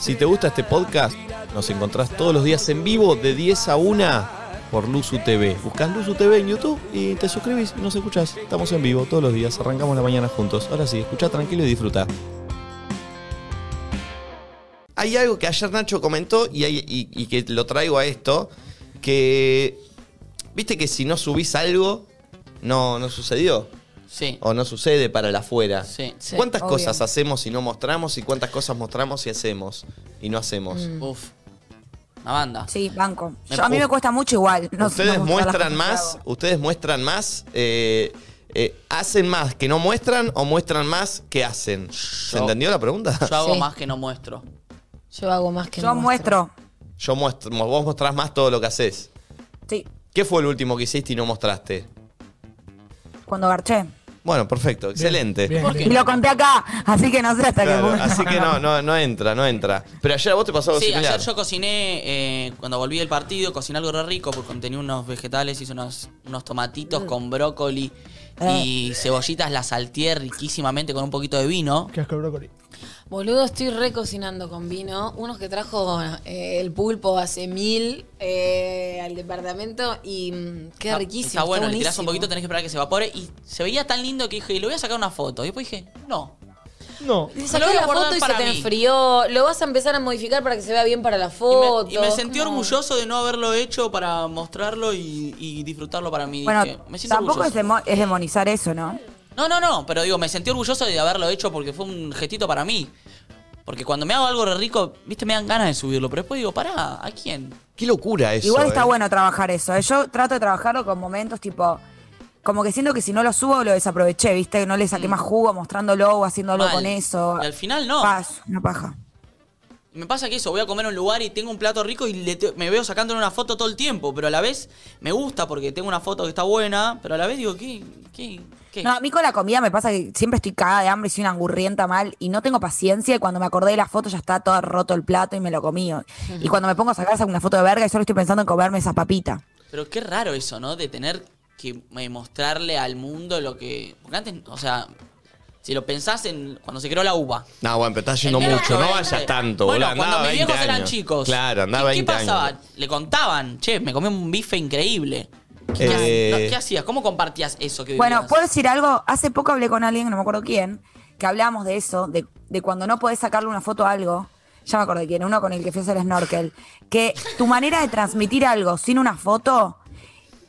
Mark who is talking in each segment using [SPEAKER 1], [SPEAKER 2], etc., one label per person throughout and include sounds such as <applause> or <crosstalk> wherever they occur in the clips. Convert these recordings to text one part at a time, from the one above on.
[SPEAKER 1] Si te gusta este podcast, nos encontrás todos los días en vivo de 10 a 1 por Luzu TV. Buscás Luzu TV en YouTube y te suscribís y nos escuchás. Estamos en vivo todos los días, arrancamos la mañana juntos. Ahora sí, escucha tranquilo y disfruta. Hay algo que ayer Nacho comentó y, hay- y- y que lo traigo a esto, que viste que si no subís algo, no, no sucedió.
[SPEAKER 2] Sí.
[SPEAKER 1] O no sucede para el afuera.
[SPEAKER 2] Sí.
[SPEAKER 3] Sí,
[SPEAKER 1] ¿Cuántas
[SPEAKER 3] obvio.
[SPEAKER 1] cosas hacemos y no mostramos? ¿Y cuántas cosas mostramos y hacemos? Y no hacemos.
[SPEAKER 3] Mm.
[SPEAKER 2] Uf. Una banda.
[SPEAKER 3] Sí, banco.
[SPEAKER 2] Me
[SPEAKER 3] Yo- a mí
[SPEAKER 2] pu-
[SPEAKER 3] me cuesta mucho igual. no-
[SPEAKER 1] ustedes
[SPEAKER 3] no mostrar las
[SPEAKER 1] muestran
[SPEAKER 3] cosas que
[SPEAKER 1] más,
[SPEAKER 3] hago.
[SPEAKER 1] ustedes muestran más, eh, eh, hacen más que no muestran o muestran más que hacen. ¿Se
[SPEAKER 2] Yo-
[SPEAKER 1] entendió la pregunta?
[SPEAKER 2] Yo hago
[SPEAKER 4] Sí.
[SPEAKER 2] más que no muestro.
[SPEAKER 4] Yo hago más que
[SPEAKER 3] Yo
[SPEAKER 4] no
[SPEAKER 3] muestro.
[SPEAKER 1] Yo muestro, vos mostrás más todo lo que haces.
[SPEAKER 3] Sí,
[SPEAKER 1] ¿Qué fue el último que hiciste y no mostraste?
[SPEAKER 3] cuando garché.
[SPEAKER 1] Bueno, perfecto, excelente.
[SPEAKER 5] bien.
[SPEAKER 2] ¿Por
[SPEAKER 3] Y
[SPEAKER 2] qué?
[SPEAKER 3] lo conté acá, así que no sé hasta
[SPEAKER 1] Claro,
[SPEAKER 3] qué punto.
[SPEAKER 1] así que no, no, no entra, no entra. Pero ayer a vos te pasó algo
[SPEAKER 2] Sí,
[SPEAKER 1] similar.
[SPEAKER 2] ayer yo cociné, eh, cuando volví del partido, cociné algo re rico porque tenía unos vegetales, hice unos, unos tomatitos con brócoli y cebollitas, las salteé riquísimamente con un poquito de vino.
[SPEAKER 5] Qué asco el brócoli.
[SPEAKER 4] Boludo, estoy recocinando con vino. Unos que trajo eh, el pulpo hace mil eh, al departamento y mm, queda
[SPEAKER 2] Está-
[SPEAKER 4] riquísimo.
[SPEAKER 2] Está bueno, le tirás un
[SPEAKER 4] buenísimo.
[SPEAKER 2] poquito, tenés que esperar a que se evapore. Y se veía tan lindo que dije, le voy a sacar una foto. Y después dije, no.
[SPEAKER 5] No.
[SPEAKER 4] Le
[SPEAKER 2] Lo voy
[SPEAKER 4] sacás
[SPEAKER 2] a
[SPEAKER 4] la
[SPEAKER 2] guardar
[SPEAKER 4] foto y se
[SPEAKER 2] para
[SPEAKER 4] te
[SPEAKER 2] mí.
[SPEAKER 4] enfrió. Lo vas a empezar a modificar para que se vea bien para la
[SPEAKER 2] Y me-
[SPEAKER 4] foto.
[SPEAKER 2] Y me, sentí orgulloso de no haberlo hecho para mostrarlo y, y disfrutarlo para mí.
[SPEAKER 3] Bueno,
[SPEAKER 2] Dije, me siento
[SPEAKER 3] tampoco es,
[SPEAKER 2] orgulloso.
[SPEAKER 3] demo- es demonizar eso, ¿no?
[SPEAKER 2] No, no, no, pero digo, me sentí orgulloso de haberlo hecho porque fue un gestito para mí. Porque cuando me hago algo re rico, viste, me dan ganas de subirlo. Pero después digo, pará, ¿a quién?
[SPEAKER 1] Qué locura eso.
[SPEAKER 3] Igual está
[SPEAKER 1] eh.
[SPEAKER 3] bueno trabajar eso. eh. Yo trato de trabajarlo con momentos tipo. Como que siento que si no lo subo, lo desaproveché, ¿viste? Que no le saqué más jugo mostrándolo o haciéndolo
[SPEAKER 2] Mm. Mal.
[SPEAKER 3] con eso.
[SPEAKER 2] Y al final no.
[SPEAKER 3] Paz, una paja.
[SPEAKER 2] Me pasa que eso, voy a comer a un lugar y tengo un plato rico y le te- me veo sacándole una foto todo el tiempo. Pero a la vez me gusta porque tengo una foto que está buena. Pero a la vez digo, ¿qué? ¿Qué? ¿Qué?
[SPEAKER 3] No, a mí con la comida me pasa que siempre estoy cagada de hambre y soy una angurrienta mal y no tengo paciencia y cuando me acordé de la foto ya está todo roto el plato y me lo comí. Y cuando me pongo a sacar saco una foto de verga y solo estoy pensando en comerme esa papita.
[SPEAKER 2] Pero qué raro eso, ¿no? De tener que eh, mostrarle al mundo lo que. Porque antes, o sea, si lo pensás en cuando se creó la uva.
[SPEAKER 1] No, bueno, pero estás yendo
[SPEAKER 2] El
[SPEAKER 1] mucho, no
[SPEAKER 2] 1920.
[SPEAKER 1] vayas tanto,
[SPEAKER 2] bueno,
[SPEAKER 1] boludo. Andaba
[SPEAKER 2] cuando mis
[SPEAKER 1] 20
[SPEAKER 2] viejos eran
[SPEAKER 1] años.
[SPEAKER 2] chicos.
[SPEAKER 1] Claro, andaba
[SPEAKER 2] ¿Qué,
[SPEAKER 1] 20
[SPEAKER 2] qué pasaba?
[SPEAKER 1] años.
[SPEAKER 2] Le contaban, che, me comí un bife increíble. ¿Qué,
[SPEAKER 1] Eh.
[SPEAKER 2] ha- no, ¿qué hacías? ¿Cómo compartías eso que
[SPEAKER 3] Bueno,
[SPEAKER 4] pues-
[SPEAKER 2] vivías?
[SPEAKER 3] ¿puedo decir algo? Hace poco hablé con alguien, no me acuerdo quién, que hablábamos de eso, de, de cuando no podés sacarle una foto a algo. Ya me acordé quién, uno con el que fui a hacer snorkel. Que tu manera de transmitir algo sin una foto,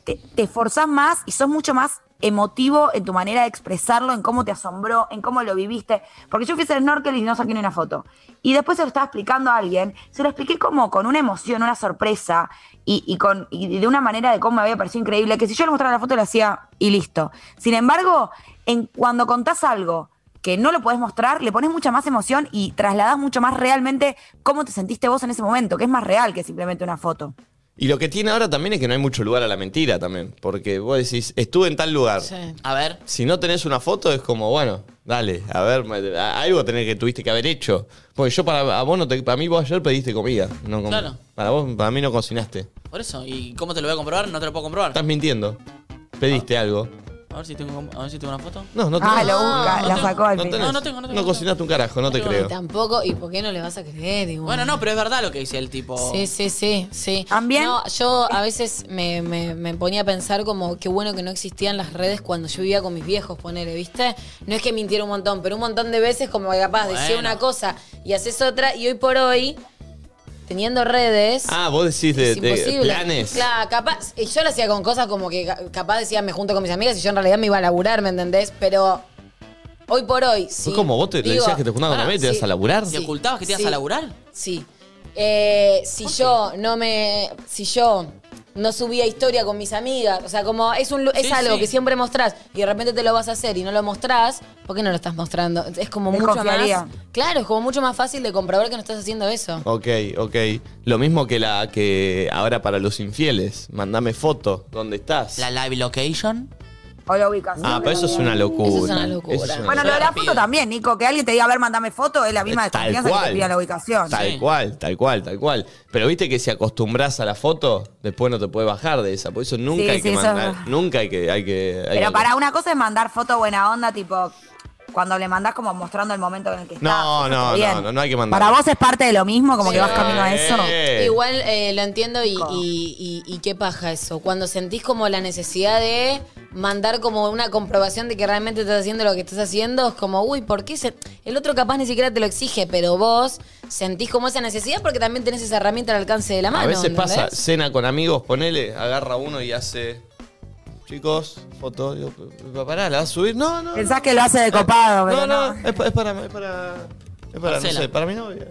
[SPEAKER 3] te, te esforzás más y sos mucho más emotivo en tu manera de expresarlo, en cómo te asombró, en cómo lo viviste. Porque yo fui a hacer snorkel y no saqué ni una foto. Y después se lo estaba explicando a alguien, se lo expliqué como con una emoción, una sorpresa, y, y con, y de una manera de cómo me había parecido increíble, que si yo le mostraba la foto lo hacía y listo. Sin embargo, en, cuando contás algo que no lo podés mostrar, le pones mucha más emoción y trasladás mucho más realmente cómo te sentiste vos en ese momento, que es más real que simplemente una foto.
[SPEAKER 1] Y lo que tiene ahora también es que no hay mucho lugar a la mentira también. Porque vos decís, estuve en tal lugar.
[SPEAKER 4] Sí.
[SPEAKER 2] A ver.
[SPEAKER 1] Si no tenés una foto, es como, bueno, dale, a ver, me- a- algo tenés que tuviste que haber hecho. Porque yo para a vos no te- para mí vos ayer pediste comida. No com-
[SPEAKER 2] Claro.
[SPEAKER 1] Para vos, para mí no cocinaste.
[SPEAKER 2] Por eso, ¿y cómo te lo voy a comprobar? No te lo puedo comprobar.
[SPEAKER 1] Estás mintiendo. Pediste algo.
[SPEAKER 2] A ver si tengo, a ver si tengo una foto.
[SPEAKER 1] No, no
[SPEAKER 3] Ah,
[SPEAKER 1] tenés.
[SPEAKER 3] lo busca,
[SPEAKER 2] no
[SPEAKER 3] la
[SPEAKER 2] tengo-
[SPEAKER 3] sacó al
[SPEAKER 1] no,
[SPEAKER 3] final.
[SPEAKER 1] tenés.
[SPEAKER 2] No, no tengo, no tengo.
[SPEAKER 1] cocinaste un carajo, no te creo.
[SPEAKER 4] Y tampoco, ¿y por qué no le vas a creer? igual?
[SPEAKER 2] Bueno, no, pero es verdad lo que dice el tipo.
[SPEAKER 1] Oh.
[SPEAKER 4] Sí, sí, sí, sí.
[SPEAKER 3] También-
[SPEAKER 4] No, yo a veces me, me- me ponía a pensar como qué bueno que no existían las redes cuando yo vivía con mis viejos, ponele, ¿viste? No es que mintiera un montón, pero un montón de veces como que capaz decía
[SPEAKER 2] Bueno.
[SPEAKER 4] una cosa y haces otra y hoy por hoy, teniendo redes...
[SPEAKER 1] Ah, vos decís de,
[SPEAKER 4] es
[SPEAKER 1] de
[SPEAKER 4] imposible.
[SPEAKER 1] planes.
[SPEAKER 4] Claro, capaz. y Yo lo hacía con cosas como que ca- capaz decía me junto con mis amigas y yo en realidad me iba a laburar, ¿me entendés? Pero hoy por hoy. Sí,
[SPEAKER 1] Fue como vos te, le
[SPEAKER 4] digo,
[SPEAKER 1] decías que te juntabas con la
[SPEAKER 4] ah,
[SPEAKER 1] media y te
[SPEAKER 4] sí.
[SPEAKER 1] ibas a laburar.
[SPEAKER 2] ¿Te
[SPEAKER 4] Sí.
[SPEAKER 2] ocultabas que te ibas
[SPEAKER 4] sí.
[SPEAKER 2] a laburar?
[SPEAKER 4] Sí. Eh, si
[SPEAKER 2] ¿Por qué?
[SPEAKER 4] yo no me. Si yo no subía historia con mis amigas, o sea, como es un lu- es
[SPEAKER 2] Sí,
[SPEAKER 4] algo
[SPEAKER 2] sí.
[SPEAKER 4] que siempre mostrás y de repente te lo vas a hacer y no lo mostrás, ¿por qué no lo estás mostrando? Es como mucho más.
[SPEAKER 3] Desconfiaría.
[SPEAKER 4] Claro, es como mucho más fácil de comprobar que no estás haciendo eso.
[SPEAKER 1] Ok, ok. Lo mismo que la que ahora para los infieles. Mandame foto. ¿Dónde estás?
[SPEAKER 2] La live location.
[SPEAKER 3] O lo ubicas.
[SPEAKER 1] Ah, pero eso es una locura.
[SPEAKER 4] Eso es una locura.
[SPEAKER 1] Eso es una
[SPEAKER 3] Bueno, lo de la
[SPEAKER 2] Pido.
[SPEAKER 3] foto también, Nico, que alguien te diga, a ver, mandame foto, es la misma
[SPEAKER 1] Tal
[SPEAKER 3] desconfianza que
[SPEAKER 1] cual.
[SPEAKER 3] te pida la ubicación.
[SPEAKER 1] Tal
[SPEAKER 2] Sí.
[SPEAKER 1] cual, tal cual, tal cual. Pero viste que si acostumbras a la foto, después no te puedes bajar de esa. Por eso nunca
[SPEAKER 3] Sí,
[SPEAKER 1] hay
[SPEAKER 3] sí,
[SPEAKER 1] que
[SPEAKER 3] eso es
[SPEAKER 1] mandar.
[SPEAKER 3] verdad.
[SPEAKER 1] Nunca hay que. Hay que hay
[SPEAKER 3] Pero
[SPEAKER 1] que-
[SPEAKER 3] para una cosa es mandar foto buena onda, tipo, Cuando le mandás como mostrando el momento en el que está.
[SPEAKER 1] No,
[SPEAKER 3] eso
[SPEAKER 1] no,
[SPEAKER 3] está
[SPEAKER 1] no,
[SPEAKER 3] bien.
[SPEAKER 1] no, no hay que mandar.
[SPEAKER 3] Para vos es parte de lo mismo, como que
[SPEAKER 4] Sí.
[SPEAKER 3] vas camino a eso.
[SPEAKER 1] Eh.
[SPEAKER 4] Igual eh, lo entiendo y, y- y- y qué paja eso. Cuando sentís como la necesidad de mandar como una comprobación de que realmente estás haciendo lo que estás haciendo, es como, uy, ¿por qué se- el otro capaz ni siquiera te lo exige, pero vos sentís como esa necesidad porque también tenés esa herramienta al alcance de la mano.
[SPEAKER 1] A veces
[SPEAKER 4] ¿entendés?
[SPEAKER 1] pasa, cena con amigos, ponele, agarra uno y hace. Chicos, foto. Digo, "Pa- pará, la vas a subir. No, no.
[SPEAKER 3] Pensás que lo hace de copado,
[SPEAKER 1] no,
[SPEAKER 3] pero
[SPEAKER 1] no, Es, pa- es para. Es para, es para no
[SPEAKER 2] Marcela.
[SPEAKER 1] sé, para mi novia.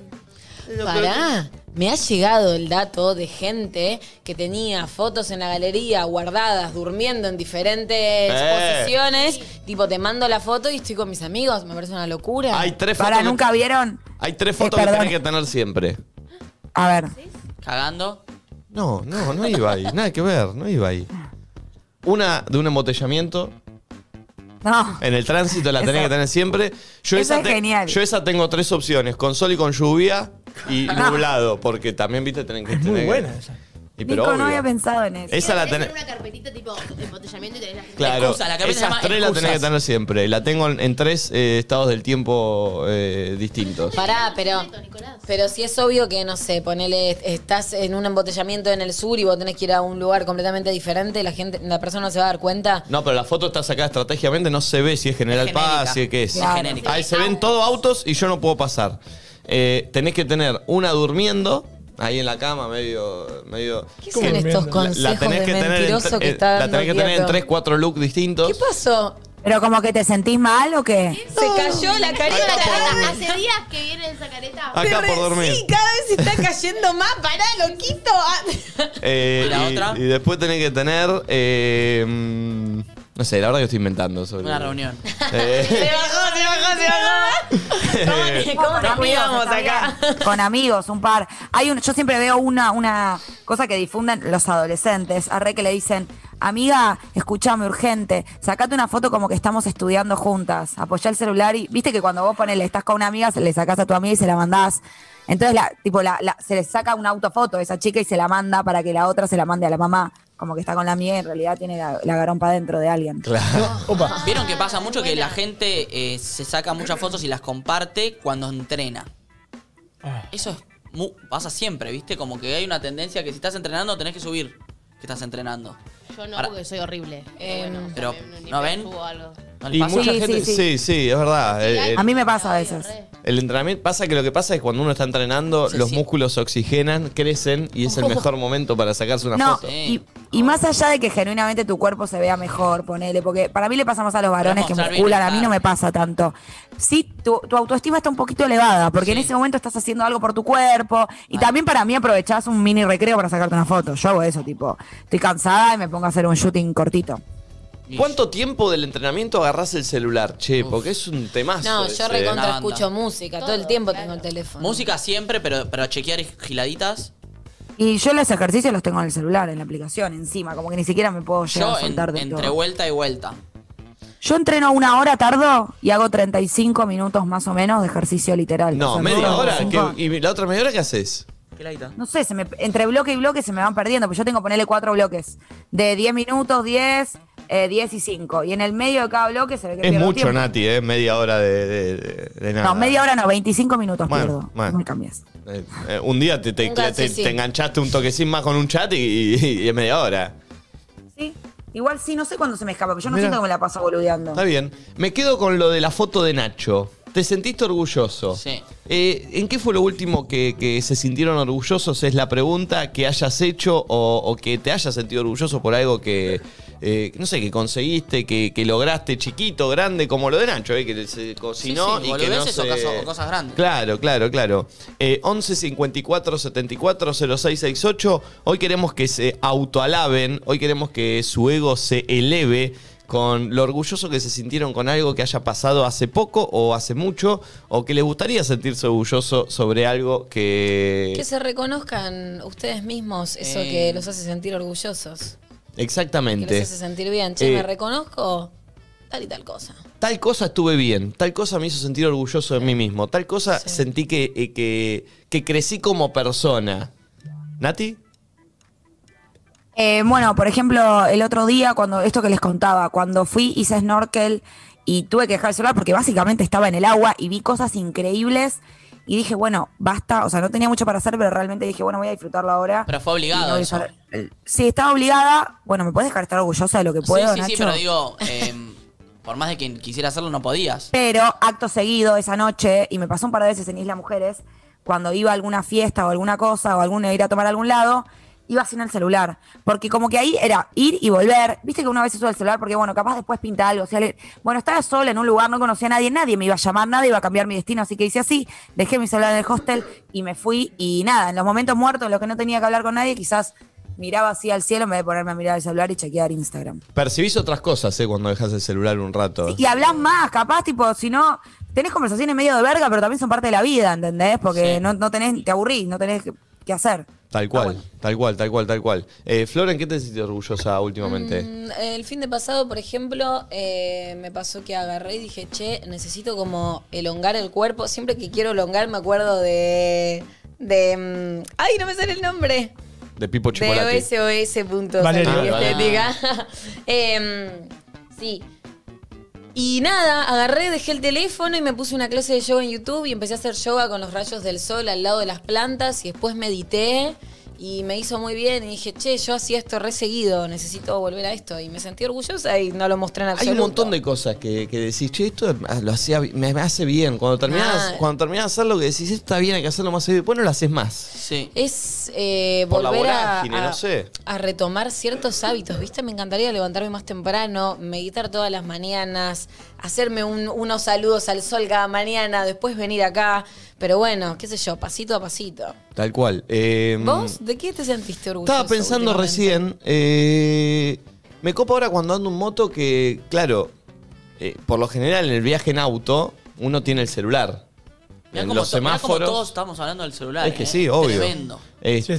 [SPEAKER 1] Yo creo
[SPEAKER 4] Pará, me ha llegado el dato de gente que tenía fotos en la galería guardadas, durmiendo en diferentes
[SPEAKER 1] Eh.
[SPEAKER 4] posiciones. Tipo, te mando la foto y estoy con mis amigos, me parece una
[SPEAKER 1] que
[SPEAKER 4] locura.
[SPEAKER 1] Hay tres fotos.
[SPEAKER 3] Para,
[SPEAKER 1] que-
[SPEAKER 3] ¿nunca vieron?
[SPEAKER 1] Hay tres fotos
[SPEAKER 3] Eh,
[SPEAKER 1] que
[SPEAKER 3] perdón.
[SPEAKER 1] tenés que tener siempre.
[SPEAKER 3] A ver.
[SPEAKER 2] Cagando.
[SPEAKER 1] No, no, no iba ahí. Nada que ver, no iba ahí. Una de un embotellamiento.
[SPEAKER 3] No.
[SPEAKER 1] En el tránsito la tenés
[SPEAKER 3] Esa-
[SPEAKER 1] que tener siempre. Yo
[SPEAKER 3] esa
[SPEAKER 1] esa,
[SPEAKER 3] es genial.
[SPEAKER 1] Yo esa tengo tres opciones, con sol y con lluvia <laughs> y nublado, porque también, viste, tienen que tener...
[SPEAKER 5] Muy
[SPEAKER 1] que-
[SPEAKER 5] buena esa.
[SPEAKER 1] Y pero
[SPEAKER 3] Nico no
[SPEAKER 1] obvio.
[SPEAKER 3] había pensado en eso.
[SPEAKER 1] Esa la
[SPEAKER 6] tenés
[SPEAKER 1] tenés...
[SPEAKER 6] una carpetita tipo embotellamiento y tenés la
[SPEAKER 1] Claro,
[SPEAKER 2] Excusa, la que a veces se
[SPEAKER 1] esas
[SPEAKER 2] llama
[SPEAKER 1] tres la tenés que
[SPEAKER 2] excusas.
[SPEAKER 1] tener siempre. La tengo en, en tres eh, estados del tiempo eh, distintos.
[SPEAKER 4] Pará, pero,
[SPEAKER 6] Nicolás.
[SPEAKER 4] pero si es obvio que, no sé, ponele, est- estás en un embotellamiento en el sur y vos tenés que ir a un lugar completamente diferente, la gente, la persona no se va a dar cuenta.
[SPEAKER 1] No, pero la foto está sacada estratégicamente, no se ve si es General
[SPEAKER 2] Es genérica.
[SPEAKER 1] Paz, si es qué es.
[SPEAKER 2] Es
[SPEAKER 3] Claro.
[SPEAKER 2] genérica.
[SPEAKER 1] Ahí se ven todos autos y yo no puedo pasar. Eh, tenés que tener una durmiendo, ahí en la cama, medio... medio
[SPEAKER 4] ¿Qué
[SPEAKER 5] ¿Cómo
[SPEAKER 4] son estos
[SPEAKER 5] durmiendo?
[SPEAKER 1] La-
[SPEAKER 4] consejos de mentiroso
[SPEAKER 1] tre-
[SPEAKER 4] que
[SPEAKER 1] eh,
[SPEAKER 4] está
[SPEAKER 1] la
[SPEAKER 4] dando
[SPEAKER 1] tenés que tener en
[SPEAKER 4] Diego?
[SPEAKER 1] 3, 4 looks distintos.
[SPEAKER 4] ¿Qué pasó?
[SPEAKER 3] Pero como que te sentís mal o qué?
[SPEAKER 4] Se cayó la carita. Ah,
[SPEAKER 6] Hace días que viene esa careta.
[SPEAKER 1] Acá por dormir.
[SPEAKER 4] Sí, cada vez se está cayendo más. Pará, loquito.
[SPEAKER 1] <laughs>
[SPEAKER 4] Ah.
[SPEAKER 1] Eh,
[SPEAKER 2] ¿Y la
[SPEAKER 1] y,
[SPEAKER 2] otra?
[SPEAKER 1] y después tenés que tener. eh, mm, no sé, la verdad que estoy inventando. sobre-
[SPEAKER 2] Una reunión.
[SPEAKER 1] Eh, <laughs>
[SPEAKER 4] Se bajó, se bajó, se
[SPEAKER 2] <laughs>
[SPEAKER 4] bajó.
[SPEAKER 3] <laughs>
[SPEAKER 4] ¿Cómo, cómo nos cuidamos
[SPEAKER 3] está
[SPEAKER 4] acá?
[SPEAKER 3] bien. Con amigos, un par. Hay un, yo siempre veo una, una cosa que difunden los adolescentes. A Re que le dicen, amiga, escúchame urgente, sacate una foto como que estamos estudiando juntas. Apoyá el celular y viste que cuando vos ponele, estás con una amiga, se le sacás a tu amiga y se la mandás. Entonces, la, tipo, la, la- se le saca una autofoto a esa chica y se la manda para que la otra se la mande a la mamá. Como que está con la amiga y en realidad tiene la, la garompa dentro de alguien.
[SPEAKER 5] Opa.
[SPEAKER 2] Vieron que pasa mucho que la gente eh, se saca muchas fotos y las comparte cuando entrena.
[SPEAKER 5] Ah.
[SPEAKER 2] Eso es mu- pasa siempre, ¿viste? Como que hay una tendencia que si estás entrenando tenés que subir que estás entrenando.
[SPEAKER 6] Yo no,
[SPEAKER 2] Pará.
[SPEAKER 6] porque soy horrible.
[SPEAKER 4] Eh,
[SPEAKER 2] pero,
[SPEAKER 6] también, ni
[SPEAKER 2] ¿no
[SPEAKER 6] me
[SPEAKER 2] ven?
[SPEAKER 6] subo algo.
[SPEAKER 2] ¿No les
[SPEAKER 1] y
[SPEAKER 2] pasa?
[SPEAKER 1] mucha
[SPEAKER 3] Sí,
[SPEAKER 1] gente. Sí
[SPEAKER 3] sí,
[SPEAKER 1] sí.
[SPEAKER 3] sí.
[SPEAKER 1] es verdad. El, el-
[SPEAKER 3] A mí me pasa a veces.
[SPEAKER 1] el entrenamiento. Pasa que lo que pasa es cuando uno está entrenando,
[SPEAKER 2] Sí,
[SPEAKER 1] los
[SPEAKER 2] sí.
[SPEAKER 1] músculos se oxigenan, crecen y es el mejor momento para sacarse una
[SPEAKER 3] No,
[SPEAKER 1] foto.
[SPEAKER 3] y, y más allá de que genuinamente tu cuerpo se vea mejor, ponele, porque para mí le pasa más a los varones que
[SPEAKER 2] mostrar
[SPEAKER 3] musculan, a mí no
[SPEAKER 2] bienestar.
[SPEAKER 3] me pasa tanto. Sí, tu, tu autoestima está un poquito elevada, porque en
[SPEAKER 2] Sí.
[SPEAKER 3] ese momento estás haciendo algo por tu cuerpo, y también para mí aprovechás un mini recreo para sacarte una foto. Yo hago eso, tipo, estoy cansada y me pongo a hacer un shooting cortito.
[SPEAKER 2] Y-
[SPEAKER 1] ¿Cuánto tiempo del entrenamiento agarrás el celular? Che, porque es un temazo.
[SPEAKER 4] No, yo
[SPEAKER 1] ese,
[SPEAKER 2] Una
[SPEAKER 4] recontra
[SPEAKER 2] banda.
[SPEAKER 4] escucho música. Todo el
[SPEAKER 6] Todo,
[SPEAKER 4] tiempo
[SPEAKER 6] claro.
[SPEAKER 4] tengo el teléfono.
[SPEAKER 2] Música siempre, pero, pero chequear y giladitas.
[SPEAKER 3] Y yo los ejercicios los tengo en el celular, en la aplicación, encima, como que ni siquiera me puedo llegar
[SPEAKER 2] Yo
[SPEAKER 3] a
[SPEAKER 2] en-
[SPEAKER 3] soltar de
[SPEAKER 2] entre
[SPEAKER 3] todo.
[SPEAKER 2] vuelta y vuelta.
[SPEAKER 3] Yo entreno una hora, tardo, y hago 35 minutos más o menos de ejercicio literal. O
[SPEAKER 1] ¿eh? No,
[SPEAKER 3] sea,
[SPEAKER 1] media
[SPEAKER 3] duro
[SPEAKER 1] hora.
[SPEAKER 3] cinco-
[SPEAKER 1] ¿qué- ¿Y la otra media hora qué haces?
[SPEAKER 2] Giladita.
[SPEAKER 3] No sé, se me, entre bloque y bloque se me van perdiendo, porque yo tengo que ponerle cuatro bloques. De 10 minutos, 10, eh, 10 y 5. Y en el medio de cada bloque se ve que
[SPEAKER 1] Es
[SPEAKER 3] pierdo
[SPEAKER 1] mucho,
[SPEAKER 3] tiempo.
[SPEAKER 1] Nati, ¿eh? Media hora de, de- de- de nada.
[SPEAKER 3] No, media hora no, 25 minutos
[SPEAKER 1] Bueno,
[SPEAKER 3] pierdo.
[SPEAKER 1] bueno.
[SPEAKER 3] No me cambias.
[SPEAKER 1] Eh, eh, un día te, te,
[SPEAKER 4] Nunca,
[SPEAKER 1] te-
[SPEAKER 4] sí, sí.
[SPEAKER 1] te enganchaste un toquecín más con un chat y, y- y es media hora.
[SPEAKER 3] Sí, igual sí, no sé cuándo se me escapa, porque yo no
[SPEAKER 1] Mira.
[SPEAKER 3] siento que me la paso boludeando.
[SPEAKER 1] Está bien. Me quedo con lo de la foto de Nacho. ¿Te sentiste orgulloso?
[SPEAKER 2] Sí.
[SPEAKER 1] Eh, ¿En qué fue lo último que, que se sintieron orgullosos? Es la pregunta que hayas hecho o, o que te hayas sentido orgulloso por algo que, eh, no sé, que conseguiste, que, que lograste chiquito, grande, como lo de Nacho, eh, que se cocinó
[SPEAKER 2] Sí, sí,
[SPEAKER 1] y que no
[SPEAKER 2] boludeces o
[SPEAKER 1] se-
[SPEAKER 2] caso- o cosas grandes.
[SPEAKER 1] Claro, claro, claro. Eh, 11 54 74 0668. Hoy queremos que se autoalaben, hoy queremos que su ego se eleve con lo orgulloso que se sintieron con algo que haya pasado hace poco o hace mucho, o que les gustaría sentirse orgulloso sobre algo que...
[SPEAKER 4] Que se reconozcan ustedes mismos eso
[SPEAKER 2] Eh.
[SPEAKER 4] que los hace sentir orgullosos. Que los
[SPEAKER 1] Exactamente.
[SPEAKER 4] hace sentir bien. Che,
[SPEAKER 1] Eh.
[SPEAKER 4] me reconozco tal y tal cosa.
[SPEAKER 1] Tal cosa estuve bien, tal cosa me hizo sentir orgulloso de mí mismo, tal cosa
[SPEAKER 4] Sí.
[SPEAKER 1] sentí que, eh, que, que crecí como persona. ¿Nati?
[SPEAKER 3] Eh, bueno, por ejemplo, el otro día, cuando esto que les contaba, cuando fui, hice snorkel y tuve que dejar el celular porque básicamente estaba en el agua y vi cosas increíbles y dije, bueno, basta, o sea, no tenía mucho para hacer, pero realmente dije, bueno, voy a disfrutarlo ahora.
[SPEAKER 2] Pero
[SPEAKER 3] Y
[SPEAKER 2] fue
[SPEAKER 3] no
[SPEAKER 2] obligado
[SPEAKER 3] voy a
[SPEAKER 2] eso.
[SPEAKER 3] estar- Sí, estaba obligada. Bueno, ¿me puedes dejar estar orgullosa de lo que puedo,
[SPEAKER 2] sí, sí, sí,
[SPEAKER 3] Nacho?
[SPEAKER 2] pero digo, em, <laughs> por más de que quisiera hacerlo, no podías.
[SPEAKER 3] Pero acto seguido esa noche, y me pasó un par de veces en Isla Mujeres, cuando iba a alguna fiesta o alguna cosa o alguna ir a tomar a algún lado, iba sin el celular. Porque como que ahí era ir y volver. Viste que una vez se sube el celular porque, bueno, capaz después pinta algo. o sea, le- bueno, estaba sola en un lugar, no conocía a nadie, nadie me iba a llamar, nadie iba a cambiar mi destino. Así que hice así, dejé mi celular en el hostel y me fui. Y nada, en los momentos muertos, en los que no tenía que hablar con nadie, quizás miraba así al cielo en vez de ponerme a mirar el celular y chequear Instagram.
[SPEAKER 1] Percibís otras cosas, ¿eh? Cuando dejas el celular un rato.
[SPEAKER 3] Y hablas más, capaz, tipo, si no, tenés conversaciones medio de verga, pero también son parte de la vida, ¿entendés? Porque
[SPEAKER 2] Sí.
[SPEAKER 3] no, no tenés, te aburrís, no tenés que, que hacer.
[SPEAKER 1] Tal cual, tal cual, tal cual, tal cual. Eh, Flor, ¿en qué te sentís orgullosa últimamente?
[SPEAKER 4] Mm, El fin de pasado, por ejemplo, eh, me pasó que agarré y dije, che, necesito como elongar el cuerpo. Siempre que quiero elongar me acuerdo de... de mm, ay, no me sale el nombre.
[SPEAKER 1] De Pipo Chocolate.
[SPEAKER 4] De SOS. Punto,
[SPEAKER 5] Valerio.
[SPEAKER 4] Salud y
[SPEAKER 1] Ah,
[SPEAKER 4] Estética. <laughs> Em, sí. Y nada, agarré, dejé el teléfono y me puse una clase de yoga en YouTube y empecé a hacer yoga con los rayos del sol al lado de las plantas y después medité y me hizo muy bien y dije, che, yo hacía esto re seguido, necesito volver a esto y me sentí orgullosa y no lo mostré en
[SPEAKER 1] Hay
[SPEAKER 4] absoluto.
[SPEAKER 1] un montón de cosas que, que decís, che, esto ah, lo hacía, bi- me, me hace bien. Cuando terminás,
[SPEAKER 4] Ah.
[SPEAKER 1] cuando terminás de hacer lo que decís, "Esto está bien, hay que hacerlo más seguido. Después no lo haces más.
[SPEAKER 2] Sí.
[SPEAKER 4] Es eh,
[SPEAKER 1] Por la
[SPEAKER 4] volver a-
[SPEAKER 1] vorágine,
[SPEAKER 4] a,
[SPEAKER 1] no sé.
[SPEAKER 4] a retomar ciertos hábitos, ¿viste? Me encantaría levantarme más temprano, meditar todas las mañanas, hacerme un- unos saludos al sol cada mañana, después venir acá. Pero bueno, qué sé yo, pasito a pasito.
[SPEAKER 1] Tal cual. Eh,
[SPEAKER 4] ¿Vos de qué te sentiste orgulloso?
[SPEAKER 1] Estaba pensando
[SPEAKER 4] últimamente?
[SPEAKER 1] recién. eh, me copa ahora cuando ando en moto que, claro, eh, por lo general en el viaje en auto, uno tiene el celular.
[SPEAKER 2] Mirá
[SPEAKER 1] en
[SPEAKER 2] cómo
[SPEAKER 1] los
[SPEAKER 2] to- mirá cómo
[SPEAKER 1] semáforos.
[SPEAKER 2] todos estamos hablando del celular.
[SPEAKER 1] Es que
[SPEAKER 2] eh.
[SPEAKER 1] sí, obvio.
[SPEAKER 2] Tremendo.
[SPEAKER 1] Este,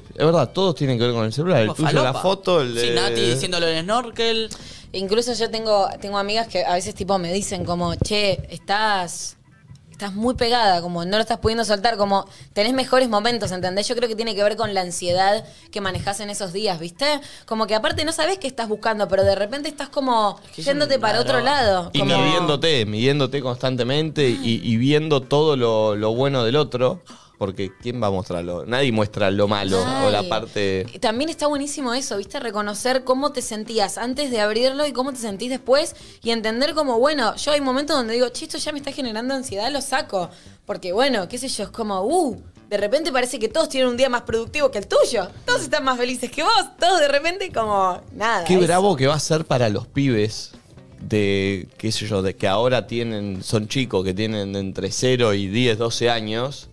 [SPEAKER 5] Sí, está
[SPEAKER 1] es verdad, todos tienen que ver con el celular. El
[SPEAKER 2] Como
[SPEAKER 1] tuyo, la
[SPEAKER 2] falopa.
[SPEAKER 1] foto, el de.
[SPEAKER 2] Sí, Nati diciéndolo en snorkel.
[SPEAKER 4] Incluso yo tengo, tengo amigas que a veces tipo me dicen como, che, estás, estás muy pegada, como no lo estás pudiendo soltar, como tenés mejores momentos, ¿entendés? Yo creo que tiene que ver con la ansiedad que manejás en esos días, ¿viste? Como que aparte no sabés qué estás buscando, pero de repente estás como
[SPEAKER 2] que es
[SPEAKER 4] yéndote
[SPEAKER 2] una
[SPEAKER 4] para otro
[SPEAKER 2] droga.
[SPEAKER 4] lado.
[SPEAKER 1] Y
[SPEAKER 4] como-
[SPEAKER 1] midiéndote, midiéndote constantemente y, y viendo todo lo, lo bueno del otro. Porque ¿quién va a mostrarlo? Nadie muestra lo malo o la
[SPEAKER 4] Ay.
[SPEAKER 1] parte...
[SPEAKER 4] También está buenísimo eso, ¿viste? Reconocer cómo te sentías antes de abrirlo y cómo te sentís después y entender como, bueno, yo hay momentos donde digo, che, esto ya me está generando ansiedad, lo saco. Porque, bueno, qué sé yo, es como, uh, de repente parece que todos tienen un día más productivo que el tuyo. Todos están más felices que vos. Todos de repente como, nada.
[SPEAKER 1] Qué
[SPEAKER 4] eso.
[SPEAKER 1] bravo que va a ser para los pibes de, qué sé yo, de que ahora tienen, son chicos que tienen entre 0 y 10, 12 años,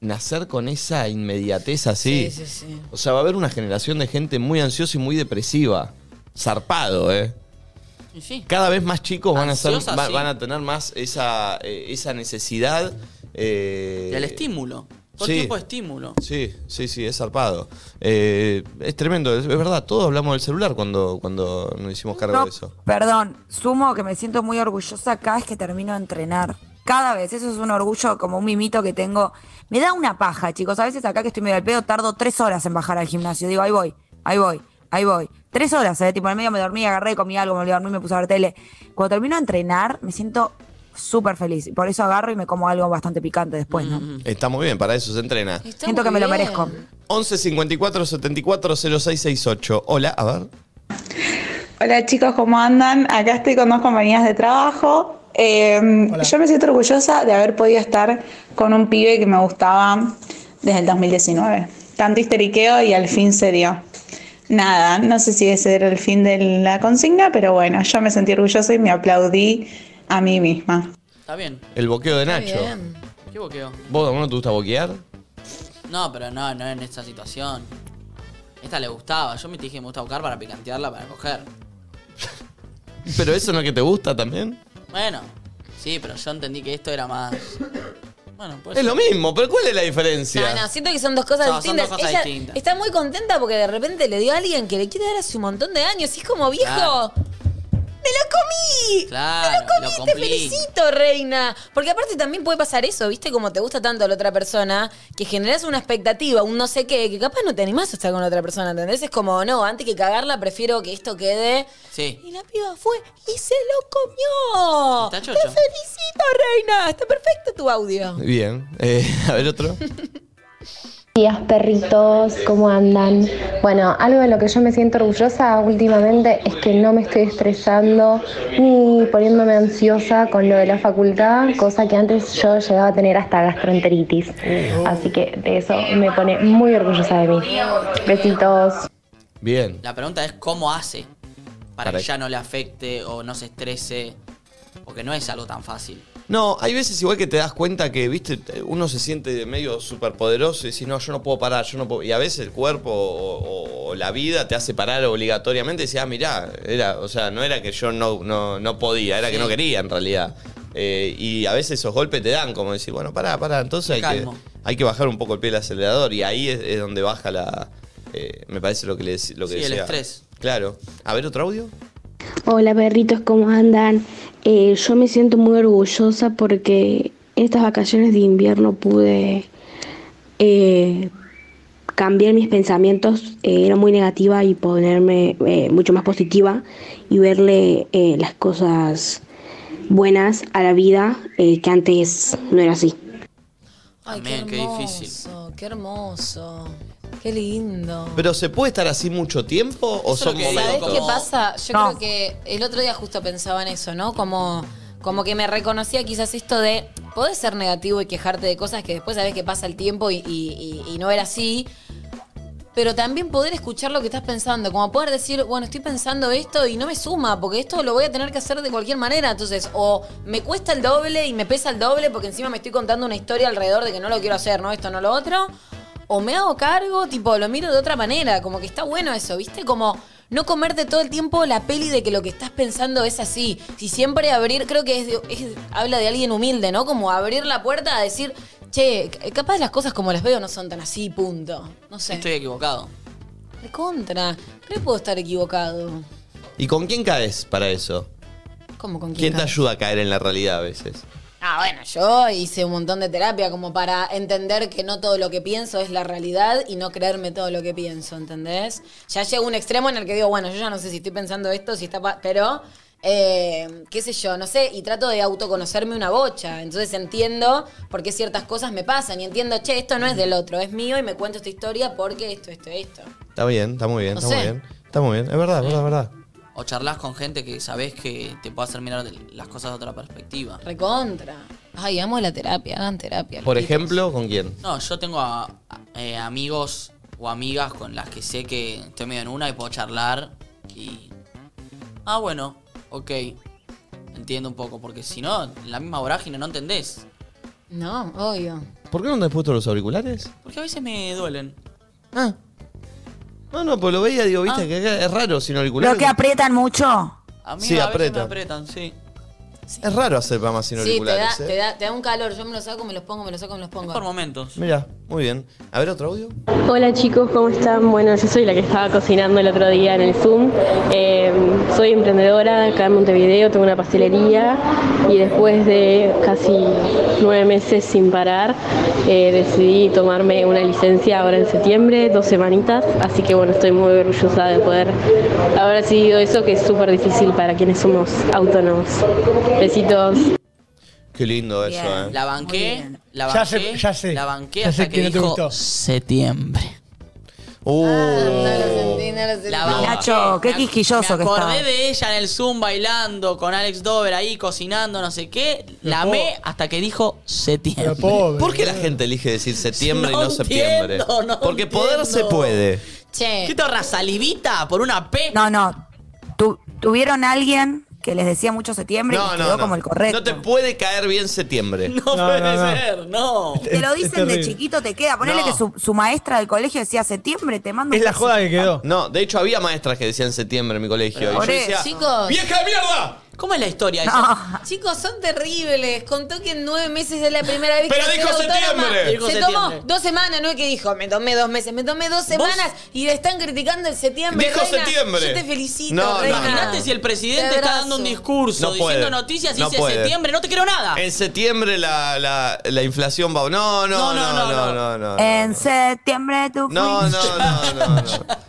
[SPEAKER 1] nacer con esa inmediatez así.
[SPEAKER 4] Sí, sí, sí.
[SPEAKER 1] O sea, va a haber una generación de gente muy ansiosa y muy depresiva. Zarpado, ¿eh?
[SPEAKER 2] Y sí.
[SPEAKER 1] Cada vez más chicos van a, ser,
[SPEAKER 2] Ansiosa,
[SPEAKER 1] va-
[SPEAKER 2] sí.
[SPEAKER 1] van a tener más esa, eh, esa necesidad. eh,
[SPEAKER 2] Del estímulo. Todo
[SPEAKER 1] sí.
[SPEAKER 2] el tiempo estímulo.
[SPEAKER 1] Sí, sí, sí, es zarpado. Eh, es tremendo, es, es verdad, todos hablamos del celular cuando, cuando nos hicimos cargo
[SPEAKER 3] No,
[SPEAKER 1] de eso.
[SPEAKER 3] Perdón, sumo que me siento muy orgullosa cada vez que termino de entrenar. Cada vez, eso es un orgullo, como un mimito que tengo. Me da una paja, chicos. A veces acá que estoy medio al pedo, tardo tres horas en bajar al gimnasio. Digo, ahí voy, ahí voy, ahí voy. Tres horas, ¿eh? Tipo, en el medio me dormí, agarré, comí algo, me volví a dormir, me puse a ver tele. Cuando termino de entrenar, me siento súper feliz. Por eso agarro y me como algo bastante picante después, ¿no?
[SPEAKER 1] Está muy bien, para eso se entrena.
[SPEAKER 4] Está
[SPEAKER 3] Siento que
[SPEAKER 4] muy
[SPEAKER 3] me lo
[SPEAKER 4] bien.
[SPEAKER 3] merezco.
[SPEAKER 1] 11 54 74 0668. Hola, a ver.
[SPEAKER 7] Hola chicos, ¿cómo andan? Acá estoy con dos compañías de trabajo. Eh, yo me siento orgullosa de haber podido estar con un pibe que me gustaba desde el 2019. Tanto histeriqueo y al fin se dio. Nada, no sé si ese era el fin de la consigna, pero bueno, yo me sentí orgullosa y me aplaudí a mí misma.
[SPEAKER 2] Está bien.
[SPEAKER 1] El boqueo de
[SPEAKER 4] Está
[SPEAKER 1] Nacho.
[SPEAKER 4] bien.
[SPEAKER 2] ¿Qué boqueo?
[SPEAKER 1] ¿Vos no te gusta boquear?
[SPEAKER 2] No, pero no, no en esta situación. Esta le gustaba. Yo me dije, me gusta buscar para picantearla, para coger.
[SPEAKER 1] ¿Pero eso no es que te gusta también?
[SPEAKER 2] Bueno, sí, pero yo entendí que esto era más. Bueno, pues.
[SPEAKER 1] Es lo mismo, pero ¿cuál es la diferencia?
[SPEAKER 4] No, no, siento que son dos cosas
[SPEAKER 2] No, son
[SPEAKER 4] distintas.
[SPEAKER 2] dos cosas
[SPEAKER 4] Ella
[SPEAKER 2] distintas.
[SPEAKER 4] está muy contenta porque de repente le dio a alguien que le quiere dar hace un montón de años. Y es como, viejo,
[SPEAKER 2] Claro.
[SPEAKER 4] ¡Te lo comí!
[SPEAKER 2] Claro,
[SPEAKER 4] ¡Te lo
[SPEAKER 2] lo
[SPEAKER 4] comí! ¡Te
[SPEAKER 2] cumplí.
[SPEAKER 4] felicito, reina! Porque aparte también puede pasar eso, ¿viste? Como te gusta tanto la otra persona, que generas una expectativa, un no sé qué, que capaz no te animás a estar con la otra persona, ¿entendés? Es como, no, antes que cagarla prefiero que esto quede...
[SPEAKER 2] Sí.
[SPEAKER 4] Y la piba fue y se lo comió.
[SPEAKER 2] Está
[SPEAKER 4] ¡Te
[SPEAKER 2] chocho.
[SPEAKER 4] felicito, reina! Está perfecto tu audio.
[SPEAKER 1] Bien. Eh, <laughs> a ver otro.
[SPEAKER 8] días, perritos, ¿cómo andan? Bueno, algo de lo que yo me siento orgullosa últimamente es que no me estoy estresando ni poniéndome ansiosa con lo de la facultad, cosa que antes yo llegaba a tener hasta gastroenteritis. Así que de eso me pone muy orgullosa de mí. Besitos.
[SPEAKER 1] Bien.
[SPEAKER 2] La pregunta es cómo hace para
[SPEAKER 1] Para-
[SPEAKER 2] que ya no le afecte o no se estrese. Porque no es algo tan fácil.
[SPEAKER 1] No, hay veces igual que te das cuenta que, viste, uno se siente medio superpoderoso y decís, no, yo no puedo parar, yo no puedo. Y a veces el cuerpo o, o- o la vida te hace parar obligatoriamente y decís, ah, mirá, era, o sea, no era que yo no, no, no podía, era que no quería en realidad. Eh, y a veces esos golpes te dan, como decir, bueno, pará, pará, entonces hay que,
[SPEAKER 2] calmo.
[SPEAKER 1] hay que bajar un poco el pie del acelerador y ahí es, es donde baja la. eh, me parece lo que le dec- lo que
[SPEAKER 2] Sí, el
[SPEAKER 1] decía.
[SPEAKER 2] estrés.
[SPEAKER 1] Claro. A ver, otro audio.
[SPEAKER 9] Hola perritos, ¿cómo andan? Eh, yo me siento muy orgullosa porque estas vacaciones de invierno pude eh, cambiar mis pensamientos, eh, era muy negativa y ponerme eh, mucho más positiva y verle eh, las cosas buenas a la vida eh, que antes no era así.
[SPEAKER 4] Ay,
[SPEAKER 2] Amén, qué
[SPEAKER 4] qué
[SPEAKER 2] difícil.
[SPEAKER 4] hermoso, qué hermoso. Qué lindo.
[SPEAKER 1] ¿Pero se puede estar así mucho tiempo o
[SPEAKER 2] Eso
[SPEAKER 1] son
[SPEAKER 2] es lo que digo,
[SPEAKER 1] momentos?
[SPEAKER 4] ¿Sabes
[SPEAKER 2] como-
[SPEAKER 4] qué pasa? Yo
[SPEAKER 3] No.
[SPEAKER 4] creo que el otro día justo pensaba en eso, ¿no? Como, como que me reconocía quizás esto de, podés ser negativo y quejarte de cosas que después sabes que pasa el tiempo y, y- y- y no era así, pero también poder escuchar lo que estás pensando, como poder decir, bueno, estoy pensando esto y no me suma, porque esto lo voy a tener que hacer de cualquier manera, entonces, o me cuesta el doble y me pesa el doble porque encima me estoy contando una historia alrededor de que no lo quiero hacer, ¿no? Esto, no lo otro. O me hago cargo, tipo, lo miro de otra manera, como que está bueno eso, ¿viste? Como no comerte todo el tiempo la peli de que lo que estás pensando es así. Si siempre abrir, creo que es, de- es- habla de alguien humilde, ¿no? Como abrir la puerta a decir, che, c- capaz las cosas como las veo no son tan así, punto. No sé.
[SPEAKER 2] Estoy equivocado.
[SPEAKER 4] De contra. Creo que puedo estar equivocado.
[SPEAKER 1] ¿Y con quién caes para eso?
[SPEAKER 4] ¿Cómo con
[SPEAKER 1] ¿Quién
[SPEAKER 4] quién?
[SPEAKER 1] te ayuda a caer en la realidad a veces?
[SPEAKER 4] Ah, bueno, yo hice un montón de terapia como para entender que no todo lo que pienso es la realidad y no creerme todo lo que pienso, ¿entendés? Ya llega un extremo en el que digo, bueno, yo ya no sé si estoy pensando esto, si está... pa- Pero, eh, qué sé yo, no sé, y trato de autoconocerme una bocha. Entonces entiendo por qué ciertas cosas me pasan y entiendo, che, esto no es del otro, es mío y me cuento esta historia porque esto, esto, esto.
[SPEAKER 1] Está bien, está muy bien,
[SPEAKER 4] No
[SPEAKER 1] está muy
[SPEAKER 4] sé.
[SPEAKER 1] bien. Está muy bien, es verdad, es verdad, es verdad.
[SPEAKER 2] O charlas con gente que sabes que te puede hacer mirar de- las cosas de otra perspectiva.
[SPEAKER 4] Recontra. Ay, amo la terapia, hagan terapia.
[SPEAKER 1] Por
[SPEAKER 4] loquitos.
[SPEAKER 1] ejemplo, ¿con quién?
[SPEAKER 2] No, yo tengo a- a- eh, amigos o amigas con las que sé que estoy medio en una y puedo charlar y... Ah, bueno, ok. Entiendo un poco, porque si no, en la misma vorágine no entendés.
[SPEAKER 4] No, obvio.
[SPEAKER 1] ¿Por qué no te has puesto los auriculares?
[SPEAKER 2] Porque a veces me duelen.
[SPEAKER 1] Ah. No, no, pues lo veía, digo, viste
[SPEAKER 2] Ah.
[SPEAKER 1] que acá es raro sin
[SPEAKER 3] Lo
[SPEAKER 1] auriculares.
[SPEAKER 3] que aprietan mucho.
[SPEAKER 2] A mí
[SPEAKER 1] Sí,
[SPEAKER 2] a veces
[SPEAKER 1] aprieta.
[SPEAKER 2] me apretan, sí.
[SPEAKER 1] es raro hacer programas sin
[SPEAKER 4] Sí, te da,
[SPEAKER 1] auriculares. ¿eh?
[SPEAKER 4] te, da, te da un calor. Yo me los saco, me los pongo, me los saco, me los pongo.
[SPEAKER 2] Por momentos.
[SPEAKER 1] Mira, muy bien. A ver, otro audio.
[SPEAKER 9] Hola chicos, ¿cómo están? Bueno, yo soy la que estaba cocinando el otro día en el Zoom. Eh, soy emprendedora acá en Montevideo, tengo una pastelería y después de casi nueve meses sin parar, eh, decidí tomarme una licencia ahora en septiembre, dos semanitas, así que bueno, estoy muy orgullosa de poder haber decidido eso que es súper difícil para quienes somos autónomos. Besitos.
[SPEAKER 1] Qué lindo eso,
[SPEAKER 3] Bien.
[SPEAKER 1] eh.
[SPEAKER 2] La banqué,
[SPEAKER 3] bien.
[SPEAKER 2] la
[SPEAKER 5] Ya
[SPEAKER 2] banqué,
[SPEAKER 5] sé, ya sé.
[SPEAKER 2] la banqué
[SPEAKER 5] Ya
[SPEAKER 2] hasta
[SPEAKER 5] sé
[SPEAKER 2] que
[SPEAKER 5] que no te
[SPEAKER 2] dijo
[SPEAKER 5] gustó.
[SPEAKER 2] septiembre.
[SPEAKER 1] Uh.
[SPEAKER 4] No lo sentí, no lo sentí.
[SPEAKER 2] La
[SPEAKER 1] No.
[SPEAKER 2] banqué.
[SPEAKER 3] Nacho, qué
[SPEAKER 2] Me ac-
[SPEAKER 3] quisquilloso
[SPEAKER 2] Me
[SPEAKER 3] que
[SPEAKER 2] acordé
[SPEAKER 3] estaba.
[SPEAKER 2] de ella en el Zoom bailando con Alex Dover ahí cocinando, no sé qué. La
[SPEAKER 5] Pero
[SPEAKER 2] amé hasta que dijo septiembre.
[SPEAKER 5] Pero pobre.
[SPEAKER 1] ¿Por qué la gente elige decir septiembre y
[SPEAKER 2] No
[SPEAKER 1] no septiembre?
[SPEAKER 2] entiendo, no
[SPEAKER 1] Porque poder se
[SPEAKER 2] entiendo.
[SPEAKER 1] puede.
[SPEAKER 4] Che,
[SPEAKER 2] ¿Qué torra salivita por una P?
[SPEAKER 3] No, no. Tu- tuvieron alguien que les decía mucho septiembre y
[SPEAKER 1] No,
[SPEAKER 3] les
[SPEAKER 1] no,
[SPEAKER 3] quedó
[SPEAKER 1] no.
[SPEAKER 3] como el correcto.
[SPEAKER 1] No te puede caer bien septiembre.
[SPEAKER 2] No,
[SPEAKER 5] No,
[SPEAKER 2] puede
[SPEAKER 5] no, no.
[SPEAKER 2] ser, no.
[SPEAKER 3] Te lo
[SPEAKER 5] Es- es
[SPEAKER 3] dicen de
[SPEAKER 5] terrible.
[SPEAKER 3] chiquito, te queda. Ponele
[SPEAKER 1] No.
[SPEAKER 3] que su, su maestra del colegio decía septiembre, te mando
[SPEAKER 5] Es
[SPEAKER 3] un
[SPEAKER 5] la
[SPEAKER 3] beso". <laughs>
[SPEAKER 5] joda que quedó.
[SPEAKER 1] No, de hecho había maestras que decían septiembre en mi colegio. y yo
[SPEAKER 3] Por eso,
[SPEAKER 1] decía,
[SPEAKER 4] chicos.
[SPEAKER 1] ¡Vieja de mierda!
[SPEAKER 2] ¿Cómo es la historia esa?
[SPEAKER 4] Chicos, son terribles. Contó que en nueve meses es la primera vez
[SPEAKER 2] Pero
[SPEAKER 4] que
[SPEAKER 2] dijo
[SPEAKER 4] se
[SPEAKER 2] septiembre. Dijo
[SPEAKER 4] Se
[SPEAKER 2] septiembre.
[SPEAKER 4] tomó dos semanas, no es que dijo, me tomé dos meses, me tomé dos semanas y le están criticando el septiembre.
[SPEAKER 2] Dijo
[SPEAKER 4] reina.
[SPEAKER 2] septiembre.
[SPEAKER 4] Yo te felicito,
[SPEAKER 1] No, no,
[SPEAKER 4] reina.
[SPEAKER 2] Imagínate si el presidente
[SPEAKER 4] Te
[SPEAKER 2] está
[SPEAKER 4] abrazo.
[SPEAKER 2] dando un discurso
[SPEAKER 1] No
[SPEAKER 2] diciendo
[SPEAKER 1] puede,
[SPEAKER 2] noticias y
[SPEAKER 1] no
[SPEAKER 2] dice
[SPEAKER 1] puede.
[SPEAKER 2] septiembre, no te creo nada.
[SPEAKER 1] En septiembre la, la, la inflación va. No, no, no, no, no, no. no, no,
[SPEAKER 3] En septiembre tú
[SPEAKER 1] No,
[SPEAKER 3] fuiste.
[SPEAKER 1] no, no, no, no.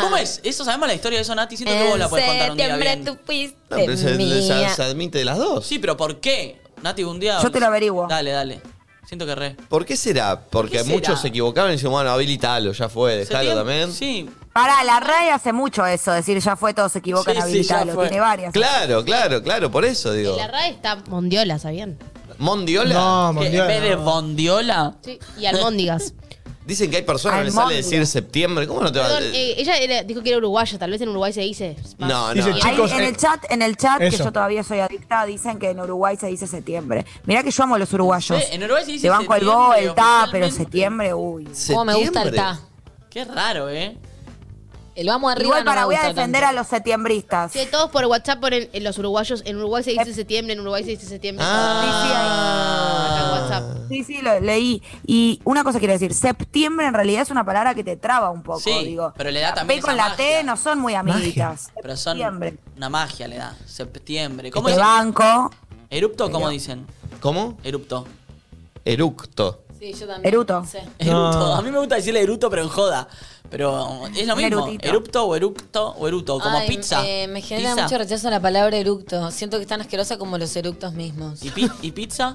[SPEAKER 2] ¿Cómo es? Eso sabemos la historia de eso, Nati. Siento que
[SPEAKER 4] En
[SPEAKER 2] vos la podés contar un día
[SPEAKER 4] septiembre
[SPEAKER 2] bien.
[SPEAKER 4] tú
[SPEAKER 1] No,
[SPEAKER 4] fuiste
[SPEAKER 1] pero se,
[SPEAKER 4] mía.
[SPEAKER 1] se- se admite de las dos.
[SPEAKER 2] Sí, pero ¿por qué? Nati, un día.
[SPEAKER 3] Yo te lo averiguo.
[SPEAKER 2] Dale, dale. Siento que re.
[SPEAKER 1] ¿Por qué será? Porque
[SPEAKER 2] qué será?
[SPEAKER 1] muchos se equivocaron y dicen, bueno, habilitalo, ya fue, dejalo
[SPEAKER 2] Septiembre-
[SPEAKER 1] también.
[SPEAKER 2] Sí.
[SPEAKER 3] Pará, la RAE hace mucho eso, decir ya fue, todos se equivocan,
[SPEAKER 2] Sí, sí, ya
[SPEAKER 3] habilitalo.
[SPEAKER 2] fue.
[SPEAKER 3] Tiene varias.
[SPEAKER 1] Claro, claro, claro, por eso digo.
[SPEAKER 6] En la RAE está mondiola, ¿sabían?
[SPEAKER 1] Mondiola.
[SPEAKER 5] No,
[SPEAKER 2] Que en
[SPEAKER 5] Mondiola,
[SPEAKER 2] vez de
[SPEAKER 5] no.
[SPEAKER 2] bondiola.
[SPEAKER 6] Sí. Y almóndigas.
[SPEAKER 1] Dicen que hay personas que les sale
[SPEAKER 3] Almóndiga.
[SPEAKER 1] decir septiembre. ¿Cómo no te va a
[SPEAKER 6] Perdón, eh, ella era- dijo que era uruguaya, tal vez en Uruguay se dice.
[SPEAKER 1] No, no.
[SPEAKER 5] Dice,
[SPEAKER 1] no.
[SPEAKER 3] Ahí
[SPEAKER 5] Chicos,
[SPEAKER 3] en
[SPEAKER 5] eh,
[SPEAKER 3] el chat, en el chat, que
[SPEAKER 5] eso.
[SPEAKER 3] yo todavía soy adicta, dicen que en Uruguay se dice septiembre. Mirá que yo amo a los uruguayos.
[SPEAKER 2] Sí, en Uruguay se dice
[SPEAKER 3] Te banco el
[SPEAKER 2] septiembre
[SPEAKER 3] go, el ta, pero
[SPEAKER 2] oficialmente.
[SPEAKER 3] septiembre, uy.
[SPEAKER 4] Cómo me gusta el
[SPEAKER 1] Septiembre.
[SPEAKER 4] ta.
[SPEAKER 2] Qué raro, ¿eh?
[SPEAKER 4] El vamos arriba
[SPEAKER 3] Igual
[SPEAKER 4] no
[SPEAKER 3] para
[SPEAKER 4] me
[SPEAKER 3] voy a
[SPEAKER 4] gusta
[SPEAKER 3] defender
[SPEAKER 4] tanto.
[SPEAKER 3] a los septiembristas.
[SPEAKER 6] Sí, todos por WhatsApp ponen en los uruguayos. En Uruguay se
[SPEAKER 4] Eh.
[SPEAKER 6] dice septiembre, en Uruguay se dice septiembre.
[SPEAKER 1] Ah.
[SPEAKER 6] Acá en WhatsApp.
[SPEAKER 3] Sí, sí, lo leí. Y una cosa quiero decir, septiembre en realidad es una palabra que te traba un poco,
[SPEAKER 2] Sí,
[SPEAKER 3] digo.
[SPEAKER 2] pero le da
[SPEAKER 3] La
[SPEAKER 2] también
[SPEAKER 3] P con
[SPEAKER 2] esa
[SPEAKER 3] la T
[SPEAKER 2] magia.
[SPEAKER 3] no son muy amiguitas.
[SPEAKER 2] Pero son
[SPEAKER 3] Septiembre.
[SPEAKER 2] una magia le da. Septiembre.
[SPEAKER 3] ¿Cómo
[SPEAKER 2] ¿Cómo dicen?
[SPEAKER 3] banco,
[SPEAKER 2] Erupto, ¿cómo dicen?
[SPEAKER 1] ¿Cómo?
[SPEAKER 2] Erupto.
[SPEAKER 1] Eructo.
[SPEAKER 4] Sí, yo también.
[SPEAKER 3] Eruto.
[SPEAKER 4] Sí.
[SPEAKER 2] Eructo. A mí me gusta decirle eruto, pero en joda. Pero es lo
[SPEAKER 3] Un
[SPEAKER 2] mismo.
[SPEAKER 3] erudito.
[SPEAKER 2] Erupto o eructo o eruto. Como
[SPEAKER 4] Ay,
[SPEAKER 2] pizza.
[SPEAKER 4] eh, me genera
[SPEAKER 2] Pizza.
[SPEAKER 4] mucho rechazo la palabra eructo. Siento que es tan asquerosa como los eructos mismos.
[SPEAKER 2] ¿Y, pi- y pizza?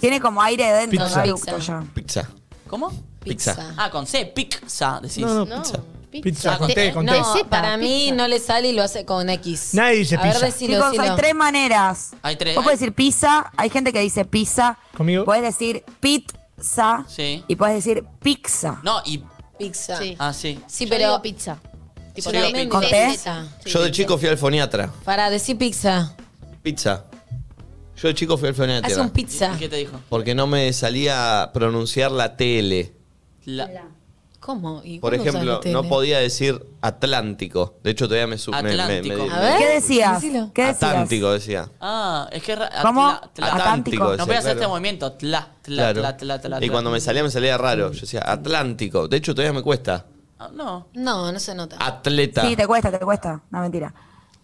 [SPEAKER 3] Tiene como aire de dentro,
[SPEAKER 5] Pizza.
[SPEAKER 3] ¿no? Eructo ya.
[SPEAKER 1] Pizza.
[SPEAKER 2] ¿Cómo?
[SPEAKER 1] Pizza.
[SPEAKER 2] Ah, con C. Pizza, decís.
[SPEAKER 5] No, no,
[SPEAKER 6] No,
[SPEAKER 5] pizza.
[SPEAKER 6] pizza.
[SPEAKER 5] Pizza, con
[SPEAKER 6] Te- eh,
[SPEAKER 5] té, con té.
[SPEAKER 4] No,
[SPEAKER 6] Sepa,
[SPEAKER 4] para mí
[SPEAKER 6] pizza.
[SPEAKER 4] no le sale y lo hace con X.
[SPEAKER 5] Nadie dice
[SPEAKER 4] A ver,
[SPEAKER 5] pizza.
[SPEAKER 4] decilo,
[SPEAKER 3] Chicos,
[SPEAKER 4] decilo.
[SPEAKER 3] hay tres maneras.
[SPEAKER 2] Hay tres-
[SPEAKER 3] Vos podés
[SPEAKER 2] hay-
[SPEAKER 3] decir pizza, hay gente que dice pizza.
[SPEAKER 5] Conmigo.
[SPEAKER 3] Podés decir pizza.
[SPEAKER 2] Sí.
[SPEAKER 3] Y podés decir pizza.
[SPEAKER 2] No, y.
[SPEAKER 4] Pizza.
[SPEAKER 6] Sí.
[SPEAKER 2] Ah, sí.
[SPEAKER 4] Sí,
[SPEAKER 6] Yo
[SPEAKER 4] pero-
[SPEAKER 6] digo pizza. Tipo,
[SPEAKER 2] Yo digo
[SPEAKER 6] no hay
[SPEAKER 2] pizza.
[SPEAKER 3] ¿Con
[SPEAKER 6] pizza.
[SPEAKER 3] té?
[SPEAKER 4] Pizza.
[SPEAKER 6] Sí,
[SPEAKER 1] Yo de
[SPEAKER 6] pizza.
[SPEAKER 1] chico fui al foniatra.
[SPEAKER 4] Para, decir pizza.
[SPEAKER 1] Pizza. Yo de chico fui al
[SPEAKER 4] Haz
[SPEAKER 1] foniatra.
[SPEAKER 4] un pizza.
[SPEAKER 2] ¿Y qué te dijo?
[SPEAKER 1] Porque no me salía pronunciar la tele.
[SPEAKER 2] La-
[SPEAKER 4] ¿Cómo? ¿Y
[SPEAKER 1] Por
[SPEAKER 4] cuándo usás la
[SPEAKER 1] ejemplo,
[SPEAKER 4] tele?
[SPEAKER 1] no podía decir Atlántico. De hecho, todavía me su- me- me- me-
[SPEAKER 2] Atlántico.
[SPEAKER 4] A ver.
[SPEAKER 3] ¿Qué decías?
[SPEAKER 4] Decilo.
[SPEAKER 3] ¿Qué decías?
[SPEAKER 1] Atlántico decía.
[SPEAKER 2] Ah, es que. ra-
[SPEAKER 3] ¿Cómo?
[SPEAKER 2] atla- tla-
[SPEAKER 3] Atlántico.
[SPEAKER 2] No
[SPEAKER 1] decía,
[SPEAKER 2] voy a hacer
[SPEAKER 1] claro.
[SPEAKER 2] este movimiento. Tla, tla,
[SPEAKER 1] Claro.
[SPEAKER 2] tla, tla, tla,
[SPEAKER 1] Y
[SPEAKER 2] tla.
[SPEAKER 1] cuando me salía, me salía raro. Yo decía Atlántico. De hecho, todavía me cuesta.
[SPEAKER 2] Ah, No.
[SPEAKER 4] No, no se
[SPEAKER 2] Ah.
[SPEAKER 4] nota.
[SPEAKER 1] Atleta.
[SPEAKER 3] Sí, te cuesta, te cuesta. No, mentira.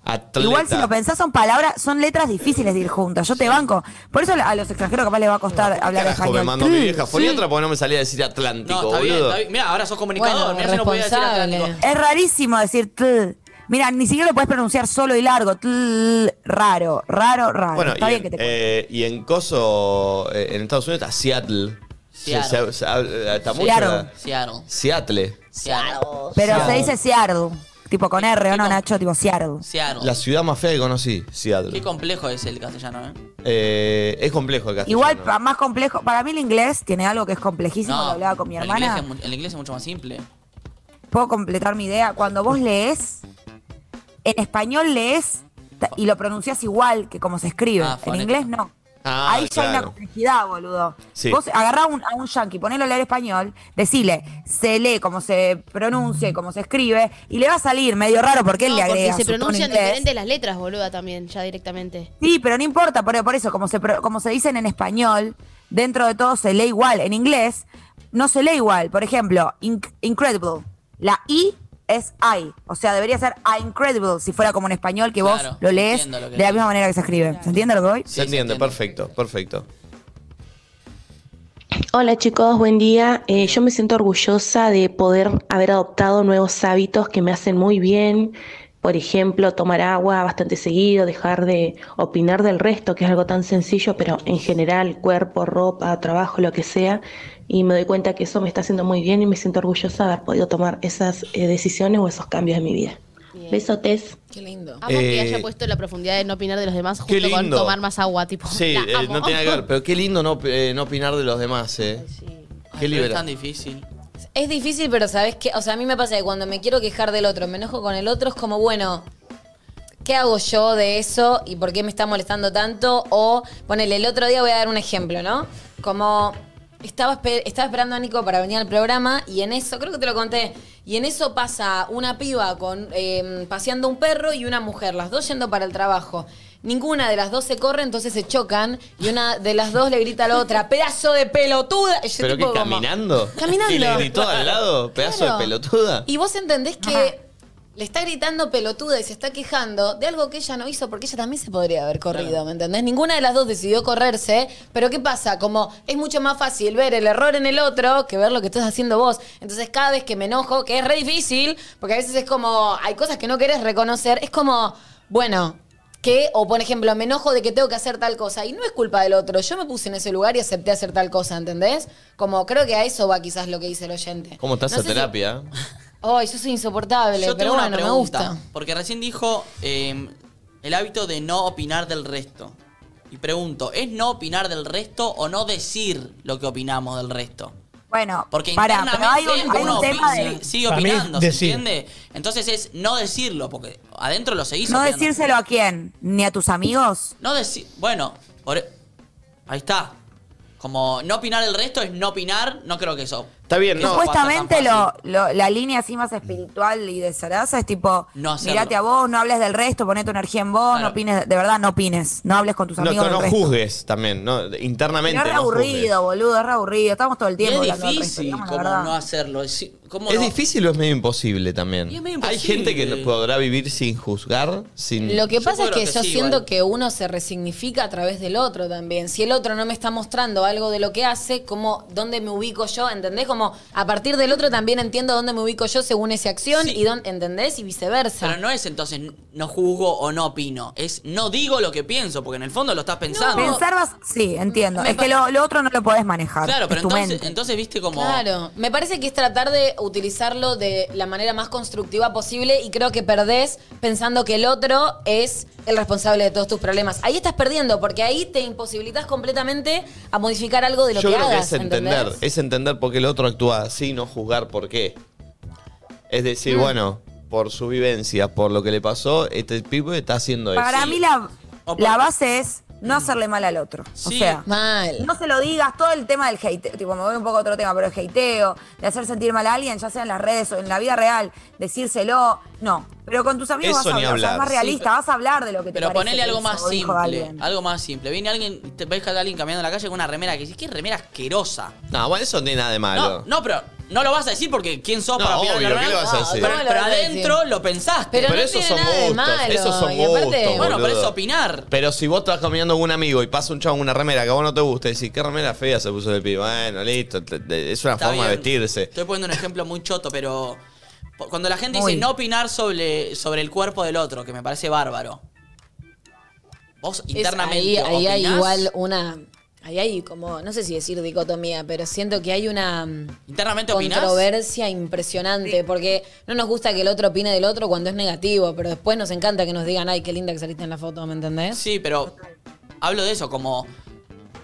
[SPEAKER 1] Atleta.
[SPEAKER 3] Igual si lo pensás son palabras, son letras difíciles de ir juntas. Yo te banco. Por eso a los extranjeros capaz les va a costar hablar
[SPEAKER 1] Carajo, me
[SPEAKER 3] español.
[SPEAKER 1] mandó mi vieja foniatra porque no me salía a decir
[SPEAKER 2] No,
[SPEAKER 1] Atlántico,
[SPEAKER 2] está bien,
[SPEAKER 1] boludo.
[SPEAKER 2] está bien. Mira, ahora sos comunicador.
[SPEAKER 4] Bueno,
[SPEAKER 2] Mira, yo no podía decir
[SPEAKER 4] responsable.
[SPEAKER 2] Atlántico.
[SPEAKER 3] Es rarísimo decir tl. Mira, ni siquiera lo puedes pronunciar solo y largo. Tl, raro, raro, raro.
[SPEAKER 1] Bueno,
[SPEAKER 3] Ah, Está
[SPEAKER 1] y,
[SPEAKER 3] bien
[SPEAKER 1] en,
[SPEAKER 3] que te
[SPEAKER 1] eh, y en Coso, eh, en Estados Unidos, está Seattle. Se-
[SPEAKER 2] Seattle.
[SPEAKER 1] se- se habla- eh, está mucho
[SPEAKER 3] Seattle.
[SPEAKER 1] la-
[SPEAKER 2] Seattle.
[SPEAKER 1] Seattle.
[SPEAKER 2] Seattle.
[SPEAKER 3] Pero
[SPEAKER 1] Seattle.
[SPEAKER 3] se dice Seardu. Tipo con R, ¿o no, Nacho? Tipo Seardu.
[SPEAKER 2] Seattle.
[SPEAKER 1] La ciudad más fea que conocí,
[SPEAKER 2] Qué
[SPEAKER 1] Seattle.
[SPEAKER 2] complejo es el castellano, ¿eh?
[SPEAKER 1] Eh, es complejo el castellano.
[SPEAKER 3] Igual, pa- más complejo. Para mí el inglés tiene algo que es complejísimo. lo hablaba con mi
[SPEAKER 2] el
[SPEAKER 3] hermana.
[SPEAKER 2] inglés es mu- El inglés es, mucho más simple.
[SPEAKER 3] ¿Puedo completar mi idea? Cuando vos lees, en español lees ta- y lo pronuncias igual que como se escribe.
[SPEAKER 2] Ah,
[SPEAKER 3] en
[SPEAKER 2] fonética.
[SPEAKER 3] inglés no.
[SPEAKER 1] Ah,
[SPEAKER 3] Ahí ya hay
[SPEAKER 1] claro.
[SPEAKER 3] una complejidad, boludo.
[SPEAKER 1] Sí.
[SPEAKER 3] Vos agarrá un- a un yankee, ponelo a leer español, decile, se lee como se pronuncia y como se escribe, y le va a salir medio raro porque él
[SPEAKER 6] No,
[SPEAKER 3] le
[SPEAKER 6] porque
[SPEAKER 3] agrega.
[SPEAKER 6] se
[SPEAKER 3] su tono
[SPEAKER 6] pronuncian
[SPEAKER 3] inglés.
[SPEAKER 6] diferentes las letras, boluda, también, ya directamente.
[SPEAKER 3] Sí, pero no importa, por, por eso, como se, pro- como se dicen en español, dentro de todo se lee igual. En inglés no se lee igual. Por ejemplo, inc- incredible. La I es I. O sea, debería ser I incredible si fuera como en español que vos
[SPEAKER 2] Claro,
[SPEAKER 3] lo lees
[SPEAKER 2] entiendo lo que
[SPEAKER 3] de la
[SPEAKER 2] decís.
[SPEAKER 3] misma manera que se escribe. ¿Se entiende lo que voy?
[SPEAKER 1] Se
[SPEAKER 2] Sí, se
[SPEAKER 1] entiende,
[SPEAKER 2] entiende.
[SPEAKER 1] perfecto, perfecto.
[SPEAKER 8] Hola chicos, buen día. Eh, yo me siento orgullosa de poder haber adoptado nuevos hábitos que me hacen muy bien. Por ejemplo, tomar agua bastante seguido, dejar de opinar del resto, que es algo tan sencillo, pero en general, cuerpo, ropa, trabajo, lo que sea. Y me doy cuenta que eso me está haciendo muy bien y me siento orgullosa de haber podido tomar esas eh, decisiones o esos cambios en mi vida. Besotes.
[SPEAKER 4] Qué lindo.
[SPEAKER 6] Amo que
[SPEAKER 1] Eh,
[SPEAKER 6] haya puesto la profundidad de no opinar de los demás
[SPEAKER 1] qué
[SPEAKER 6] junto con
[SPEAKER 1] lindo.
[SPEAKER 6] tomar más agua, tipo.
[SPEAKER 1] Sí,
[SPEAKER 6] la
[SPEAKER 1] eh,
[SPEAKER 6] amo.
[SPEAKER 1] no tiene nada que ver. Pero qué lindo no, eh, no opinar de los demás, ¿eh?
[SPEAKER 2] Ay,
[SPEAKER 1] Qué
[SPEAKER 2] pero es
[SPEAKER 1] libera.
[SPEAKER 2] tan difícil.
[SPEAKER 4] Es difícil, pero sabes que, o sea, a mí me pasa que cuando me quiero quejar del otro, me enojo con el otro, es como, bueno, ¿qué hago yo de eso y por qué me está molestando tanto? O, ponele, el otro día voy a dar un ejemplo, ¿no? Como estaba, espe- estaba esperando a Nico para venir al programa y en eso, creo que te lo conté, y en eso em, pasa una piba con eh, paseando un perro y una mujer, las dos yendo para el trabajo. Ninguna de las dos se corre, entonces se chocan y una de las dos le grita a la otra, pedazo de pelotuda. Y yo
[SPEAKER 1] ¿Pero
[SPEAKER 4] tipo
[SPEAKER 1] qué?
[SPEAKER 4] como-
[SPEAKER 1] ¿Caminando?
[SPEAKER 4] Caminando.
[SPEAKER 1] ¿Y le gritó al lado? ¿Pedazo
[SPEAKER 4] Claro.
[SPEAKER 1] de pelotuda?
[SPEAKER 4] Y vos entendés que le está gritando pelotuda y se está quejando de algo que ella no hizo porque ella también se podría haber corrido, ¿me entendés? Ninguna de las dos decidió correrse, pero ¿qué pasa? Como es mucho más fácil ver el error en el otro que ver lo que estás haciendo vos. Entonces cada vez que me enojo, que es re difícil, porque a veces es como, hay cosas que no querés reconocer, es como, bueno... Que, o por ejemplo, me enojo de que tengo que hacer tal cosa y no es culpa del otro. Yo me puse en ese lugar y acepté hacer tal cosa, ¿entendés? Como creo que a eso va quizás lo que dice el oyente.
[SPEAKER 1] ¿Cómo estás
[SPEAKER 4] No
[SPEAKER 1] a
[SPEAKER 4] sé si-
[SPEAKER 1] terapia?
[SPEAKER 4] Ay, yo soy Oh, insoportable,
[SPEAKER 2] Yo
[SPEAKER 4] pero
[SPEAKER 2] tengo
[SPEAKER 4] bueno,
[SPEAKER 2] una
[SPEAKER 4] me
[SPEAKER 2] pregunta. Mm.
[SPEAKER 4] gusta.
[SPEAKER 2] Porque recién dijo eh, el hábito de no opinar del resto. Y pregunto, ¿es no opinar del resto o no decir lo que opinamos del resto?
[SPEAKER 3] Bueno,
[SPEAKER 2] Porque
[SPEAKER 3] pará, pero hay
[SPEAKER 2] internamente
[SPEAKER 3] un, hay un
[SPEAKER 2] uno
[SPEAKER 3] tema
[SPEAKER 2] opi-
[SPEAKER 3] de
[SPEAKER 2] si- sigue
[SPEAKER 5] Para mí es
[SPEAKER 2] opinando, ¿se
[SPEAKER 5] decir.
[SPEAKER 2] entiende? Entonces es no decirlo, porque adentro lo seguís
[SPEAKER 3] no
[SPEAKER 2] opinando.
[SPEAKER 3] decírselo a quién, ni a tus amigos.
[SPEAKER 2] No decir. Bueno, por- e-, ahí está. Como no opinar el resto es no opinar, no creo que eso.
[SPEAKER 1] Está bien,
[SPEAKER 2] que eso
[SPEAKER 1] no.
[SPEAKER 2] pasa tan
[SPEAKER 3] Supuestamente lo,
[SPEAKER 2] fácil.
[SPEAKER 3] lo- la línea así más espiritual y de Sarasa es tipo,
[SPEAKER 2] No hacerlo.
[SPEAKER 3] mirate a vos, no hables del resto, poné tu energía en vos,
[SPEAKER 2] Claro.
[SPEAKER 3] no opines, de verdad no opines, no hables con tus
[SPEAKER 1] No,
[SPEAKER 3] amigos
[SPEAKER 1] no,
[SPEAKER 3] del resto.
[SPEAKER 1] juzgues también, ¿no? Internamente.
[SPEAKER 3] Pero es
[SPEAKER 1] no juzgues.
[SPEAKER 3] aburrido, boludo, es re aburrido, estamos todo el
[SPEAKER 2] Y
[SPEAKER 3] tiempo
[SPEAKER 2] es
[SPEAKER 3] hablando del resto,
[SPEAKER 2] difícil
[SPEAKER 3] digamos la
[SPEAKER 2] como
[SPEAKER 3] verdad.
[SPEAKER 2] no hacerlo. Es, como
[SPEAKER 1] ¿Es
[SPEAKER 2] no-
[SPEAKER 1] difícil o es medio imposible también?
[SPEAKER 2] Y es medio
[SPEAKER 1] Hay
[SPEAKER 2] imposible.
[SPEAKER 1] gente que no podrá vivir sin juzgar, sin...
[SPEAKER 4] Lo que
[SPEAKER 2] Yo
[SPEAKER 4] pasa es
[SPEAKER 2] creo
[SPEAKER 4] que,
[SPEAKER 2] que
[SPEAKER 4] yo
[SPEAKER 2] sí,
[SPEAKER 4] siento
[SPEAKER 2] igual.
[SPEAKER 4] que uno se resignifica a través del otro también. Si el otro no me está mostrando algo de lo que hace, como dónde me ubico yo, ¿entendés? Como a partir del otro también entiendo dónde me ubico yo según esa acción
[SPEAKER 2] Sí.
[SPEAKER 4] y dónde, ¿entendés? Y viceversa.
[SPEAKER 2] Pero no es entonces no juzgo o no opino. Es no digo lo que pienso, porque en el fondo lo estás pensando.
[SPEAKER 3] Pensar vas, sí, entiendo, es que lo, lo otro no lo podés manejar,
[SPEAKER 2] Claro,
[SPEAKER 3] es
[SPEAKER 2] pero
[SPEAKER 3] tu
[SPEAKER 2] entonces,
[SPEAKER 3] mente.
[SPEAKER 2] entonces viste como.
[SPEAKER 4] Claro, me parece que es tratar de utilizarlo de la manera más constructiva posible y creo que perdés pensando que el otro es el responsable de todos tus problemas. Ahí estás perdiendo porque ahí te imposibilitas completamente a modificar algo de lo
[SPEAKER 1] Yo
[SPEAKER 4] que
[SPEAKER 1] creo
[SPEAKER 4] hagas.
[SPEAKER 1] que es entender,
[SPEAKER 4] ¿entendés?
[SPEAKER 1] es entender por qué el otro actúa así, no juzgar por qué. Es decir,
[SPEAKER 4] Mm.
[SPEAKER 1] bueno, por su vivencia, por lo que le pasó, este tipo está haciendo eso.
[SPEAKER 3] Para mí la,
[SPEAKER 2] O por- Mm.
[SPEAKER 3] la base es no hacerle mal al otro.
[SPEAKER 2] Sí.
[SPEAKER 3] O sea,
[SPEAKER 4] Mal.
[SPEAKER 3] no se lo digas, todo el tema del hateo, tipo me voy un poco a otro tema, pero el hateo, de hacer sentir mal a alguien, ya sea en las redes o en la vida real, decírselo, no. Pero con tus amigos
[SPEAKER 1] Eso
[SPEAKER 3] vas a
[SPEAKER 1] ni
[SPEAKER 3] hablar, o sea,
[SPEAKER 1] hablar.
[SPEAKER 3] es más
[SPEAKER 1] Sí,
[SPEAKER 3] realista, vas a hablar de lo que te
[SPEAKER 2] Pero
[SPEAKER 3] parece
[SPEAKER 2] ponele
[SPEAKER 3] que
[SPEAKER 2] algo
[SPEAKER 3] hizo
[SPEAKER 2] más
[SPEAKER 3] o dijo
[SPEAKER 2] simple.
[SPEAKER 3] alguien.
[SPEAKER 2] Algo más simple. Viene alguien, te ves a alguien caminando en la calle con una remera que dices, qué remera asquerosa.
[SPEAKER 1] No, bueno, eso no tiene nada de malo.
[SPEAKER 2] No, no, pero no lo vas a decir porque quién sos
[SPEAKER 1] No,
[SPEAKER 2] para opinar de
[SPEAKER 1] obvio,
[SPEAKER 2] la
[SPEAKER 1] ¿qué le
[SPEAKER 2] remera?
[SPEAKER 1] vas a decir?
[SPEAKER 2] Pero,
[SPEAKER 4] ¿Cómo lo
[SPEAKER 2] pero
[SPEAKER 4] vas a decir?
[SPEAKER 2] adentro lo pensaste.
[SPEAKER 4] Pero no
[SPEAKER 1] esos
[SPEAKER 4] tiene
[SPEAKER 1] son
[SPEAKER 4] nada de
[SPEAKER 1] gustos,
[SPEAKER 4] malo,
[SPEAKER 1] esos son
[SPEAKER 4] y aparte-
[SPEAKER 1] gustos.
[SPEAKER 2] bueno, pero
[SPEAKER 1] boludo.
[SPEAKER 2] eso opinar.
[SPEAKER 1] Pero si vos estás caminando con un amigo y pasa un chavo con una remera que a vos no te gusta y decís, qué remera fea se puso el pibe. Bueno, listo, te- te- es una
[SPEAKER 2] Está
[SPEAKER 1] forma de
[SPEAKER 2] bien.
[SPEAKER 1] vestirse.
[SPEAKER 2] Estoy poniendo un ejemplo muy choto, pero po- cuando la gente
[SPEAKER 3] Muy.
[SPEAKER 2] dice no opinar sobre, sobre el cuerpo del otro, que me parece bárbaro. Vos
[SPEAKER 4] Es-
[SPEAKER 2] internamente
[SPEAKER 4] ahí, ahí hay
[SPEAKER 2] opinás?
[SPEAKER 4] igual una. Ahí hay como, no sé si decir dicotomía, pero siento que hay una mm,
[SPEAKER 2] internamente opinás.
[SPEAKER 4] controversia impresionante, porque no nos gusta que el otro opine del otro cuando es negativo, pero después nos encanta que nos digan, ay, qué linda que saliste en la foto, ¿me entendés?
[SPEAKER 2] Sí, pero hablo de eso como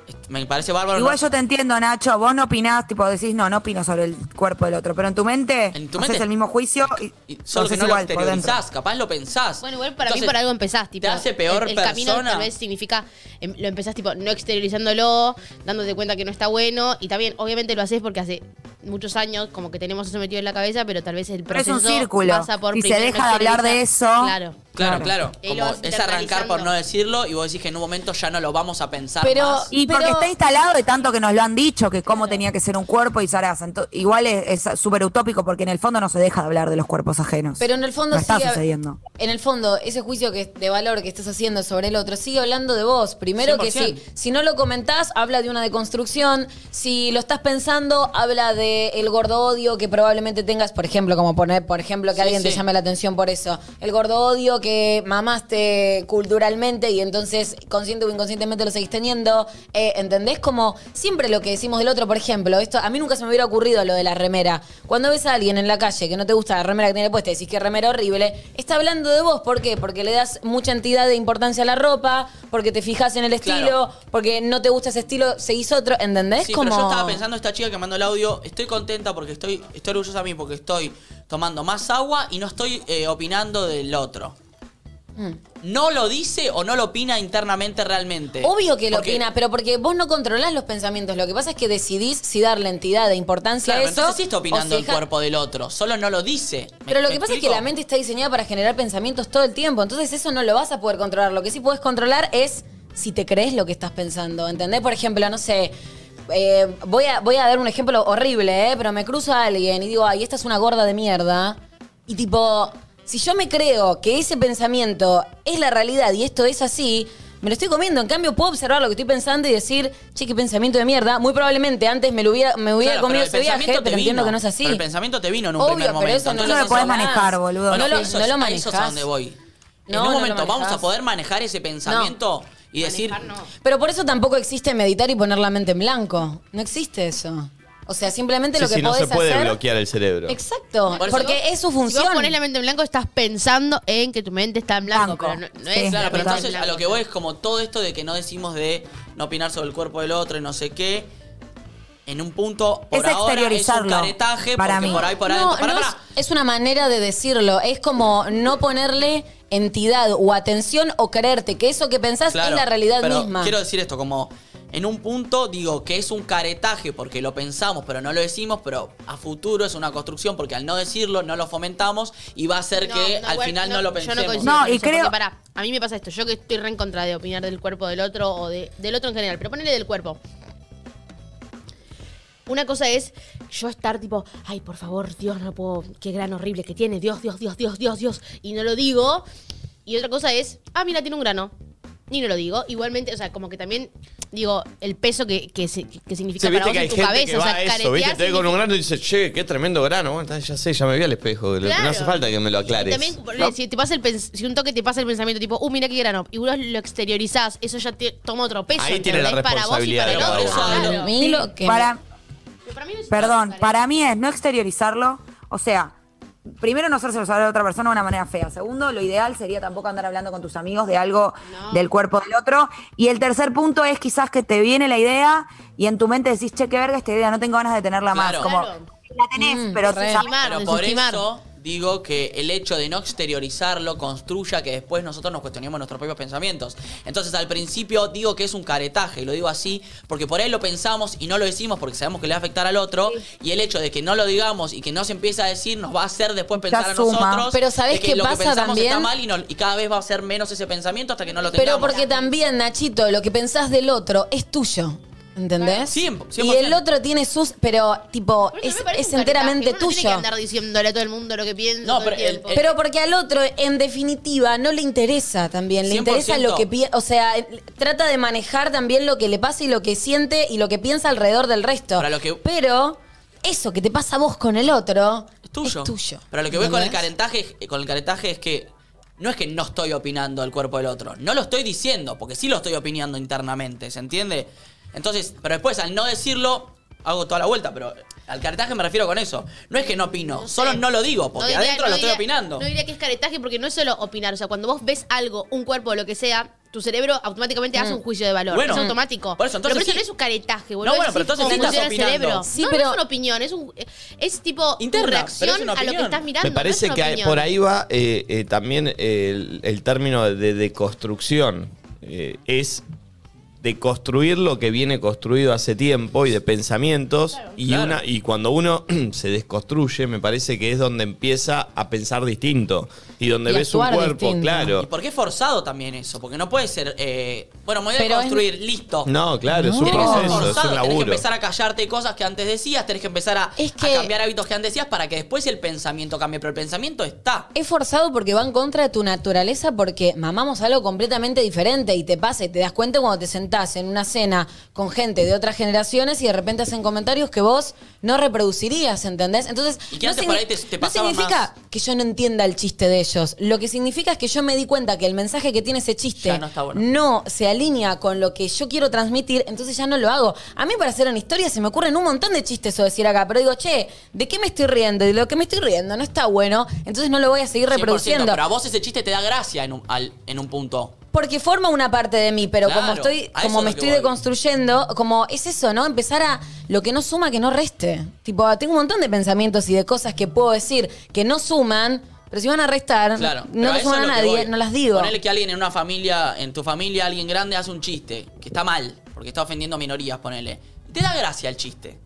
[SPEAKER 2] est- me parece bárbaro.
[SPEAKER 3] Igual
[SPEAKER 2] no-
[SPEAKER 3] yo te entiendo, Nacho, vos no opinás, tipo decís, no, no opino sobre el cuerpo del otro, pero en tu mente,
[SPEAKER 2] En tu
[SPEAKER 3] haces
[SPEAKER 2] mente-
[SPEAKER 3] el mismo juicio y,
[SPEAKER 2] y solo que
[SPEAKER 3] sos
[SPEAKER 2] no lo
[SPEAKER 3] igual por dentro.
[SPEAKER 2] exteriorizás, capaz lo pensás.
[SPEAKER 6] Bueno, igual para mí
[SPEAKER 2] Entonces,
[SPEAKER 6] por algo empezás, tipo.
[SPEAKER 2] Te hace peor
[SPEAKER 6] el, el camino
[SPEAKER 2] persona.
[SPEAKER 6] tal vez significa, em, lo empezás tipo no exteriorizándolo, dándote cuenta que no está bueno. Y también, obviamente lo haces porque hace muchos años como que tenemos eso metido en la cabeza, pero tal vez el
[SPEAKER 3] Pero es
[SPEAKER 6] proceso
[SPEAKER 3] un círculo.
[SPEAKER 6] pasa por
[SPEAKER 3] Si se
[SPEAKER 6] primero no
[SPEAKER 3] deja de hablar de
[SPEAKER 6] exteriorizar.
[SPEAKER 3] eso-
[SPEAKER 6] Claro.
[SPEAKER 2] Claro, claro.
[SPEAKER 6] Y lo
[SPEAKER 2] Como
[SPEAKER 6] vas
[SPEAKER 2] es arrancar por
[SPEAKER 6] internalizando.
[SPEAKER 2] no decirlo y vos decís que en un momento ya no lo vamos a pensar
[SPEAKER 4] Pero-
[SPEAKER 2] más.
[SPEAKER 3] Y porque
[SPEAKER 4] Pero-
[SPEAKER 3] está instalado de tanto que nos lo han dicho, que cómo tenía que ser un cuerpo y zaraza. Ento- Igual es es súper utópico porque en el fondo no se deja de hablar de los cuerpos ajenos.
[SPEAKER 4] Pero en el fondo
[SPEAKER 3] no está
[SPEAKER 4] sigue-
[SPEAKER 3] sucediendo.
[SPEAKER 4] En el fondo, ese juicio que, de valor que estás haciendo sobre el otro sigue hablando de vos. Primero que si,
[SPEAKER 2] 100%.
[SPEAKER 4] si no lo comentás, habla de una deconstrucción. Si lo estás pensando, habla de el gordo odio que probablemente tengas, por ejemplo, como poner, por ejemplo, que
[SPEAKER 2] Sí,
[SPEAKER 4] alguien te
[SPEAKER 2] sí.
[SPEAKER 4] llame la atención por eso. El gordo odio que mamaste culturalmente y entonces consciente o inconscientemente lo seguís teniendo. Eh, ¿Entendés? Como siempre lo que decimos del otro, por ejemplo, esto a mí nunca se me hubiera ocurrido lo de la remera. Cuando ves a alguien en la calle que no te gusta la remera que tiene puesta, decís que remera horrible, está hablando de vos. ¿Por qué? Porque le das mucha entidad de importancia a la ropa, porque te fijas en el estilo,
[SPEAKER 2] Claro.
[SPEAKER 4] porque no te gusta ese estilo, seguís otro. ¿Entendés?
[SPEAKER 2] Sí,
[SPEAKER 4] como...
[SPEAKER 2] pero yo estaba pensando esta chica que mandó el audio, estoy contenta porque estoy, estoy orgullosa a mí porque estoy tomando más agua y no estoy eh, opinando del otro. no lo dice o no lo opina internamente realmente.
[SPEAKER 4] Obvio que lo
[SPEAKER 2] Porque-
[SPEAKER 4] opinas, pero porque vos no controlás los pensamientos. Lo que pasa es que decidís si darle entidad e importancia
[SPEAKER 2] Claro,
[SPEAKER 4] a eso.
[SPEAKER 2] entonces sí está
[SPEAKER 4] o
[SPEAKER 2] opinando
[SPEAKER 4] si
[SPEAKER 2] el
[SPEAKER 4] deja-
[SPEAKER 2] cuerpo del otro, solo no lo dice. ¿Me-
[SPEAKER 4] Pero lo
[SPEAKER 2] me
[SPEAKER 4] que pasa es que
[SPEAKER 2] explico?
[SPEAKER 4] la mente está diseñada para generar pensamientos todo el tiempo, entonces eso no lo vas a poder controlar. Lo que sí puedes controlar es si te crees lo que estás pensando, ¿entendés? Por ejemplo, no sé, eh, voy, a, voy a dar un ejemplo horrible, ¿eh? pero me cruzo a alguien y digo, ay, esta es una gorda de mierda. Y tipo, si yo me creo que ese pensamiento es la realidad y esto es así, me lo estoy comiendo. En cambio, puedo observar lo que estoy pensando y decir, che, qué pensamiento de mierda. Muy probablemente antes me, lo hubiera, me hubiera
[SPEAKER 2] Claro,
[SPEAKER 4] comido
[SPEAKER 2] pero
[SPEAKER 4] ese
[SPEAKER 2] el
[SPEAKER 4] viaje,
[SPEAKER 2] pensamiento te
[SPEAKER 4] pero entiendo
[SPEAKER 2] vino.
[SPEAKER 4] que no es así.
[SPEAKER 2] Pero el pensamiento te vino en un
[SPEAKER 4] Obvio,
[SPEAKER 2] primer
[SPEAKER 4] pero
[SPEAKER 2] momento.
[SPEAKER 4] eso no
[SPEAKER 2] entonces
[SPEAKER 4] lo podés
[SPEAKER 2] controlás.
[SPEAKER 4] manejar, boludo. No
[SPEAKER 2] Bueno,
[SPEAKER 4] lo-
[SPEAKER 2] eso
[SPEAKER 4] no
[SPEAKER 2] es-
[SPEAKER 4] lo
[SPEAKER 2] a Eso es a
[SPEAKER 4] manejás.
[SPEAKER 2] donde voy.
[SPEAKER 4] No,
[SPEAKER 2] en
[SPEAKER 4] no
[SPEAKER 2] un
[SPEAKER 4] lo
[SPEAKER 2] momento vamos a
[SPEAKER 4] manejás.
[SPEAKER 2] poder manejar ese pensamiento y decir,
[SPEAKER 6] Ah,
[SPEAKER 4] Pero por eso tampoco existe meditar y poner la mente en blanco. No existe eso. O sea, simplemente
[SPEAKER 1] Sí,
[SPEAKER 4] lo que
[SPEAKER 1] sí, no
[SPEAKER 4] podés
[SPEAKER 1] se puede
[SPEAKER 4] hacer.
[SPEAKER 1] bloquear el cerebro.
[SPEAKER 4] Exacto.
[SPEAKER 6] Por eso-
[SPEAKER 4] porque es su
[SPEAKER 6] Si vos
[SPEAKER 4] función.
[SPEAKER 6] pones la mente en blanco, estás pensando en que tu mente está en blanco.
[SPEAKER 3] Blanco.
[SPEAKER 6] Pero no, no
[SPEAKER 3] Sí,
[SPEAKER 6] es
[SPEAKER 2] Claro, pero
[SPEAKER 3] total.
[SPEAKER 2] entonces a lo que voy es como todo esto de que no decimos de no opinar sobre el cuerpo del otro y no sé qué. En un punto, por
[SPEAKER 3] Es
[SPEAKER 2] ahora, es un
[SPEAKER 3] exteriorizarlo,
[SPEAKER 2] caretaje
[SPEAKER 3] para
[SPEAKER 2] porque
[SPEAKER 3] mí.
[SPEAKER 2] por ahí, por
[SPEAKER 4] No,
[SPEAKER 2] adentro. Pará,
[SPEAKER 4] no es,
[SPEAKER 2] pará.
[SPEAKER 4] es una manera de decirlo. Es como no ponerle entidad o atención o creerte que eso que pensás
[SPEAKER 2] Claro,
[SPEAKER 4] es la realidad
[SPEAKER 2] pero
[SPEAKER 4] misma.
[SPEAKER 2] Quiero decir esto, como en un punto digo que es un caretaje porque lo pensamos pero no lo decimos, pero a futuro es una construcción porque al no decirlo no lo fomentamos y va a ser
[SPEAKER 6] No,
[SPEAKER 2] que
[SPEAKER 6] no,
[SPEAKER 2] al
[SPEAKER 6] igual,
[SPEAKER 2] final
[SPEAKER 6] no,
[SPEAKER 2] no, lo
[SPEAKER 6] yo
[SPEAKER 2] pensemos.
[SPEAKER 6] coincido
[SPEAKER 3] No,
[SPEAKER 6] con
[SPEAKER 3] y
[SPEAKER 6] eso, porque,
[SPEAKER 3] creo-
[SPEAKER 6] pará, a mí me pasa esto. Yo que estoy re en contra de opinar del cuerpo del otro o de- del otro en general, pero ponele del cuerpo. Una cosa es yo estar tipo, ay, por favor, Dios, no puedo, qué gran horrible que tiene, Dios, Dios, Dios, Dios, Dios, Dios, y no lo digo. Y otra cosa es, ah, mira, tiene un grano. Y no lo digo. Igualmente, o sea, como que también digo el peso que, que, se- que significa
[SPEAKER 1] Sí,
[SPEAKER 6] para
[SPEAKER 1] viste
[SPEAKER 6] vos
[SPEAKER 1] que
[SPEAKER 6] en
[SPEAKER 1] hay
[SPEAKER 6] tu
[SPEAKER 1] gente
[SPEAKER 6] cabeza.
[SPEAKER 1] que
[SPEAKER 6] o
[SPEAKER 1] va
[SPEAKER 6] sea,
[SPEAKER 1] a eso,
[SPEAKER 6] caretear
[SPEAKER 1] viste, te ve con
[SPEAKER 6] significa-
[SPEAKER 1] un grano y dice, che, qué tremendo grano. Bueno, está, ya sé, ya me vi al espejo. lo- No
[SPEAKER 6] Claro.
[SPEAKER 1] hace falta que me lo aclares.
[SPEAKER 6] También, ponele, si, te pasa el pens- si un toque te pasa el pensamiento tipo, uh, mira qué grano, y vos lo exteriorizás, eso ya te toma otro peso.
[SPEAKER 1] Ahí tiene la
[SPEAKER 6] ¿entendés? Para vos y
[SPEAKER 1] responsabilidad
[SPEAKER 6] para
[SPEAKER 1] de
[SPEAKER 6] el
[SPEAKER 1] cada
[SPEAKER 6] otro.
[SPEAKER 1] uno.
[SPEAKER 6] Claro.
[SPEAKER 4] A mí lo que me-
[SPEAKER 3] Para,
[SPEAKER 6] Pero para mí no es-
[SPEAKER 3] Perdón, para mí es no exteriorizarlo. O sea, primero no hacérselo saber a otra persona de una manera fea. Segundo, lo ideal sería tampoco andar hablando con tus amigos de algo del cuerpo del otro. Y el tercer punto es quizás que te viene la idea y en tu mente decís, che, qué verga esta idea, no tengo ganas de tenerla
[SPEAKER 2] Claro.
[SPEAKER 3] más. Como,
[SPEAKER 6] Claro.
[SPEAKER 3] la tenés,
[SPEAKER 4] Mm,
[SPEAKER 3] pero
[SPEAKER 4] re.
[SPEAKER 3] sabés-
[SPEAKER 6] Estimar,
[SPEAKER 2] Pero
[SPEAKER 6] es
[SPEAKER 2] por
[SPEAKER 6] estimar.
[SPEAKER 2] eso digo que el hecho de no exteriorizarlo construya que después nosotros nos cuestionemos nuestros propios pensamientos. Entonces al principio digo que es un caretaje, y lo digo así, porque por ahí lo pensamos y no lo decimos porque sabemos que le va a afectar al otro, y el hecho de que no lo digamos y que no se empieza a decir nos va a hacer después pensar a
[SPEAKER 3] suma.
[SPEAKER 2] nosotros
[SPEAKER 4] Pero ¿sabés
[SPEAKER 2] de que
[SPEAKER 4] qué
[SPEAKER 2] lo
[SPEAKER 4] pasa
[SPEAKER 2] que pensamos
[SPEAKER 4] también?
[SPEAKER 2] está mal y, no- y cada vez va a ser menos ese pensamiento hasta que no lo
[SPEAKER 4] Pero
[SPEAKER 2] tengamos.
[SPEAKER 4] porque también, Nachito, lo que pensás del otro es tuyo. ¿Entendés?
[SPEAKER 2] Cien- cien
[SPEAKER 4] y
[SPEAKER 2] por
[SPEAKER 4] el
[SPEAKER 2] ciento.
[SPEAKER 4] otro tiene sus. Pero, tipo,
[SPEAKER 6] Por eso
[SPEAKER 4] es,
[SPEAKER 6] me parece
[SPEAKER 4] es
[SPEAKER 6] un caretaje,
[SPEAKER 4] enteramente
[SPEAKER 6] uno no tiene
[SPEAKER 4] tuyo.
[SPEAKER 6] que andar diciéndole a todo el mundo lo que piensa.
[SPEAKER 2] No,
[SPEAKER 6] todo
[SPEAKER 2] pero
[SPEAKER 6] el tiempo.
[SPEAKER 2] el-
[SPEAKER 4] Pero porque al otro, en definitiva, no le interesa también. Le interesa
[SPEAKER 2] 100%.
[SPEAKER 4] lo que piensa. O sea, él trata de manejar también lo que le pasa y lo que siente y lo que piensa alrededor del resto.
[SPEAKER 2] Para lo que-
[SPEAKER 4] Pero eso que te pasa a vos con el otro
[SPEAKER 2] Es tuyo.
[SPEAKER 4] es tuyo.
[SPEAKER 2] Pero lo que voy con el,
[SPEAKER 4] ¿Entendés?
[SPEAKER 2] caretaje, con el caretaje es que no es que no estoy opinando al cuerpo del otro. No lo estoy diciendo, porque sí lo estoy opinando internamente, ¿se entiende? Entonces, pero después al no decirlo, hago toda la vuelta, pero al caretaje me refiero con eso. No es que no opino,
[SPEAKER 6] sé.
[SPEAKER 2] solo no lo digo, porque
[SPEAKER 6] diría-
[SPEAKER 2] adentro lo
[SPEAKER 6] no
[SPEAKER 2] estoy
[SPEAKER 6] diría-
[SPEAKER 2] opinando.
[SPEAKER 6] No diría que es caretaje porque no es solo opinar. O sea, cuando vos ves algo, un cuerpo, lo que sea, tu cerebro automáticamente
[SPEAKER 3] Mm.
[SPEAKER 6] hace un juicio de valor.
[SPEAKER 2] Bueno. mm.
[SPEAKER 6] es automático.
[SPEAKER 2] Por eso, entonces
[SPEAKER 6] pero eso
[SPEAKER 2] sí.
[SPEAKER 6] no es un caretaje, boludo.
[SPEAKER 2] No, bueno,
[SPEAKER 6] Eso
[SPEAKER 2] pero
[SPEAKER 6] es
[SPEAKER 2] entonces
[SPEAKER 6] cómo
[SPEAKER 2] sí
[SPEAKER 6] funciona
[SPEAKER 2] estás
[SPEAKER 6] el
[SPEAKER 2] opinando.
[SPEAKER 6] cerebro.
[SPEAKER 4] Sí,
[SPEAKER 6] no,
[SPEAKER 4] pero-
[SPEAKER 6] no es una opinión, es, un, eh, es tipo tu
[SPEAKER 2] Interna, pero es
[SPEAKER 6] reacción
[SPEAKER 2] una
[SPEAKER 6] a lo que
[SPEAKER 2] opinión.
[SPEAKER 6] estás mirando.
[SPEAKER 1] Me parece
[SPEAKER 6] no es
[SPEAKER 1] que
[SPEAKER 6] una
[SPEAKER 1] hay-
[SPEAKER 6] opinión.
[SPEAKER 1] por ahí va eh, eh, también eh, el, el término de deconstrucción. Eh, es deconstruir lo que viene construido hace tiempo y de pensamientos. Y,
[SPEAKER 2] Claro.
[SPEAKER 1] Una, y cuando uno <clears throat> se desconstruye, me parece que es donde empieza a pensar distinto. Y donde
[SPEAKER 4] Y
[SPEAKER 1] ves un
[SPEAKER 4] actuar
[SPEAKER 1] cuerpo,
[SPEAKER 4] distinto.
[SPEAKER 2] ¿Y
[SPEAKER 1] claro.
[SPEAKER 2] por qué es forzado también eso? Porque no puede ser, eh, bueno, me voy a
[SPEAKER 4] Pero es-
[SPEAKER 2] construir, listo.
[SPEAKER 1] No, claro, es un
[SPEAKER 2] Oh. Tiene que ser
[SPEAKER 1] proceso, es
[SPEAKER 2] forzado,
[SPEAKER 1] un
[SPEAKER 2] tenés que
[SPEAKER 1] laburo.
[SPEAKER 2] empezar a callarte cosas que antes decías, tenés que empezar a,
[SPEAKER 4] Es
[SPEAKER 2] a
[SPEAKER 4] que-
[SPEAKER 2] cambiar hábitos que antes decías para que después el pensamiento cambie, pero el pensamiento está.
[SPEAKER 4] Es forzado porque va en contra de tu naturaleza porque mamamos algo completamente diferente y te pasa y te das cuenta cuando te sentás en una cena con gente de otras generaciones y de repente hacen comentarios que vos no reproducirías, ¿entendés? Entonces,
[SPEAKER 2] Y que antes por ahí te- te
[SPEAKER 4] no
[SPEAKER 2] pasaba
[SPEAKER 4] significa
[SPEAKER 2] más.
[SPEAKER 4] que yo no entienda el chiste de ellos. Lo que significa es que yo me di cuenta que el mensaje que tiene ese
[SPEAKER 2] Ya
[SPEAKER 4] chiste
[SPEAKER 2] no está bueno.
[SPEAKER 4] no se alinea con lo que yo quiero transmitir, entonces ya no lo hago. A mí para hacer una historia se me ocurren un montón de chistes o decir acá, pero digo, che, ¿de qué me estoy riendo? Y lo que me estoy riendo no está bueno, entonces no lo voy a seguir
[SPEAKER 2] 100%,
[SPEAKER 4] reproduciendo.
[SPEAKER 2] Pero a vos ese chiste te da gracia en un, al- en un punto.
[SPEAKER 4] Porque forma una parte de mí, pero como
[SPEAKER 2] Claro,
[SPEAKER 4] estoy,
[SPEAKER 2] a eso
[SPEAKER 4] como
[SPEAKER 2] es
[SPEAKER 4] me
[SPEAKER 2] lo que
[SPEAKER 4] estoy
[SPEAKER 2] voy.
[SPEAKER 4] deconstruyendo, como es eso, ¿no? Empezar a lo que no suma que no reste. Tipo, tengo un montón de pensamientos y de cosas que puedo decir que no suman, Pero si van a restar,
[SPEAKER 2] Claro. pero
[SPEAKER 4] no
[SPEAKER 2] a
[SPEAKER 4] lo
[SPEAKER 2] eso
[SPEAKER 4] suman a
[SPEAKER 2] es lo que
[SPEAKER 4] nadie,
[SPEAKER 2] voy.
[SPEAKER 4] no las digo.
[SPEAKER 2] Ponele que alguien en una familia, en tu familia, alguien grande hace un chiste que está mal, porque está ofendiendo a minorías, ponele. Te da gracia el chiste.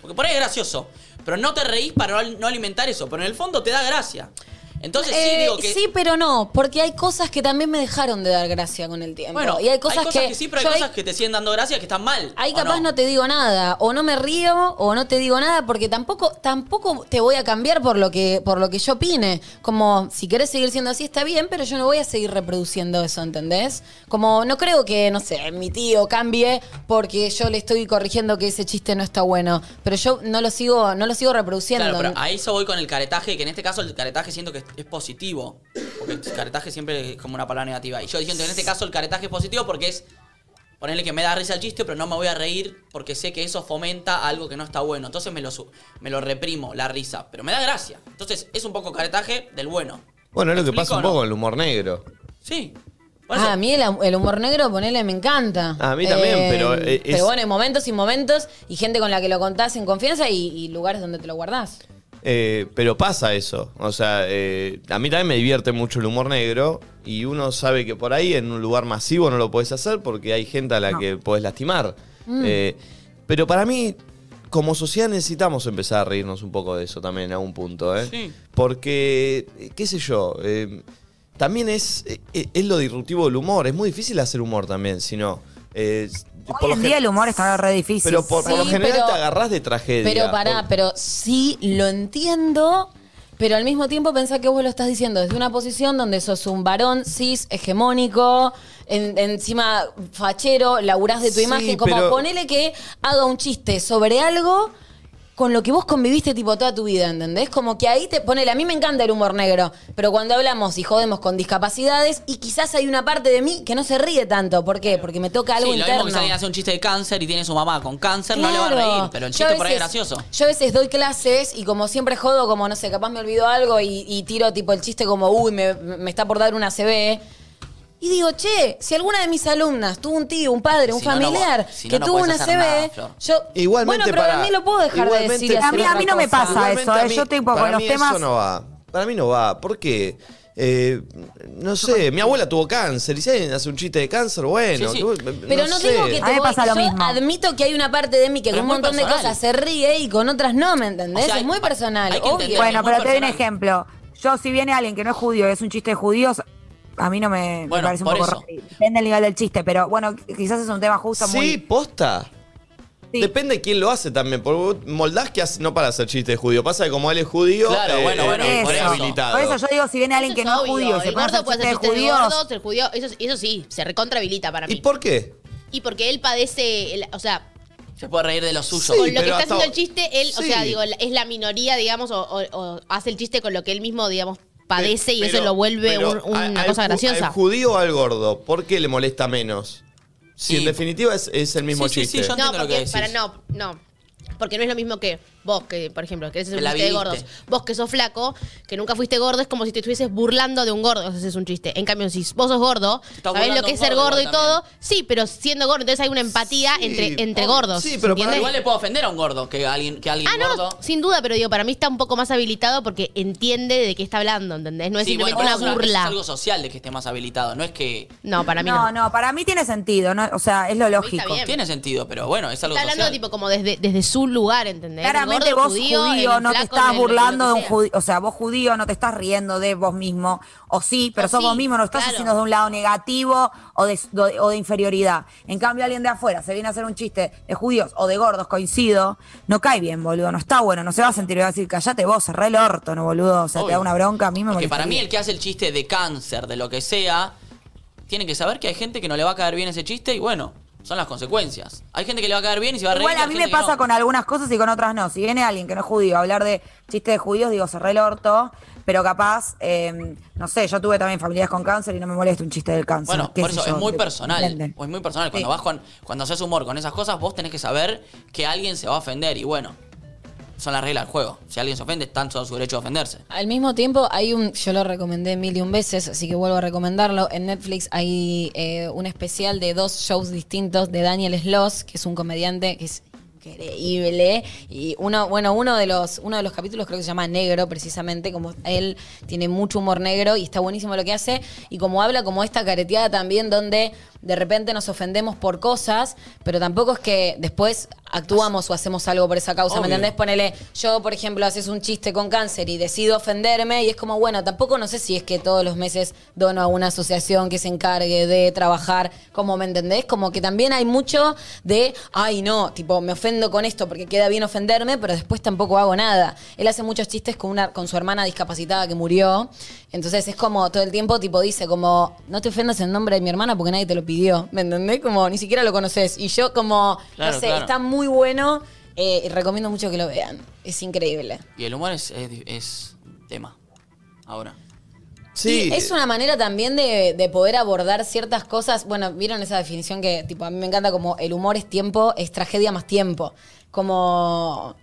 [SPEAKER 2] Porque por ahí es gracioso. Pero no te reís para no- no alimentar eso. Pero en el fondo te da gracia. Entonces sí
[SPEAKER 4] Eh,
[SPEAKER 2] digo que.
[SPEAKER 4] sí, pero no, porque hay cosas que también me dejaron de dar gracia con el tiempo.
[SPEAKER 2] bueno,
[SPEAKER 4] y hay cosas, que,
[SPEAKER 2] sí, pero hay
[SPEAKER 4] yo
[SPEAKER 2] cosas que te siguen dando gracia que están mal.
[SPEAKER 4] Ahí
[SPEAKER 2] ¿o
[SPEAKER 4] capaz no? te digo nada, o no me río, o no te digo nada, porque tampoco, tampoco te voy a cambiar por lo que, por lo que yo opine. Como si querés seguir siendo así, está bien, pero yo no voy a seguir reproduciendo eso, ¿entendés? Como no creo que, no sé, mi tío cambie porque yo le estoy corrigiendo que ese chiste no está bueno. Pero yo no lo sigo, no lo sigo reproduciendo.
[SPEAKER 2] Claro, pero ah, a eso voy con el caretaje, que en este caso el caretaje siento que es- es positivo. Porque el caretaje siempre es como una palabra negativa. Y yo diciendo que en este caso el caretaje es positivo porque es ponerle que me da risa el chiste, pero no me voy a reír porque sé que eso fomenta algo que no está bueno. Entonces me lo, su- me lo reprimo, la risa. Pero me da gracia. Entonces es un poco caretaje del bueno.
[SPEAKER 1] Bueno, es lo que
[SPEAKER 2] ¿Me
[SPEAKER 1] pasa
[SPEAKER 2] explico
[SPEAKER 1] un
[SPEAKER 2] o no?
[SPEAKER 1] poco con el humor negro.
[SPEAKER 2] Sí.
[SPEAKER 4] Ah, a mí el, el humor negro, ponele, me encanta.
[SPEAKER 1] A mí también, pero, eh, es-
[SPEAKER 4] Pero bueno, hay momentos y momentos, y gente con la que lo contás en confianza y, y lugares donde te lo guardás.
[SPEAKER 1] Eh, pero pasa eso. O sea, eh, a mí también me divierte mucho el humor negro y uno sabe que por ahí en un lugar masivo no lo podés hacer porque hay gente a la
[SPEAKER 3] No.
[SPEAKER 1] que podés lastimar.
[SPEAKER 4] Mm.
[SPEAKER 1] Eh, pero para mí, como sociedad necesitamos empezar a reírnos un poco de eso también en algún punto. ¿eh?
[SPEAKER 2] Sí.
[SPEAKER 1] Porque, eh, qué sé yo, eh, también es, eh, eh, es lo disruptivo del humor. Es muy difícil hacer humor también, si no... eh, por
[SPEAKER 3] Hoy
[SPEAKER 1] lo
[SPEAKER 3] en
[SPEAKER 1] gen-
[SPEAKER 3] día el humor está re difícil.
[SPEAKER 1] Pero por, por lo
[SPEAKER 4] Sí,
[SPEAKER 1] general
[SPEAKER 4] pero-
[SPEAKER 1] te agarrás de tragedia.
[SPEAKER 4] Pero pará,
[SPEAKER 1] Por-
[SPEAKER 4] pero sí lo entiendo, pero al mismo tiempo pensá que vos lo estás diciendo desde una posición donde sos un varón cis, hegemónico, en- encima fachero, laburás de tu
[SPEAKER 1] Sí,
[SPEAKER 4] imagen, como
[SPEAKER 1] pero-
[SPEAKER 4] ponele que haga un chiste sobre algo con lo que vos conviviste tipo toda tu vida, ¿entendés? Como que ahí te ponele, a mí me encanta el humor negro, pero cuando hablamos y jodemos con discapacidades y quizás hay una parte de mí que no se ríe tanto, ¿por qué? Porque me toca algo
[SPEAKER 2] sí, lo mismo que si
[SPEAKER 4] interno.
[SPEAKER 2] alguien hace un chiste de cáncer y tiene su mamá con cáncer, no le va
[SPEAKER 4] Claro.
[SPEAKER 2] a reír. Pero el
[SPEAKER 4] Yo
[SPEAKER 2] chiste
[SPEAKER 4] a
[SPEAKER 2] por ahí es
[SPEAKER 4] veces-
[SPEAKER 2] gracioso.
[SPEAKER 4] Yo a veces doy clases y como siempre jodo, como no sé, capaz me olvido algo y, y tiro tipo el chiste como, uy, me, me está por dar una CB. Y digo, che, si alguna de mis alumnas tuvo un tío, un padre, un
[SPEAKER 2] Si no, no
[SPEAKER 4] familiar
[SPEAKER 2] vo- si no,
[SPEAKER 4] que
[SPEAKER 2] no
[SPEAKER 4] tuvo una
[SPEAKER 2] podés hacer
[SPEAKER 4] CB,
[SPEAKER 2] nada, Flor.
[SPEAKER 4] yo.
[SPEAKER 1] Igualmente
[SPEAKER 4] bueno, pero
[SPEAKER 1] para-
[SPEAKER 4] a mí lo puedo dejar de
[SPEAKER 1] igualmente
[SPEAKER 4] decir. y
[SPEAKER 1] para-
[SPEAKER 4] hacer
[SPEAKER 3] A mí- a
[SPEAKER 4] otra
[SPEAKER 3] mí no me
[SPEAKER 4] cosa.
[SPEAKER 3] pasa. eso, ¿eh? Yo tipo,
[SPEAKER 1] para
[SPEAKER 3] con los
[SPEAKER 1] mí Eso
[SPEAKER 3] temas-
[SPEAKER 1] no va. Para mí no va. ¿Por qué? Eh, no sé, mi abuela tuvo cáncer y si alguien hace un chiste de cáncer, bueno.
[SPEAKER 2] Sí, sí.
[SPEAKER 1] que vos-
[SPEAKER 4] Pero no,
[SPEAKER 1] sé.
[SPEAKER 4] digo que
[SPEAKER 3] A mí
[SPEAKER 4] te
[SPEAKER 3] me
[SPEAKER 4] voy,
[SPEAKER 3] pasa lo
[SPEAKER 4] yo
[SPEAKER 3] mismo.
[SPEAKER 4] admito que hay una parte de mí que
[SPEAKER 2] Pero
[SPEAKER 4] con
[SPEAKER 2] es
[SPEAKER 4] un
[SPEAKER 2] muy
[SPEAKER 4] montón de
[SPEAKER 2] personal.
[SPEAKER 4] cosas se ríe y con otras no, ¿me entendés?
[SPEAKER 2] O sea,
[SPEAKER 4] es muy
[SPEAKER 2] hay-
[SPEAKER 4] personal,
[SPEAKER 2] hay que
[SPEAKER 4] obvio.
[SPEAKER 2] entender
[SPEAKER 3] Bueno,
[SPEAKER 2] muy
[SPEAKER 3] pero te doy un
[SPEAKER 2] personal.
[SPEAKER 3] ejemplo. Yo, si viene alguien que no es judío y es un chiste de judíos, a mí no me, me
[SPEAKER 2] Bueno,
[SPEAKER 3] parece un
[SPEAKER 2] por
[SPEAKER 3] poco
[SPEAKER 2] eso.
[SPEAKER 3] raro. Depende del nivel del chiste, pero bueno, quizás es un tema justo
[SPEAKER 1] Sí,
[SPEAKER 3] muy.
[SPEAKER 1] posta.
[SPEAKER 3] Sí.
[SPEAKER 1] Depende de quién lo hace también. Porque vos- Moldás que hace, no para hacer chistes de judío. Pasa que como él es judío, eh,
[SPEAKER 2] Claro, bueno, bueno,
[SPEAKER 1] es
[SPEAKER 2] por eso.
[SPEAKER 1] habilitado.
[SPEAKER 3] Por eso yo digo, si viene alguien
[SPEAKER 6] Eso
[SPEAKER 3] que
[SPEAKER 6] es
[SPEAKER 3] no es
[SPEAKER 6] obvio.
[SPEAKER 3] judío y se
[SPEAKER 6] El
[SPEAKER 3] pone a hacer
[SPEAKER 6] gordo puede
[SPEAKER 3] chistes de
[SPEAKER 6] hacer chistes de
[SPEAKER 3] judíos.
[SPEAKER 6] gordos, el judío, eso, eso sí, se recontrabilita para mí.
[SPEAKER 1] ¿Y por qué?
[SPEAKER 6] Y porque él padece, el- o sea,
[SPEAKER 2] Se puede reír de lo suyo.
[SPEAKER 6] con
[SPEAKER 1] Sí,
[SPEAKER 6] lo que
[SPEAKER 1] pero
[SPEAKER 6] está
[SPEAKER 1] hasta-
[SPEAKER 6] haciendo el chiste, él, o
[SPEAKER 1] Sí.
[SPEAKER 6] sea, digo, la- es la minoría, digamos, o, o- o hace el chiste con lo que él mismo, digamos, padece y
[SPEAKER 1] Pero-
[SPEAKER 6] eso lo vuelve
[SPEAKER 1] pero
[SPEAKER 6] un-
[SPEAKER 1] a-
[SPEAKER 6] una
[SPEAKER 1] al
[SPEAKER 6] cosa
[SPEAKER 1] ju-
[SPEAKER 6] graciosa.
[SPEAKER 1] Al judío o al gordo, ¿por qué le molesta menos? Si
[SPEAKER 2] Y-
[SPEAKER 1] en definitiva es, es el mismo
[SPEAKER 2] Sí, sí, sí,
[SPEAKER 1] chiste.
[SPEAKER 2] yo-
[SPEAKER 6] No,
[SPEAKER 2] entiendo lo que
[SPEAKER 6] porque
[SPEAKER 2] decís.
[SPEAKER 6] para no, no. Porque no es lo mismo que vos, que por ejemplo, que eres
[SPEAKER 2] Que
[SPEAKER 6] un
[SPEAKER 2] la
[SPEAKER 6] chiste de
[SPEAKER 2] viviste.
[SPEAKER 6] gordos. Vos que sos flaco, que nunca fuiste gordo, es como si te estuvieses burlando de un gordo. Ese es un chiste. En cambio, si vos sos gordo,
[SPEAKER 2] estás
[SPEAKER 6] sabés
[SPEAKER 2] burlando
[SPEAKER 6] lo que es
[SPEAKER 2] de un
[SPEAKER 6] ser
[SPEAKER 2] gordo
[SPEAKER 6] gordo y
[SPEAKER 2] igual
[SPEAKER 6] todo. Sí, pero siendo gordo, entonces hay una empatía
[SPEAKER 1] Sí,
[SPEAKER 6] entre, entre
[SPEAKER 1] obvio.
[SPEAKER 6] gordos.
[SPEAKER 1] Sí, pero para-
[SPEAKER 6] ¿entiendes?
[SPEAKER 2] Igual le puedo ofender a un gordo que alguien, que alguien
[SPEAKER 6] Ah, no,
[SPEAKER 2] gordo.
[SPEAKER 6] sin duda, pero digo, para mí está un poco más habilitado porque entiende de qué está hablando, ¿entendés? No es
[SPEAKER 2] Sí, bueno,
[SPEAKER 6] simplemente
[SPEAKER 2] pero es
[SPEAKER 6] una
[SPEAKER 2] Es
[SPEAKER 6] burla.
[SPEAKER 2] algo social de que esté más habilitado. No es que.
[SPEAKER 6] No, para mí
[SPEAKER 3] No,
[SPEAKER 6] no.
[SPEAKER 3] no, para mí tiene sentido, ¿no? o sea, es lo lógico.
[SPEAKER 6] bien.
[SPEAKER 2] Tiene sentido, pero bueno, es algo
[SPEAKER 6] Está hablando
[SPEAKER 2] social.
[SPEAKER 6] tipo como desde, desde su lugar, ¿entendés? El
[SPEAKER 3] Claramente
[SPEAKER 6] gordo, el
[SPEAKER 3] vos judío,
[SPEAKER 6] el
[SPEAKER 3] no te
[SPEAKER 6] flaco,
[SPEAKER 3] estás
[SPEAKER 6] el-
[SPEAKER 3] burlando
[SPEAKER 6] lo que
[SPEAKER 3] de un
[SPEAKER 6] sea.
[SPEAKER 3] judío, o sea, vos judío no te estás riendo de vos mismo, o sí, pero
[SPEAKER 6] O
[SPEAKER 3] sos
[SPEAKER 6] sí,
[SPEAKER 3] vos mismo, no estás
[SPEAKER 6] claro.
[SPEAKER 3] haciendo de un lado negativo o de, do- o de inferioridad. En cambio, alguien de afuera se viene a hacer un chiste de judíos o de gordos, coincido, no cae bien, boludo, no está bueno, no se va a sentir, va a decir, callate vos, cerré el orto, no, boludo, o sea, te
[SPEAKER 2] Obvio.
[SPEAKER 3] da una bronca, a mí me
[SPEAKER 2] Porque
[SPEAKER 3] molesta.
[SPEAKER 2] para mí el que hace el chiste de cáncer, de lo que sea, tiene que saber que hay gente que no le va a caer bien ese chiste y bueno, son las consecuencias. Hay gente que le va a caer bien y se va a reír.
[SPEAKER 3] Igual
[SPEAKER 2] y
[SPEAKER 3] a
[SPEAKER 2] hay
[SPEAKER 3] mí
[SPEAKER 2] gente
[SPEAKER 3] me
[SPEAKER 2] que
[SPEAKER 3] pasa
[SPEAKER 2] no.
[SPEAKER 3] con algunas cosas y con otras no. Si viene alguien que no es judío a hablar de chistes de judíos, digo, cerré el orto, pero capaz, eh, no sé, yo tuve también familias con cáncer y no me molesta un chiste del cáncer.
[SPEAKER 2] Bueno,
[SPEAKER 3] qué
[SPEAKER 2] por
[SPEAKER 3] sé
[SPEAKER 2] eso
[SPEAKER 3] yo,
[SPEAKER 2] es muy
[SPEAKER 3] ¿me
[SPEAKER 2] personal.
[SPEAKER 3] entienden?
[SPEAKER 2] O es muy personal. Cuando
[SPEAKER 3] Sí.
[SPEAKER 2] vas con, cuando haces humor con esas cosas, vos tenés que saber que alguien se va a ofender. Y bueno, son las reglas del juego. Si alguien se ofende, están sobre su derecho a ofenderse.
[SPEAKER 4] Al mismo tiempo, hay un. Yo lo recomendé mil y un veces, así que vuelvo a recomendarlo. En Netflix hay eh, un especial de dos shows distintos de Daniel Sloss, que es un comediante que es increíble. Y uno, bueno, uno de los, uno de los capítulos creo que se llama Negro, precisamente, como él tiene mucho humor negro y está buenísimo lo que hace. Y como habla como esta careteada también, donde de repente nos ofendemos por cosas, pero tampoco es que después actuamos o hacemos algo por esa causa, ¿me
[SPEAKER 2] Obvio.
[SPEAKER 4] entendés? Ponele, yo, por ejemplo, haces un chiste con cáncer y decido ofenderme y es como, bueno, tampoco no sé si es que todos los meses dono a una asociación que se encargue de trabajar, como me entendés, como que también hay mucho de, ay, no, tipo, me ofendo con esto porque queda bien ofenderme, pero después tampoco hago nada. Él hace muchos chistes con, una, con su hermana discapacitada que murió, entonces es como todo el tiempo, tipo, dice como, no te ofendas en nombre de mi hermana porque nadie te lo pidió, ¿me entendés? Como, ni siquiera lo conoces. Y yo como,
[SPEAKER 2] Claro,
[SPEAKER 4] no sé,
[SPEAKER 2] claro.
[SPEAKER 4] está muy bueno eh, y recomiendo mucho que lo vean. Es increíble.
[SPEAKER 2] Y el humor es, es, es tema. Ahora.
[SPEAKER 1] Sí.
[SPEAKER 4] Y es una manera también de, de poder abordar ciertas cosas. Bueno, vieron esa definición que tipo a mí me encanta como el humor es tiempo, es tragedia más tiempo. Como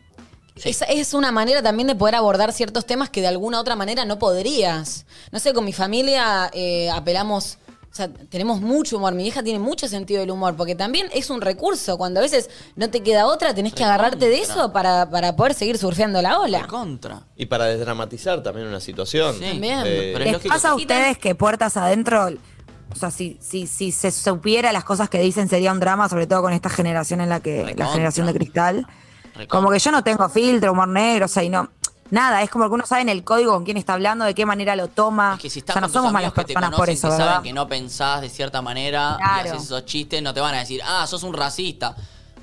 [SPEAKER 4] es, es una manera también de poder abordar ciertos temas que de alguna otra manera no podrías. No sé, con mi familia eh, apelamos, o sea, tenemos mucho humor. Mi vieja tiene mucho sentido del humor, porque también es un recurso. Cuando a veces no te queda otra, tenés que agarrarte de eso para, para poder seguir surfeando la ola.
[SPEAKER 2] Contra.
[SPEAKER 1] Y para desdramatizar también una situación.
[SPEAKER 2] Sí.
[SPEAKER 4] Bien.
[SPEAKER 1] Eh,
[SPEAKER 2] Pero es
[SPEAKER 3] ¿Les
[SPEAKER 2] lógico.
[SPEAKER 3] pasa a ustedes que puertas adentro, o sea, si, si, si se supiera las cosas que dicen sería un drama, sobre todo con esta generación en la que,
[SPEAKER 2] Recontra.
[SPEAKER 3] la generación de cristal?
[SPEAKER 2] Recontra.
[SPEAKER 3] Como que yo no tengo filtro, humor negro, o sea, y no. Nada, es como que uno sabe en el código con quién está hablando, de qué manera lo toma.
[SPEAKER 2] Es que si estás
[SPEAKER 3] o sea, Ah, no
[SPEAKER 2] con tus
[SPEAKER 3] somos malas
[SPEAKER 2] amigos que te
[SPEAKER 3] personas
[SPEAKER 2] conocen,
[SPEAKER 3] por eso,
[SPEAKER 2] que
[SPEAKER 3] ¿verdad?
[SPEAKER 2] saben que no pensás de cierta manera y
[SPEAKER 3] Claro.
[SPEAKER 2] haces esos chistes, no te van a decir, ah, sos un racista.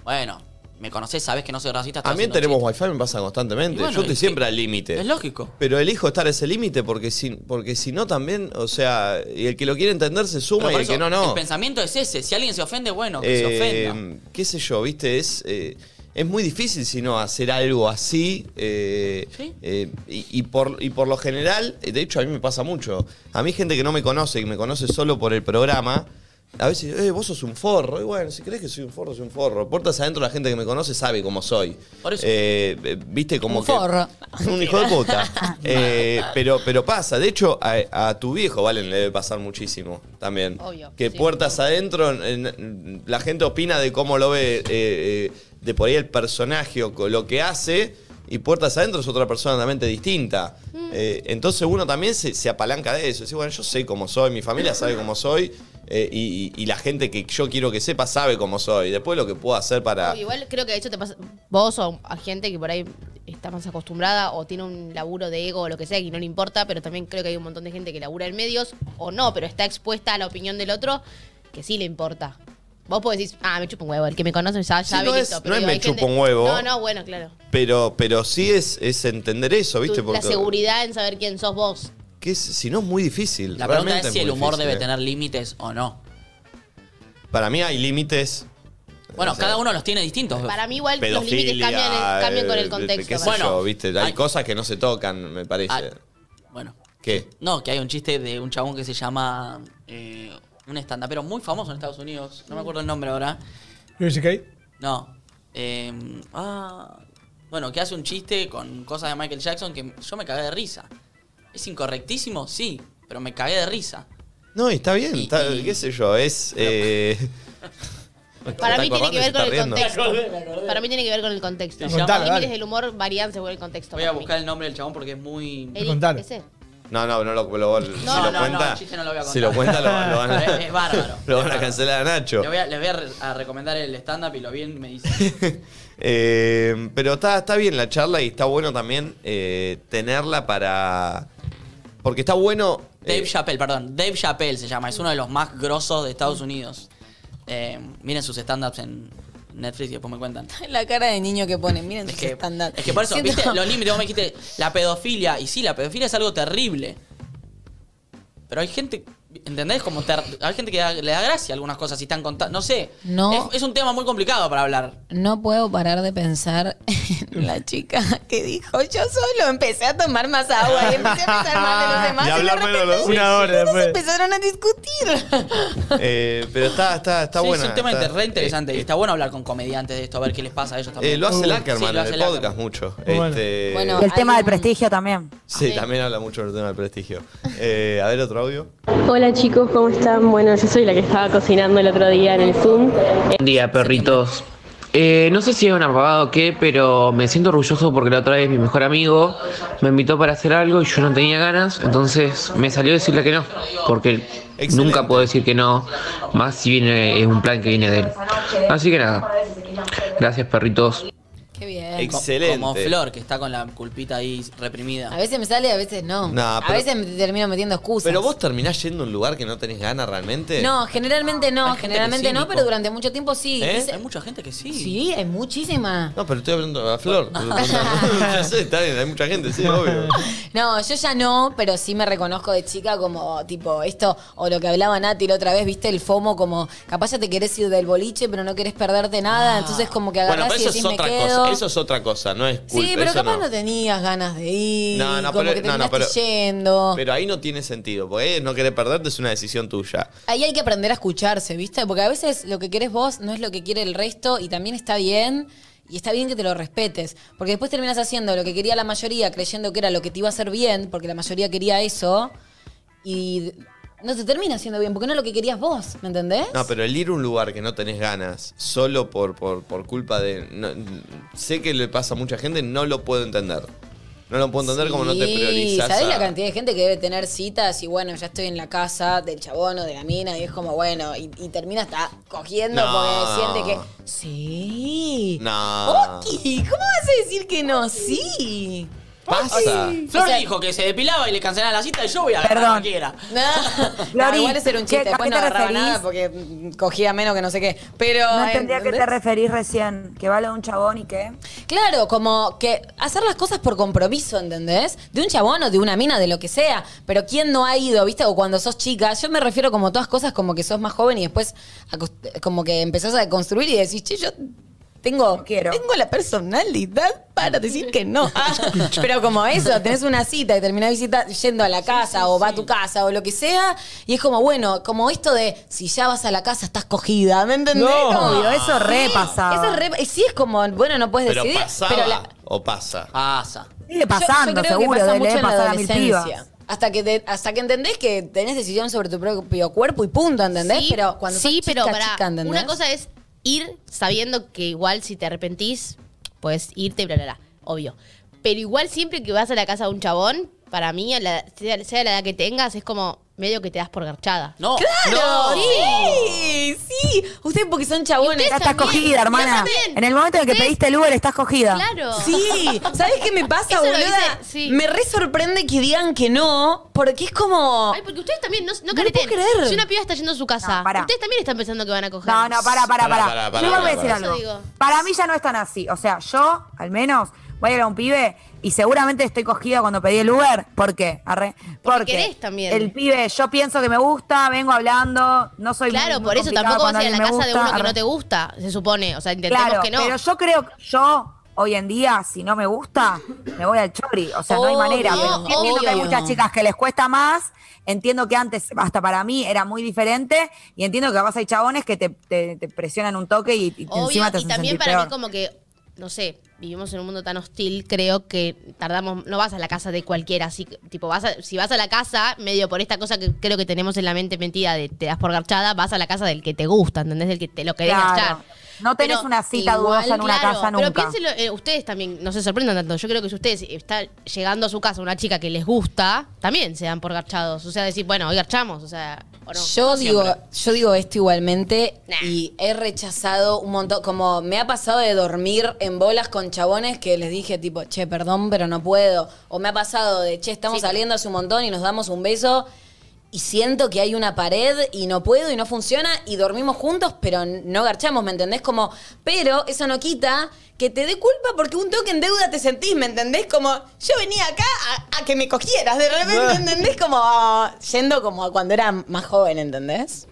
[SPEAKER 2] Bueno, me conocés, sabés que no soy racista. estás
[SPEAKER 1] A mí en
[SPEAKER 2] haciendo
[SPEAKER 1] tenemos
[SPEAKER 2] chistes.
[SPEAKER 1] wifi, me pasa constantemente.
[SPEAKER 2] Y bueno,
[SPEAKER 1] Yo estoy
[SPEAKER 2] es que-
[SPEAKER 1] siempre al límite.
[SPEAKER 2] Es lógico.
[SPEAKER 1] Pero elijo estar a ese límite porque si, porque si no también, o sea, y el que lo quiere entender se suma
[SPEAKER 2] Pero
[SPEAKER 1] y
[SPEAKER 2] por
[SPEAKER 1] el que no,
[SPEAKER 2] eso,
[SPEAKER 1] no.
[SPEAKER 2] El pensamiento es ese. Si alguien se ofende, bueno, que se
[SPEAKER 1] Eh,
[SPEAKER 2] ofenda.
[SPEAKER 1] qué sé yo, viste, es, eh, es muy difícil si no hacer algo así. eh,
[SPEAKER 2] Sí.
[SPEAKER 1] eh, y, y por, y por lo general, eh, de hecho a mí me pasa mucho. A mí gente que no me conoce, que me conoce solo por el programa, a veces, eh, vos sos un forro. Y bueno, si crees que soy un forro, soy un forro. Puertas adentro la gente que me conoce sabe cómo soy.
[SPEAKER 2] Por eso.
[SPEAKER 1] Eh, eh, viste como
[SPEAKER 4] Un
[SPEAKER 1] que...
[SPEAKER 4] forro.
[SPEAKER 1] <laughs> Un hijo de
[SPEAKER 4] <laughs>
[SPEAKER 1] puta. Eh, pero, pero pasa, de hecho a, a tu viejo, Valen, le debe pasar muchísimo también.
[SPEAKER 6] Obvio,
[SPEAKER 1] Que
[SPEAKER 6] sí.
[SPEAKER 1] puertas adentro, en- en- la gente opina de cómo lo ve, eh, eh, de por ahí el personaje o co- lo que hace, y puertas adentro es otra persona totalmente distinta.
[SPEAKER 6] Mm.
[SPEAKER 1] Eh, entonces uno también se, se apalanca de eso. Dice, bueno, yo sé cómo soy, mi familia sabe cómo soy, eh, y, y- y la gente que yo quiero que sepa sabe cómo soy. Después lo que puedo hacer para...
[SPEAKER 6] Obvio, Igual creo que de hecho te pasa vos o a gente que por ahí está más acostumbrada o tiene un laburo de ego o lo que sea y no le importa, pero también creo que hay un montón de gente que labura en medios o no, pero está expuesta a la opinión del otro que sí le importa. Vos podés decir, ah, me chupa un huevo, el que me conoce ya, ya
[SPEAKER 1] Sí,
[SPEAKER 6] ve
[SPEAKER 1] no
[SPEAKER 6] listo",
[SPEAKER 1] es-
[SPEAKER 6] pero
[SPEAKER 1] no es
[SPEAKER 6] digo,
[SPEAKER 1] me
[SPEAKER 6] hay
[SPEAKER 1] chupa
[SPEAKER 6] gente-
[SPEAKER 1] un huevo.
[SPEAKER 6] No, no, bueno, claro.
[SPEAKER 1] Pero, pero sí es, es entender eso, ¿viste?
[SPEAKER 6] Tu- la seguridad en saber quién sos vos.
[SPEAKER 1] que es- si no es muy difícil.
[SPEAKER 2] La pregunta
[SPEAKER 1] realmente
[SPEAKER 2] es si
[SPEAKER 1] muy
[SPEAKER 2] el humor
[SPEAKER 1] difícil,
[SPEAKER 2] debe
[SPEAKER 1] eh.
[SPEAKER 2] tener límites o no.
[SPEAKER 1] Para mí hay límites.
[SPEAKER 2] Bueno,
[SPEAKER 1] O sea,
[SPEAKER 2] cada uno los tiene distintos.
[SPEAKER 6] Para mí igual los
[SPEAKER 1] pedofilia,
[SPEAKER 6] límites cambian, en- cambian con
[SPEAKER 1] eh,
[SPEAKER 6] el contexto.
[SPEAKER 1] qué sé
[SPEAKER 6] para mí.
[SPEAKER 2] Bueno,
[SPEAKER 1] yo, viste, hay
[SPEAKER 2] hay-
[SPEAKER 1] cosas que no se tocan, me parece.
[SPEAKER 2] Ah, bueno.
[SPEAKER 1] ¿Qué?
[SPEAKER 2] No, que hay un chiste de un chabón que se llama. eh, un estandapero muy famoso en Estados Unidos. No me acuerdo el nombre ahora.
[SPEAKER 5] Luis C.K.
[SPEAKER 2] No. Eh, ah, bueno, que hace un chiste con cosas de Michael Jackson que yo me cagué de risa. ¿Es incorrectísimo? Sí, pero me cagué de risa.
[SPEAKER 1] No, y está bien,
[SPEAKER 2] Y-
[SPEAKER 1] está-
[SPEAKER 2] y-
[SPEAKER 1] qué sé yo, es...
[SPEAKER 2] <laughs>
[SPEAKER 1] eh,
[SPEAKER 6] Para
[SPEAKER 1] está
[SPEAKER 6] mí tiene
[SPEAKER 1] acordando
[SPEAKER 6] que
[SPEAKER 1] y se
[SPEAKER 6] ver con
[SPEAKER 1] está
[SPEAKER 6] el
[SPEAKER 1] riendo.
[SPEAKER 6] contexto. Para mí tiene que ver con el contexto.
[SPEAKER 2] Sí,
[SPEAKER 6] Los
[SPEAKER 5] contalo,
[SPEAKER 6] límites
[SPEAKER 5] dale.
[SPEAKER 6] del humor varían según el contexto.
[SPEAKER 2] Voy a
[SPEAKER 6] para mí. Eh.
[SPEAKER 2] buscar el nombre del chabón porque es muy.
[SPEAKER 6] Eric,
[SPEAKER 5] Contalo.
[SPEAKER 6] ese.
[SPEAKER 1] No, no, no lo, lo- si
[SPEAKER 2] no,
[SPEAKER 1] lo
[SPEAKER 2] no,
[SPEAKER 1] cuenta,
[SPEAKER 2] el chiste no lo voy a
[SPEAKER 1] si lo cuenta
[SPEAKER 2] contar.
[SPEAKER 1] lo, lo van a,
[SPEAKER 2] <laughs> Es bárbaro,
[SPEAKER 1] <laughs> lo van
[SPEAKER 2] es
[SPEAKER 1] a
[SPEAKER 2] bárbaro.
[SPEAKER 1] cancelar a Nacho.
[SPEAKER 2] Le voy a, les voy a, re- a recomendar el stand-up y lo bien me dice.
[SPEAKER 1] <laughs> Eh, pero está, está bien la charla y está bueno también eh, tenerla para... Porque está bueno... eh,
[SPEAKER 2] Dave Chappelle, perdón. Dave Chappelle se llama, es uno de los más grosos de Estados Unidos. Eh, miren sus stand-ups en Netflix y después me cuentan.
[SPEAKER 4] La cara de niño que pone, miren
[SPEAKER 2] Es
[SPEAKER 4] sus
[SPEAKER 2] que,
[SPEAKER 4] estándares.
[SPEAKER 2] es que por eso,
[SPEAKER 4] Siento- <laughs>
[SPEAKER 2] viste, los límites, vos me dijiste la pedofilia, y sí, la pedofilia es algo terrible. Pero hay gente, ¿entendés? Como ter- hay gente que da- le da gracia a algunas cosas y están contando, no sé.
[SPEAKER 4] No.
[SPEAKER 2] Es, es un tema muy complicado para hablar.
[SPEAKER 4] No puedo parar de pensar
[SPEAKER 1] <laughs>
[SPEAKER 4] en la chica que dijo, yo solo empecé a tomar más agua y empecé a pensar mal
[SPEAKER 1] <laughs>
[SPEAKER 4] de los demás.
[SPEAKER 1] Y
[SPEAKER 4] de
[SPEAKER 1] hablar menos de los-
[SPEAKER 4] repente
[SPEAKER 5] Una hora
[SPEAKER 4] todos
[SPEAKER 5] después.
[SPEAKER 4] empezaron a
[SPEAKER 1] <laughs>
[SPEAKER 4] discutir.
[SPEAKER 1] Eh, pero está, está, está
[SPEAKER 2] Sí,
[SPEAKER 1] buena.
[SPEAKER 2] Es un tema
[SPEAKER 1] está-
[SPEAKER 2] inter- re interesante.
[SPEAKER 1] eh,
[SPEAKER 2] y está bueno hablar con comediantes de esto, a ver qué les pasa a ellos también.
[SPEAKER 1] Eh, lo hace
[SPEAKER 5] Uh,
[SPEAKER 1] Lackerman
[SPEAKER 2] sí, lo hace
[SPEAKER 1] en el
[SPEAKER 2] Lackerman.
[SPEAKER 1] podcast mucho.
[SPEAKER 5] Bueno.
[SPEAKER 1] Este,
[SPEAKER 4] Bueno. eh.
[SPEAKER 3] Y el tema del
[SPEAKER 4] Hay un-
[SPEAKER 3] prestigio también.
[SPEAKER 1] sí, también habla mucho del tema del prestigio. Eh, a ver, otro audio.
[SPEAKER 9] Hola chicos, ¿cómo están? Bueno, yo soy la que estaba cocinando el otro día en el Zoom.
[SPEAKER 10] Buen día, perritos. Eh, no sé si es un apagado o qué, pero me siento orgulloso porque la otra vez mi mejor amigo me invitó para hacer algo y yo no tenía ganas, entonces me salió decirle que no, porque nunca puedo decir que no, más si viene, es un plan que viene de él. Así que nada, gracias perritos.
[SPEAKER 4] Qué bien.
[SPEAKER 1] Excelente.
[SPEAKER 2] Como Flor, que está con la culpita ahí reprimida.
[SPEAKER 4] A veces me sale, a veces no.
[SPEAKER 1] Nah,
[SPEAKER 4] a
[SPEAKER 1] pero-
[SPEAKER 4] veces me termino metiendo excusas.
[SPEAKER 1] Pero vos terminás yendo a un lugar que no tenés ganas realmente.
[SPEAKER 4] No, generalmente no, generalmente
[SPEAKER 1] es
[SPEAKER 4] no,
[SPEAKER 1] cínico.
[SPEAKER 4] pero durante mucho tiempo sí.
[SPEAKER 1] ¿Eh?
[SPEAKER 4] Dice-
[SPEAKER 1] Hay
[SPEAKER 2] mucha gente que sí.
[SPEAKER 4] Sí, hay muchísima.
[SPEAKER 1] No, pero estoy hablando
[SPEAKER 4] <laughs>
[SPEAKER 1] a Flor. <laughs> ya sé, está bien, hay mucha gente, sí, obvio.
[SPEAKER 4] No, yo ya no, pero sí me reconozco de chica como tipo esto, o lo que hablaba Nati la otra vez, viste el FOMO como capaz ya te querés ir del boliche, pero no querés perderte nada, entonces como que agarrás
[SPEAKER 1] Bueno, pero
[SPEAKER 4] y
[SPEAKER 1] eso
[SPEAKER 4] decís
[SPEAKER 1] es
[SPEAKER 4] me
[SPEAKER 1] otra
[SPEAKER 4] quedo.
[SPEAKER 1] cosa, eso es otra cosa, no es culpa.
[SPEAKER 4] sí, pero
[SPEAKER 1] eso
[SPEAKER 4] capaz
[SPEAKER 1] no.
[SPEAKER 4] no. tenías ganas de ir,
[SPEAKER 1] No, no,
[SPEAKER 4] como
[SPEAKER 1] pero-
[SPEAKER 4] que
[SPEAKER 1] no, no,
[SPEAKER 4] terminaste
[SPEAKER 1] pero-
[SPEAKER 4] yendo.
[SPEAKER 1] Pero ahí no tiene sentido, porque eh, no querer perderte es una decisión tuya.
[SPEAKER 4] Ahí hay que aprender a escucharse, ¿viste? Porque a veces lo que querés vos no es lo que quiere el resto y también está bien. Y está bien que te lo respetes, porque después terminas haciendo lo que quería la mayoría, creyendo que era lo que te iba a hacer bien, porque la mayoría quería eso, y no te termina haciendo bien, porque no es lo que querías vos, ¿me entendés?
[SPEAKER 1] No, pero el ir a un lugar que no tenés ganas, solo por, por, por culpa de. no- sé que le pasa a mucha gente, no lo puedo entender. No lo puedo entender como no te
[SPEAKER 4] Sí,
[SPEAKER 1] priorizás.
[SPEAKER 4] ¿Sabés
[SPEAKER 1] a-
[SPEAKER 4] la cantidad de gente que debe tener citas y bueno, ya estoy en la casa del chabón o de la mina y es como bueno, y, y termina hasta cogiendo
[SPEAKER 1] No.
[SPEAKER 4] porque siente que. Sí.
[SPEAKER 1] No.
[SPEAKER 4] ¡Oki! ¿Cómo vas a decir que no? Sí.
[SPEAKER 1] Pasa.
[SPEAKER 2] Flor
[SPEAKER 4] O sea-
[SPEAKER 2] dijo que se depilaba y le cancelaban la cita y yo voy a agarrar
[SPEAKER 3] Perdón.
[SPEAKER 2] cualquiera.
[SPEAKER 4] No,
[SPEAKER 3] Flori,
[SPEAKER 4] igual ese era un
[SPEAKER 3] Ah, ¿qué-
[SPEAKER 4] chiste,
[SPEAKER 3] a
[SPEAKER 4] después no
[SPEAKER 3] qué te
[SPEAKER 4] agarraba
[SPEAKER 3] referís?
[SPEAKER 4] nada porque mm, cogía menos que no sé qué. Pero.
[SPEAKER 3] No entendía a qué te
[SPEAKER 4] ¿entendés?
[SPEAKER 3] referís recién. Que vale un chabón y qué.
[SPEAKER 4] Claro, como que hacer las cosas por compromiso, ¿entendés? De un chabón o de una mina, de lo que sea. Pero ¿quién no ha ido, viste? O cuando sos chica. Yo me refiero como todas cosas como que sos más joven y después acost- como que empezás a construir y decís, che, yo tengo,
[SPEAKER 3] quiero.
[SPEAKER 4] tengo la personalidad para decir que
[SPEAKER 3] <laughs>
[SPEAKER 4] no. Ah, pero como eso, tenés una cita y terminás visita, yendo a la casa o va a tu casa o lo que sea. Y es como, bueno, como esto de si ya vas a la casa estás cogida, ¿me entendés?
[SPEAKER 5] No.
[SPEAKER 4] Como-
[SPEAKER 3] Obvio, eso re pasaba.
[SPEAKER 4] Eso es re- sí es como, bueno, no puedes
[SPEAKER 1] Pero
[SPEAKER 4] decidir.
[SPEAKER 1] pasaba
[SPEAKER 4] pero la-
[SPEAKER 1] o pasa.
[SPEAKER 2] Pasa.
[SPEAKER 3] Sigue pasando,
[SPEAKER 4] yo, yo creo que
[SPEAKER 3] seguro.
[SPEAKER 4] pasa
[SPEAKER 3] de
[SPEAKER 4] mucho
[SPEAKER 3] leer
[SPEAKER 4] en la
[SPEAKER 3] pasar a mil
[SPEAKER 4] adolescencia.
[SPEAKER 3] pibas.
[SPEAKER 4] Hasta que, te- hasta que entendés que tenés decisión sobre tu propio cuerpo y punto, ¿entendés?
[SPEAKER 6] Sí,
[SPEAKER 4] pero cuando
[SPEAKER 6] sí,
[SPEAKER 4] sos
[SPEAKER 6] pero
[SPEAKER 4] chica,
[SPEAKER 6] pará,
[SPEAKER 4] chica, ¿entendés?
[SPEAKER 6] una cosa es ir sabiendo que igual si te arrepentís, puedes irte, bla, bla, bla, obvio. Pero igual siempre que vas a la casa de un chabón, para mí, a la- sea, sea la edad que tengas, es como medio que te das por garchada.
[SPEAKER 2] No.
[SPEAKER 4] ¡Claro!
[SPEAKER 2] No.
[SPEAKER 4] Sí, sí. Ustedes porque son chabones.
[SPEAKER 3] Ya estás
[SPEAKER 6] También,
[SPEAKER 3] cogida, hermana.
[SPEAKER 6] también.
[SPEAKER 3] En el momento en el que pediste el Uber, estás cogida.
[SPEAKER 6] Claro.
[SPEAKER 4] Sí, ¿sabes qué me pasa,
[SPEAKER 6] Eso lo
[SPEAKER 4] boluda?
[SPEAKER 6] hice, sí.
[SPEAKER 4] Me re sorprende que digan que no, porque es como.
[SPEAKER 6] Ay, porque ustedes también no, no,
[SPEAKER 4] No lo puedo
[SPEAKER 6] careteen.
[SPEAKER 4] creer.
[SPEAKER 6] Si una piba está yendo a su casa,
[SPEAKER 3] No, pará.
[SPEAKER 6] ustedes también están pensando que van a coger.
[SPEAKER 3] No, no, para, para, para.
[SPEAKER 1] Pará, pará, pará,
[SPEAKER 3] yo voy
[SPEAKER 1] pará,
[SPEAKER 3] a decir
[SPEAKER 1] pará.
[SPEAKER 3] algo.
[SPEAKER 6] Eso digo.
[SPEAKER 3] Para mí ya no es tan así. O sea, yo, al menos, voy a ir a un pibe y seguramente estoy cogida cuando pedí el Uber. ¿Por qué? Arre. Porque,
[SPEAKER 6] querés también.
[SPEAKER 3] El pibe, yo pienso que me gusta, vengo hablando, no soy
[SPEAKER 6] Claro,
[SPEAKER 3] muy
[SPEAKER 6] por eso
[SPEAKER 3] complicada
[SPEAKER 6] tampoco vas
[SPEAKER 3] cuando
[SPEAKER 6] a ir a la casa
[SPEAKER 3] alguien me
[SPEAKER 6] de uno
[SPEAKER 3] gusta,
[SPEAKER 6] que
[SPEAKER 3] arre.
[SPEAKER 6] no te gusta, se supone. O sea, intentemos
[SPEAKER 3] Claro,
[SPEAKER 6] que no.
[SPEAKER 3] pero yo creo, yo hoy en día, si no me gusta, me voy al chori. O sea, no hay manera.
[SPEAKER 4] Obvio,
[SPEAKER 3] Pero entiendo que hay
[SPEAKER 4] obvio.
[SPEAKER 3] muchas chicas que les cuesta más. Entiendo que antes, hasta para mí, era muy diferente. Y entiendo que capaz hay chabones que te, te- te presionan un toque y, y
[SPEAKER 6] Obvio,
[SPEAKER 3] encima
[SPEAKER 6] y
[SPEAKER 3] te hacen
[SPEAKER 6] también
[SPEAKER 3] sentir
[SPEAKER 6] para
[SPEAKER 3] peor.
[SPEAKER 6] mí como que, no sé, vivimos en un mundo tan hostil, creo que tardamos, no vas a la casa de cualquiera, así que, tipo, vas a- si vas a la casa, medio por esta cosa que creo que tenemos en la mente mentida de te das por garchada, vas a la casa del que te gusta, ¿entendés? Del que te lo querés
[SPEAKER 3] Claro.
[SPEAKER 6] garchar.
[SPEAKER 3] No tenés
[SPEAKER 6] Pero
[SPEAKER 3] una cita
[SPEAKER 6] igual,
[SPEAKER 3] dudosa en una
[SPEAKER 6] claro,
[SPEAKER 3] casa
[SPEAKER 6] Pero
[SPEAKER 3] nunca.
[SPEAKER 6] piénselo, eh, ustedes también, no se sorprendan tanto. Yo creo que si ustedes están llegando a su casa una chica que les gusta, también se dan por garchados. O sea, decir, bueno, hoy garchamos, o sea, o no.
[SPEAKER 4] Yo digo,
[SPEAKER 6] Siempre.
[SPEAKER 4] yo digo esto igualmente
[SPEAKER 6] Nah.
[SPEAKER 4] y he rechazado un montón, como me ha pasado de dormir en bolas con chabones que les dije tipo, che, perdón, pero no puedo. O me ha pasado de, che, estamos
[SPEAKER 6] Sí.
[SPEAKER 4] saliendo hace un montón y nos damos un beso y siento que hay una pared y no puedo y no funciona y dormimos juntos, pero no garchamos, ¿me entendés? Como, pero eso no quita que te dé culpa porque un toque en deuda te sentís, ¿me entendés? Como, yo venía acá a, a que me cogieras, de repente, ¿entendés? Como ah, yendo como a cuando era más joven, ¿entendés?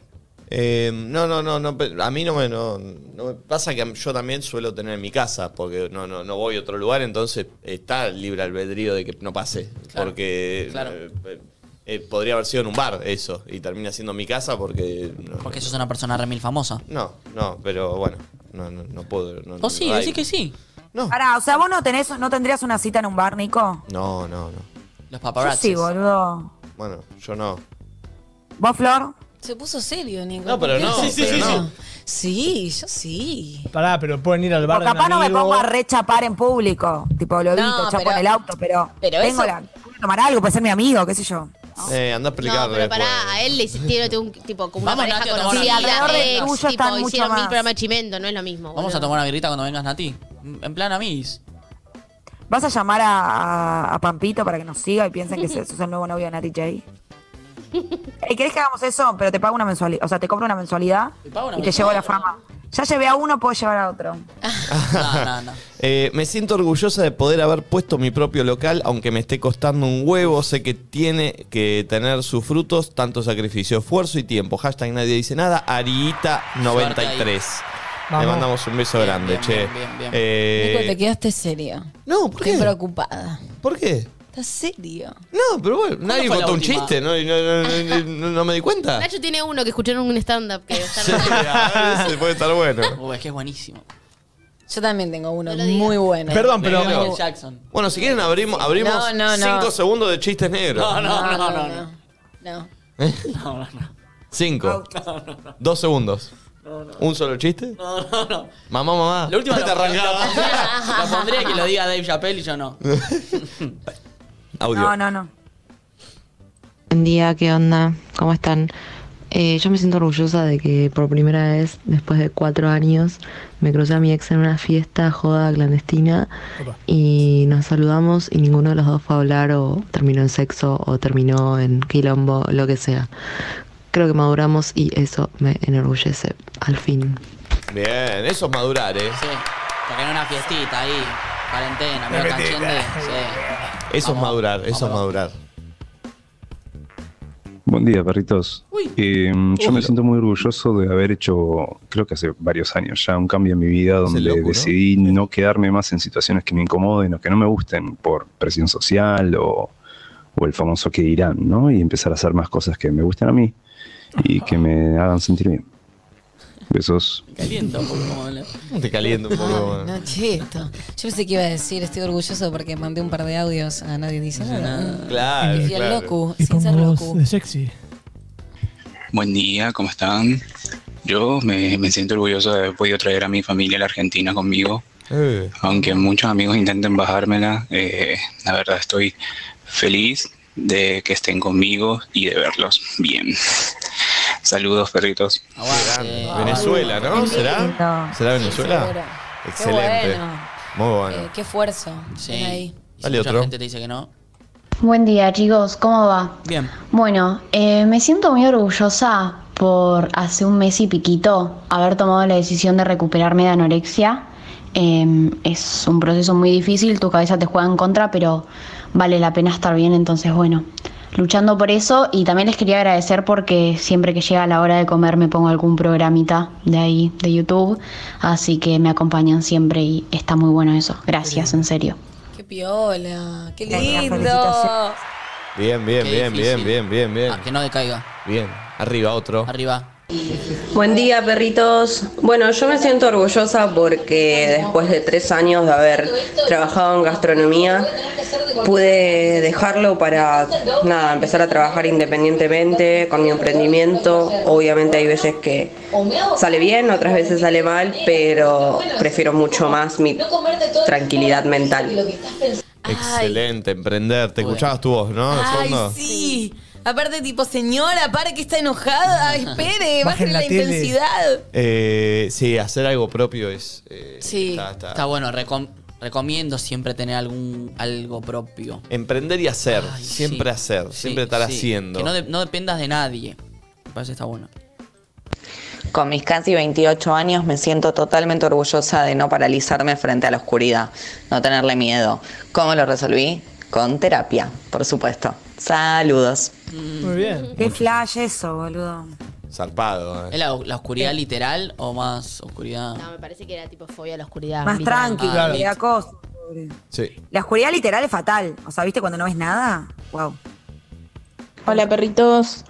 [SPEAKER 1] Eh, no, no, no, no, pe- a mí no me, no, no me- pasa que yo también suelo tener en mi casa, porque no, no, no voy a otro lugar, entonces está el libre albedrío de que no pase, porque
[SPEAKER 2] claro.
[SPEAKER 1] eh, eh, podría haber sido en un bar eso, y termina siendo mi casa porque... no,
[SPEAKER 2] Porque sos una persona remil famosa.
[SPEAKER 1] No, no, pero bueno, no, no, no puedo... No,
[SPEAKER 2] O Oh, sí,
[SPEAKER 1] no hay-
[SPEAKER 2] decís que sí.
[SPEAKER 1] No,
[SPEAKER 3] Pará, o sea, vos no tenés, no tendrías una cita en un bar, Nico.
[SPEAKER 1] no, no, no.
[SPEAKER 3] Yo
[SPEAKER 2] Los paparazzi.
[SPEAKER 3] sí, boludo.
[SPEAKER 1] Bueno, yo no.
[SPEAKER 3] ¿Vos, Flor?
[SPEAKER 4] Se puso serio, Nico.
[SPEAKER 1] No, pero
[SPEAKER 4] ¿Por qué?
[SPEAKER 1] no, Sí, sí, pero sí, no. sí.
[SPEAKER 4] Sí, yo sí.
[SPEAKER 5] Pará, pero pueden ir al bar.
[SPEAKER 3] O
[SPEAKER 5] de un
[SPEAKER 3] capaz no me
[SPEAKER 5] amigo.
[SPEAKER 3] pongo a rechapar en público. Tipo, lo
[SPEAKER 4] No,
[SPEAKER 3] evito, chapo
[SPEAKER 4] pero-
[SPEAKER 3] en el auto, pero,
[SPEAKER 4] pero
[SPEAKER 3] tengo
[SPEAKER 4] eso-
[SPEAKER 3] la. puedo tomar algo, puede ser mi amigo, qué sé yo.
[SPEAKER 1] Eh, anda a explicarle.
[SPEAKER 6] No, pero
[SPEAKER 1] después.
[SPEAKER 6] pará, a él
[SPEAKER 1] <laughs>
[SPEAKER 6] le hicieron un tipo como una
[SPEAKER 2] Vamos,
[SPEAKER 6] pareja
[SPEAKER 2] Nati, a tomar
[SPEAKER 6] conocida,
[SPEAKER 2] una birra. Sí, alrededor del
[SPEAKER 6] ex, tipo,
[SPEAKER 3] tuyo están mucho
[SPEAKER 6] hicieron mil
[SPEAKER 3] más.
[SPEAKER 6] programas de chimento, no es lo mismo.
[SPEAKER 2] Vamos a tomar una birrita cuando vengas, Nati. En plan <laughs> amigos.
[SPEAKER 3] ¿Vas a llamar a, a- a Pampito para que nos siga y piensen que sos sos el nuevo novio
[SPEAKER 4] <laughs>
[SPEAKER 3] de Nati J? ¿Y querés que hagamos eso? Pero te pago una mensualidad. O sea, te compro una mensualidad y
[SPEAKER 2] pago una
[SPEAKER 3] te llevo la fama. Ya llevé a uno, puedo llevar a otro.
[SPEAKER 2] No, no, no.
[SPEAKER 1] Eh, me siento orgullosa de poder haber puesto mi propio local, aunque me esté costando un huevo. Sé que tiene que tener sus frutos, tanto sacrificio, esfuerzo y tiempo. Hashtag nadie dice nada. Ariita93. Le
[SPEAKER 5] Vamos.
[SPEAKER 1] mandamos un beso grande,
[SPEAKER 2] bien,
[SPEAKER 1] che.
[SPEAKER 2] bien, bien, bien.
[SPEAKER 1] Eh,
[SPEAKER 4] Nico, te quedaste seria.
[SPEAKER 1] No, ¿por qué?
[SPEAKER 4] Estoy preocupada.
[SPEAKER 1] ¿Por qué?
[SPEAKER 4] Estás serio.
[SPEAKER 1] No, pero bueno, nadie
[SPEAKER 2] fue la
[SPEAKER 1] contó un
[SPEAKER 2] última?
[SPEAKER 1] chiste, no, Y no, no, no, no- no me
[SPEAKER 4] <laughs>
[SPEAKER 1] di cuenta. <laughs>
[SPEAKER 6] Nacho tiene uno que escucharon un stand-up que está
[SPEAKER 1] Sí, a
[SPEAKER 4] <laughs>
[SPEAKER 1] veces puede estar bueno.
[SPEAKER 2] Uy, es que es buenísimo.
[SPEAKER 4] Yo también tengo uno
[SPEAKER 6] No lo digas.
[SPEAKER 4] muy bueno.
[SPEAKER 5] Perdón, pero.
[SPEAKER 1] Negro.
[SPEAKER 2] Michael Jackson.
[SPEAKER 1] Bueno, si quieren abrimos, abrimos
[SPEAKER 4] No, no, no.
[SPEAKER 1] cinco segundos de chistes negros.
[SPEAKER 2] No, no, no, no. no,
[SPEAKER 4] No.
[SPEAKER 2] No, no, no.
[SPEAKER 1] <laughs> Cinco. Dos segundos. ¿Un solo chiste?
[SPEAKER 2] No, no, no.
[SPEAKER 1] Mamá, mamá.
[SPEAKER 2] Lo último
[SPEAKER 1] Ahí
[SPEAKER 2] lo,
[SPEAKER 1] te
[SPEAKER 2] lo,
[SPEAKER 1] arrancaba.
[SPEAKER 4] <laughs>
[SPEAKER 2] pondría- lo pondría que lo diga Dave Chappelle y yo no.
[SPEAKER 1] Audio.
[SPEAKER 3] No, no, no.
[SPEAKER 11] Buen día, ¿qué onda? ¿Cómo están? Eh, yo me siento orgullosa de que por primera vez, después de cuatro años, me crucé a mi ex en una fiesta joda clandestina
[SPEAKER 5] Opa.
[SPEAKER 11] y nos saludamos y ninguno de los dos fue a hablar o terminó en sexo o terminó en quilombo, lo que sea. Creo que maduramos y eso me enorgullece, al fin.
[SPEAKER 1] Bien, eso es madurar, ¿eh?
[SPEAKER 2] Sí. Porque era una fiestita ahí. Cuarentena, medio <laughs> cachende. Sí.
[SPEAKER 1] Eso es madurar, eso es madurar.
[SPEAKER 12] Buen día, perritos. Eh, yo me siento muy orgulloso de haber hecho, creo que hace varios años ya, un cambio en mi vida donde
[SPEAKER 1] loco, ¿no?
[SPEAKER 12] decidí no quedarme más en situaciones que me incomoden o que no me gusten por presión social o, o el famoso que dirán, ¿no? Y empezar a hacer más cosas que me gusten a mí y que me hagan sentir bien. Besos.
[SPEAKER 2] Calienta un poco como le-
[SPEAKER 1] Te calienta un poco.
[SPEAKER 4] Ay, no, che, esto. Yo pensé que iba a decir, estoy orgulloso porque mandé un par de audios a nadie dice nada.
[SPEAKER 1] Claro,
[SPEAKER 4] Y al
[SPEAKER 1] claro.
[SPEAKER 4] locu,
[SPEAKER 5] Y
[SPEAKER 4] sin ser
[SPEAKER 5] pongo voz
[SPEAKER 4] locu.
[SPEAKER 5] de sexy.
[SPEAKER 13] Buen día, ¿cómo están? Yo me, me siento orgulloso de haber podido traer a mi familia a la Argentina conmigo,
[SPEAKER 1] Eh,
[SPEAKER 13] aunque muchos amigos intenten bajármela, eh, la verdad estoy feliz de que estén conmigo y de verlos bien. Saludos, perritos.
[SPEAKER 2] Aguante.
[SPEAKER 1] Venezuela, ¿no? ¿Será?
[SPEAKER 3] lindo.
[SPEAKER 1] ¿Será
[SPEAKER 4] seguro.
[SPEAKER 1] Venezuela?
[SPEAKER 4] Qué
[SPEAKER 1] Excelente.
[SPEAKER 4] bueno.
[SPEAKER 1] Muy
[SPEAKER 4] Eh,
[SPEAKER 1] bueno.
[SPEAKER 4] qué esfuerzo.
[SPEAKER 2] Sí.
[SPEAKER 4] Ven ahí.
[SPEAKER 2] Y si
[SPEAKER 1] Dale
[SPEAKER 2] mucha
[SPEAKER 1] otro.
[SPEAKER 2] gente te dice que no.
[SPEAKER 8] Buen día chicos, ¿cómo va?
[SPEAKER 2] Bien.
[SPEAKER 8] Bueno, eh, me siento muy orgullosa por hace un mes y piquito haber tomado la decisión de recuperarme de anorexia. Eh, es un proceso muy difícil, tu cabeza te juega en contra, pero vale la pena estar bien, entonces bueno, luchando por eso y también les quería agradecer porque siempre que llega la hora de comer me pongo algún programita de ahí, de YouTube, así que me acompañan siempre y está muy bueno eso. Gracias, en serio.
[SPEAKER 4] Qué piola. Qué
[SPEAKER 3] Venga,
[SPEAKER 4] lindo.
[SPEAKER 3] felicitaciones.
[SPEAKER 1] Bien, bien,
[SPEAKER 2] Qué
[SPEAKER 1] bien, bien,
[SPEAKER 2] difícil.
[SPEAKER 1] bien, bien, bien.
[SPEAKER 2] Ah, que no decaiga.
[SPEAKER 1] Bien. Arriba otro.
[SPEAKER 2] Arriba.
[SPEAKER 14] Buen día, perritos. Bueno, yo me siento orgullosa porque después de tres años de haber trabajado en gastronomía, pude dejarlo para nada, empezar a trabajar independientemente con mi emprendimiento. Obviamente hay veces que sale bien, otras veces sale mal, pero prefiero mucho más mi tranquilidad mental.
[SPEAKER 4] Ay.
[SPEAKER 1] Excelente, emprender. Te escuchabas tu voz, ¿no? De
[SPEAKER 4] Ay,
[SPEAKER 1] fondo.
[SPEAKER 4] sí. Aparte, tipo, señora, para que está enojada. Ay, Espere,
[SPEAKER 5] Bajen
[SPEAKER 4] bajen la,
[SPEAKER 5] la tele.
[SPEAKER 4] intensidad.
[SPEAKER 1] Eh, sí, hacer algo propio es. eh,
[SPEAKER 4] Sí.
[SPEAKER 1] está- está-
[SPEAKER 2] Está bueno, recom- recomiendo siempre tener algún algo propio.
[SPEAKER 1] Emprender y hacer.
[SPEAKER 2] Ay,
[SPEAKER 1] siempre
[SPEAKER 2] sí.
[SPEAKER 1] hacer.
[SPEAKER 2] Sí,
[SPEAKER 1] siempre estar
[SPEAKER 2] sí.
[SPEAKER 1] haciendo.
[SPEAKER 2] Que no, de- no dependas de nadie. Me parece que está bueno.
[SPEAKER 14] Con mis casi 28 años me siento totalmente orgullosa de no paralizarme frente a la oscuridad, no tenerle miedo. ¿Cómo lo resolví? Con terapia, por supuesto. Saludos.
[SPEAKER 5] Muy bien.
[SPEAKER 3] Qué flash eso, boludo.
[SPEAKER 1] Zarpado. eh.
[SPEAKER 2] ¿Es la, la oscuridad literal o más oscuridad?
[SPEAKER 6] No, me parece que era tipo fobia a la
[SPEAKER 4] Ah,
[SPEAKER 6] oscuridad.
[SPEAKER 3] Más
[SPEAKER 6] literal.
[SPEAKER 3] tranqui,
[SPEAKER 5] Claro.
[SPEAKER 3] la cosa. pobre.
[SPEAKER 1] Sí.
[SPEAKER 3] La oscuridad literal es fatal. O sea, ¿viste cuando no ves nada? Wow.
[SPEAKER 15] Hola perritos.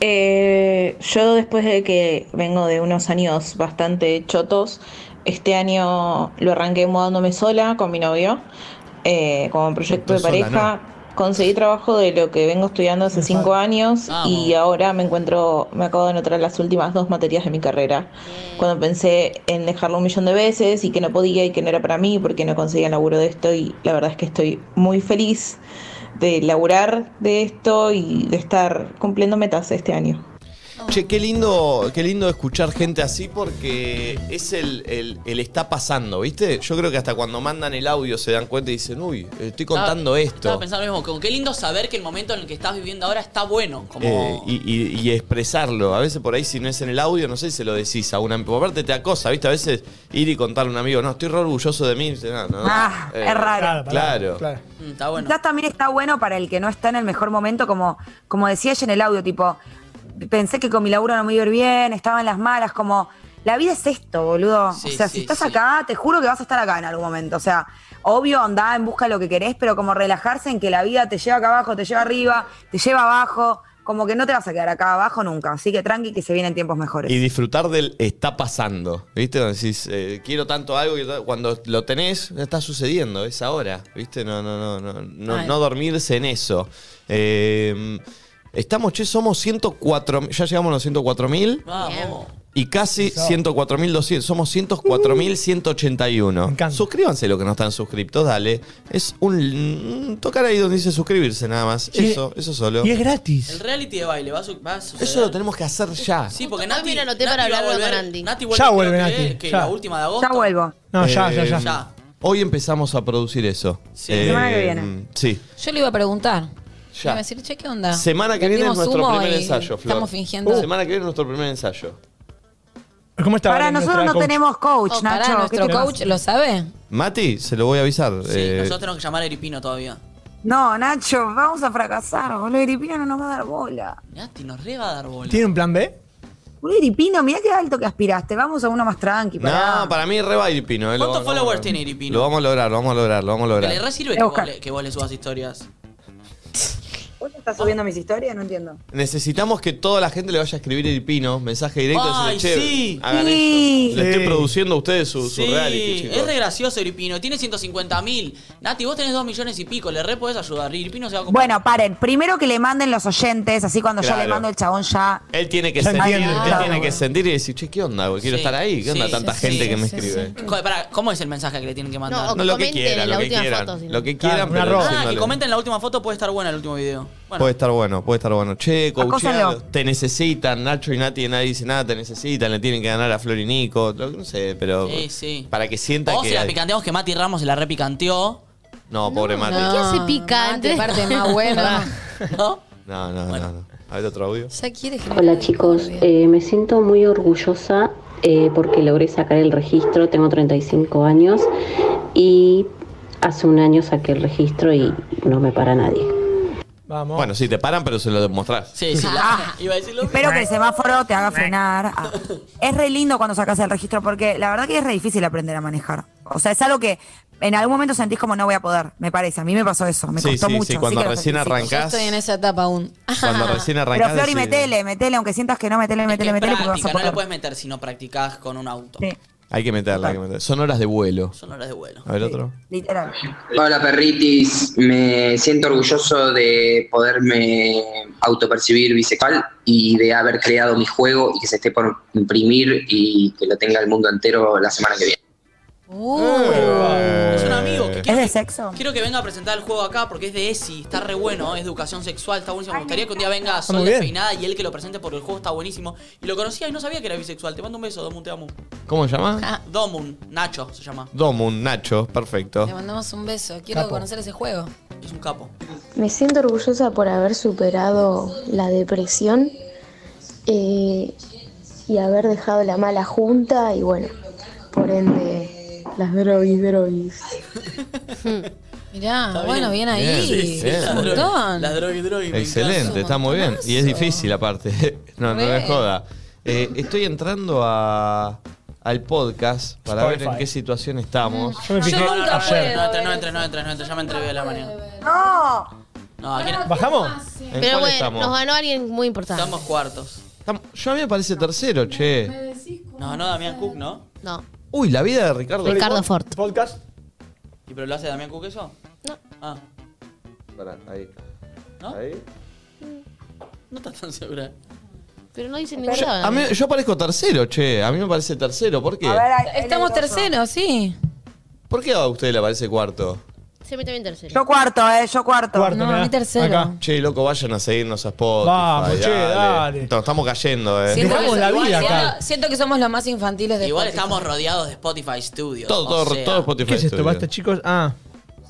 [SPEAKER 15] Eh, yo después de que vengo de unos años bastante chotos, este año lo arranqué mudándome sola con mi novio, eh, como proyecto de
[SPEAKER 5] Sola,
[SPEAKER 15] pareja. Conseguí trabajo de lo que vengo estudiando hace cinco años y ahora me encuentro, me acabo de anotar las últimas dos materias de mi carrera. Cuando pensé en dejarlo un millón de veces y que no podía y que no era para mí porque no conseguía laburo de esto y la verdad es que estoy muy feliz de laburar de esto y de estar cumpliendo metas este año.
[SPEAKER 1] Che, qué lindo, qué lindo escuchar gente así porque es el, el- el está pasando, ¿viste? Yo creo que hasta cuando mandan el audio se dan cuenta y dicen, uy, estoy contando
[SPEAKER 2] Estaba-
[SPEAKER 1] esto.
[SPEAKER 2] Estaba pensando lo mismo, como qué lindo saber que el momento en el que estás viviendo ahora está bueno. Como
[SPEAKER 1] Eh, y, y- y expresarlo. A veces por ahí, si no es en el audio, no sé si se lo decís a una. Aparte, te acosa, ¿viste? A veces ir y contarle a un amigo, no, estoy re orgulloso de mí. No, no, Eh,
[SPEAKER 3] Ah, es raro.
[SPEAKER 1] Claro.
[SPEAKER 3] Claro,
[SPEAKER 2] Mm, está bueno.
[SPEAKER 3] Quizás también está bueno para el que no está en el mejor momento, como, como decía ella en el audio, tipo, pensé que con mi laburo no me iba a ir bien, estaba en las malas, como, la vida es esto, boludo.
[SPEAKER 16] Sí,
[SPEAKER 3] o sea,
[SPEAKER 16] sí,
[SPEAKER 3] si estás acá, te juro que vas a estar acá en algún momento. O sea, obvio, andá en busca de lo que querés, pero como relajarse en que la vida te lleva acá abajo, te lleva arriba, te lleva abajo, como que no te vas a quedar acá abajo nunca. Así que tranqui, que se vienen tiempos mejores.
[SPEAKER 1] Y disfrutar del está pasando, ¿viste? Cuando decís, eh, quiero tanto algo, quiero ta- cuando lo tenés, está sucediendo, es ahora, ¿viste? No, no, no, no, no,
[SPEAKER 17] Ay.
[SPEAKER 1] no dormirse en eso. Eh, estamos, che, somos 104, ya llegamos a los 104 mil
[SPEAKER 2] Vamos.
[SPEAKER 1] y casi 104 mil 200, somos 104 mil 181. Suscríbanse los que no están suscriptos, dale. Es un, un tocar ahí donde dice suscribirse nada más,
[SPEAKER 5] Y-
[SPEAKER 1] eso, eso solo.
[SPEAKER 5] y es gratis.
[SPEAKER 2] El reality de baile va a, su- va a suceder.
[SPEAKER 1] Eso lo tenemos que hacer ya.
[SPEAKER 2] Sí, porque Nati,
[SPEAKER 6] me anoté
[SPEAKER 2] Nati
[SPEAKER 6] para
[SPEAKER 2] va a
[SPEAKER 6] hablarlo con
[SPEAKER 2] volver-
[SPEAKER 6] Andy.
[SPEAKER 2] Nati
[SPEAKER 1] Ya
[SPEAKER 2] creo
[SPEAKER 1] vuelve
[SPEAKER 2] que
[SPEAKER 1] Nati,
[SPEAKER 2] es, que
[SPEAKER 1] ya.
[SPEAKER 2] la última de agosto.
[SPEAKER 3] Ya vuelvo.
[SPEAKER 5] No, ya, ya,
[SPEAKER 2] Eh,
[SPEAKER 5] ya.
[SPEAKER 1] Hoy empezamos a producir eso. Sí,
[SPEAKER 4] Semana que viene.
[SPEAKER 1] Sí,
[SPEAKER 4] Yo le iba a preguntar. Le iba
[SPEAKER 1] ya.
[SPEAKER 4] a decir, che, ¿qué onda?
[SPEAKER 1] Semana que viene es
[SPEAKER 4] Metimos
[SPEAKER 1] nuestro
[SPEAKER 4] humo
[SPEAKER 1] primer
[SPEAKER 4] y
[SPEAKER 1] ensayo, Flor. Uh.
[SPEAKER 4] Estamos fingiendo.
[SPEAKER 1] Semana que viene es nuestro primer ensayo.
[SPEAKER 5] ¿Cómo está?
[SPEAKER 4] Para
[SPEAKER 5] ahora
[SPEAKER 4] nosotros
[SPEAKER 5] nuestra
[SPEAKER 4] no
[SPEAKER 5] coach?
[SPEAKER 4] tenemos coach,
[SPEAKER 3] Oh,
[SPEAKER 4] Nacho.
[SPEAKER 3] pará,
[SPEAKER 4] ¿Nuestro
[SPEAKER 3] ¿qué te
[SPEAKER 4] coach lo sabe?
[SPEAKER 1] Mati, se lo voy a avisar. eh,
[SPEAKER 2] Nosotros tenemos que llamar a Eripino todavía.
[SPEAKER 3] No, Nacho, vamos a fracasar, boludo. Iripino no nos va a dar bola.
[SPEAKER 2] Nati nos re va a dar bola.
[SPEAKER 5] ¿Tiene un plan B?
[SPEAKER 3] Boludo, Iripino, mirá qué alto que aspiraste. Vamos a uno más tranqui. pará.
[SPEAKER 1] No, para mí re va Iripino. eh, lo-
[SPEAKER 2] ¿Cuántos
[SPEAKER 1] lo-
[SPEAKER 2] followers tiene Iripino?
[SPEAKER 1] Lo vamos a lograr, lo vamos a lograr, lo vamos a
[SPEAKER 2] Que le
[SPEAKER 1] lograr.
[SPEAKER 2] re sirve
[SPEAKER 3] Voy
[SPEAKER 2] que
[SPEAKER 3] a
[SPEAKER 2] vos
[SPEAKER 3] buscar.
[SPEAKER 2] le, que vos le subas historias.
[SPEAKER 3] ¿Vos estás subiendo mis historias? No entiendo.
[SPEAKER 1] Necesitamos que toda la gente le vaya a escribir Iripino, mensaje directo.
[SPEAKER 2] Ay,
[SPEAKER 1] decirle, che,
[SPEAKER 2] sí.
[SPEAKER 1] hagan
[SPEAKER 2] Sí.
[SPEAKER 1] esto. Le estoy
[SPEAKER 2] Sí.
[SPEAKER 1] produciendo a ustedes su, su
[SPEAKER 2] Sí,
[SPEAKER 1] reality, chicos.
[SPEAKER 2] es re gracioso Iripino. Tiene 150 mil. Nati, vos tenés 2 millones y pico. Le re podés ayudar. Iripino se va a comprar.
[SPEAKER 3] Bueno, paren. Primero que le manden los oyentes, así cuando yo
[SPEAKER 1] Claro.
[SPEAKER 3] le mando el chabón ya.
[SPEAKER 1] Él tiene que
[SPEAKER 3] Ya
[SPEAKER 1] sentir,
[SPEAKER 3] entiendo.
[SPEAKER 1] él
[SPEAKER 3] Claro,
[SPEAKER 1] tiene que
[SPEAKER 3] bueno.
[SPEAKER 1] sentir y decir, che, ¿qué onda? güey? Quiero
[SPEAKER 2] Sí,
[SPEAKER 1] estar ahí. ¿Qué onda
[SPEAKER 2] sí,
[SPEAKER 1] tanta
[SPEAKER 2] sí,
[SPEAKER 1] gente
[SPEAKER 2] sí,
[SPEAKER 1] que me
[SPEAKER 2] sí,
[SPEAKER 1] escribe?
[SPEAKER 2] Co- pará, ¿Cómo es el mensaje que le tienen que mandar?
[SPEAKER 1] No, lo que quieran, lo que quieran. lo que quieran, pero
[SPEAKER 2] Ah, que
[SPEAKER 1] diciéndole-
[SPEAKER 2] comenten en la última foto puede estar buena el último video. Bueno,
[SPEAKER 1] Puede estar bueno, puede estar bueno. Che, coachealo,
[SPEAKER 2] Acósalo.
[SPEAKER 1] te necesitan, Nacho y Nati, nadie dice nada, te necesitan, le tienen que ganar a Flor y Nico, lo- no sé, pero
[SPEAKER 2] Sí, sí.
[SPEAKER 1] para que sienta
[SPEAKER 2] o
[SPEAKER 1] que...
[SPEAKER 2] si la picanteamos que Mati Ramos se la repicanteó.
[SPEAKER 1] No, pobre Mati.
[SPEAKER 4] ¿Qué hace
[SPEAKER 6] picante?
[SPEAKER 4] parte
[SPEAKER 6] <laughs>
[SPEAKER 4] más buena.
[SPEAKER 1] No, no, no, no. A ver otro audio.
[SPEAKER 4] Ya quiere que-
[SPEAKER 16] Hola chicos, Eh, me siento muy orgullosa eh, porque logré sacar el registro, tengo 35 años y hace un año saqué el registro y no me para nadie.
[SPEAKER 5] Vamos.
[SPEAKER 1] Bueno, sí, te paran, pero se lo demostrás.
[SPEAKER 2] Sí, sí.
[SPEAKER 3] Ah, espero que el semáforo te haga frenar. Ah. Es re lindo cuando sacas el registro porque la verdad que es re difícil aprender a manejar. O sea, es algo que en algún momento sentís como no voy a poder, me parece. A mí me pasó eso, me
[SPEAKER 1] Sí,
[SPEAKER 3] costó
[SPEAKER 1] sí,
[SPEAKER 3] mucho.
[SPEAKER 1] sí,
[SPEAKER 3] así
[SPEAKER 1] cuando
[SPEAKER 3] que lo
[SPEAKER 1] recién
[SPEAKER 3] felicito.
[SPEAKER 1] arrancás.
[SPEAKER 4] Yo estoy en esa etapa aún. <laughs>
[SPEAKER 1] Cuando recién arrancás...
[SPEAKER 3] Pero Flori,
[SPEAKER 1] decís-
[SPEAKER 3] metele, metele, aunque sientas que no, metele, metele, metele, porque vas a
[SPEAKER 2] Práctica, no
[SPEAKER 3] poder.
[SPEAKER 2] la puedes meter si no practicás con un auto.
[SPEAKER 1] Hay que meterla, hay que meterla. Son horas de vuelo.
[SPEAKER 2] Son horas de vuelo.
[SPEAKER 1] A ver otro.
[SPEAKER 3] Literal.
[SPEAKER 18] Hola perritis, me siento orgulloso de poderme autopercibir bisexual y de haber creado mi juego y que se esté por imprimir y que lo tenga el mundo entero la semana que viene.
[SPEAKER 2] Es un amigo
[SPEAKER 1] Eh.
[SPEAKER 2] que
[SPEAKER 3] ¿Es de sexo?
[SPEAKER 2] Quiero que venga a presentar el juego acá porque es de ESI, está re bueno, es educación sexual, está buenísimo. Me gustaría que un día venga Sol
[SPEAKER 5] muy bien.
[SPEAKER 2] Despeinada y él que lo presente porque el juego está buenísimo. Y lo conocía y no sabía que era bisexual. Te mando un beso, Domun, te amo.
[SPEAKER 1] ¿Cómo se
[SPEAKER 4] Ah.
[SPEAKER 1] llama?
[SPEAKER 2] Domun, Nacho se llama.
[SPEAKER 1] Domun, Nacho, perfecto.
[SPEAKER 4] Le mandamos un beso. Quiero
[SPEAKER 1] Capo.
[SPEAKER 4] conocer ese juego.
[SPEAKER 2] Es un capo.
[SPEAKER 16] Me siento orgullosa por haber superado la depresión eh, y haber dejado la mala junta y bueno, por ende las droguis, droguis.
[SPEAKER 4] Mirá, bueno, bien, ahí.
[SPEAKER 1] Sí, sí,
[SPEAKER 4] Un
[SPEAKER 1] las drogas-
[SPEAKER 4] montón.
[SPEAKER 2] las drogas y drogas, me
[SPEAKER 1] Excelente, está muy bien. Y es difícil aparte. <laughs> No, no
[SPEAKER 4] Re.
[SPEAKER 1] me joda. Eh, estoy entrando a, al podcast para ver en
[SPEAKER 2] Spotify.
[SPEAKER 1] qué situación estamos.
[SPEAKER 5] Mm,
[SPEAKER 2] No, no, no, no, no entres, no entres, no entres, no entres, ya me entregué a la mañana.
[SPEAKER 3] ¡No!
[SPEAKER 2] No, aquí no.
[SPEAKER 1] ¿Bajamos? ¿En
[SPEAKER 6] Pero
[SPEAKER 1] cuál
[SPEAKER 6] bueno,
[SPEAKER 1] estamos?
[SPEAKER 6] nos ganó alguien muy importante.
[SPEAKER 2] Estamos cuartos.
[SPEAKER 1] Estamos- Yo a mí me parece tercero, che.
[SPEAKER 2] No, no, Damián Cook, ¿no?
[SPEAKER 6] No.
[SPEAKER 1] Uy, la vida de Ricardo.
[SPEAKER 6] Ricardo Ford.
[SPEAKER 5] Podcast.
[SPEAKER 2] ¿Y pero lo hace Damián Cook eso? No. Ah.
[SPEAKER 1] Pará, ahí está.
[SPEAKER 2] ¿No?
[SPEAKER 1] Ahí.
[SPEAKER 2] No estás tan segura.
[SPEAKER 6] Pero no dicen
[SPEAKER 1] Yo,
[SPEAKER 6] ninguna.
[SPEAKER 1] a mí- yo aparezco tercero, che. A mí me parece tercero. ¿Por qué?
[SPEAKER 4] Estamos terceros, sí.
[SPEAKER 1] ¿Por qué a usted le parece cuarto?
[SPEAKER 6] Se mete bien tercero.
[SPEAKER 3] Yo cuarto, eh, yo cuarto.
[SPEAKER 1] Cuarto,
[SPEAKER 4] No, a mirá. mí tercero. Acá.
[SPEAKER 1] Che, loco, vayan a seguirnos a Spotify.
[SPEAKER 5] Vamos, che,
[SPEAKER 1] Nos estamos cayendo, eh.
[SPEAKER 4] Siento que, igual siento- siento que somos los más infantiles de
[SPEAKER 2] Igual
[SPEAKER 4] Spotify.
[SPEAKER 2] estamos rodeados de Spotify Studios.
[SPEAKER 1] Todo,
[SPEAKER 2] o
[SPEAKER 1] todo,
[SPEAKER 2] sea,
[SPEAKER 1] todo Spotify.
[SPEAKER 5] ¿Qué es esto?
[SPEAKER 1] Studio.
[SPEAKER 5] ¿Basta, chicos? Ah.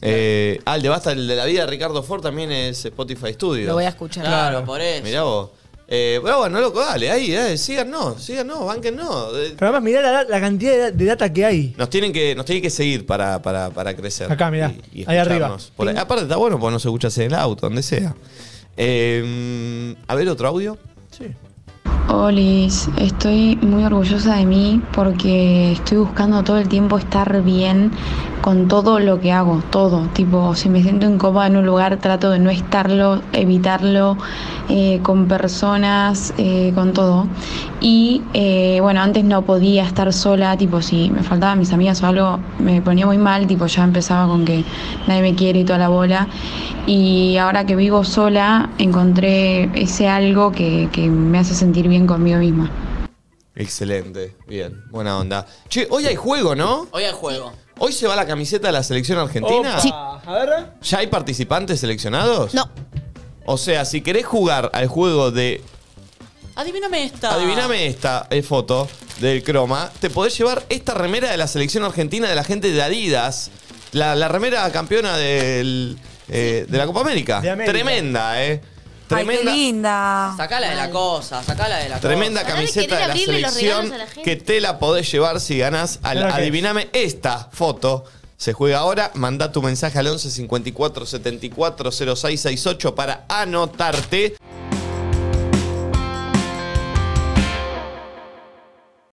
[SPEAKER 1] Eh, ah, el de Basta, el de la vida de Ricardo Ford también es Spotify Studio.
[SPEAKER 4] Lo voy a escuchar.
[SPEAKER 2] Claro, por eso.
[SPEAKER 1] Mirá vos. Eh, pero bueno, loco, dale, ahí, dale, síganos, síganos, bánquennos. Eh,
[SPEAKER 5] Pero además, mirá la, la cantidad de, de data que hay.
[SPEAKER 1] Nos tienen que, nos tienen que seguir para, para, para crecer.
[SPEAKER 5] Acá, mirá.
[SPEAKER 1] y
[SPEAKER 5] ahí arriba.
[SPEAKER 1] escucharnos por ahí. Aparte está bueno porque nos escuchas en el auto, donde sea. Eh, a ver, otro audio.
[SPEAKER 8] Olis, estoy muy orgullosa de mí porque estoy buscando todo el tiempo estar bien con todo lo que hago, todo. Tipo, si me siento incómoda en un lugar, trato de no estarlo, evitarlo, eh, con personas, eh, con todo. Y eh, bueno, antes no podía estar sola, tipo, si me faltaban mis amigas o algo, me ponía muy mal, tipo, ya empezaba con que nadie me quiere y toda la bola. Y ahora que vivo sola, encontré ese algo que, que me hace sentir bien conmigo misma.
[SPEAKER 1] Excelente, bien, buena onda. Che, hoy hay juego, ¿no?
[SPEAKER 2] Hoy hay juego.
[SPEAKER 1] Hoy se va la camiseta de la selección argentina.
[SPEAKER 5] A ver.
[SPEAKER 1] ¿Ya hay participantes seleccionados?
[SPEAKER 6] No.
[SPEAKER 1] O sea, si querés jugar al juego de <laughs>
[SPEAKER 2] Adivíname esta.
[SPEAKER 1] Adivíname esta eh, foto del croma. Te podés llevar esta remera de la selección argentina de la gente de Adidas. La, la remera campeona del, eh, de la Copa América.
[SPEAKER 2] De América.
[SPEAKER 1] Tremenda, ¿eh?
[SPEAKER 3] Ay, qué
[SPEAKER 1] Tremenda,
[SPEAKER 3] linda.
[SPEAKER 2] Sacala de la cosa, sacala de la
[SPEAKER 1] tremenda
[SPEAKER 2] cosa.
[SPEAKER 1] camiseta de la selección que te la podés llevar si ganás. al-
[SPEAKER 2] Mirá que-
[SPEAKER 1] adiviname esta foto. Se juega ahora. Mandá tu mensaje al 11 54 74 06 68 para anotarte.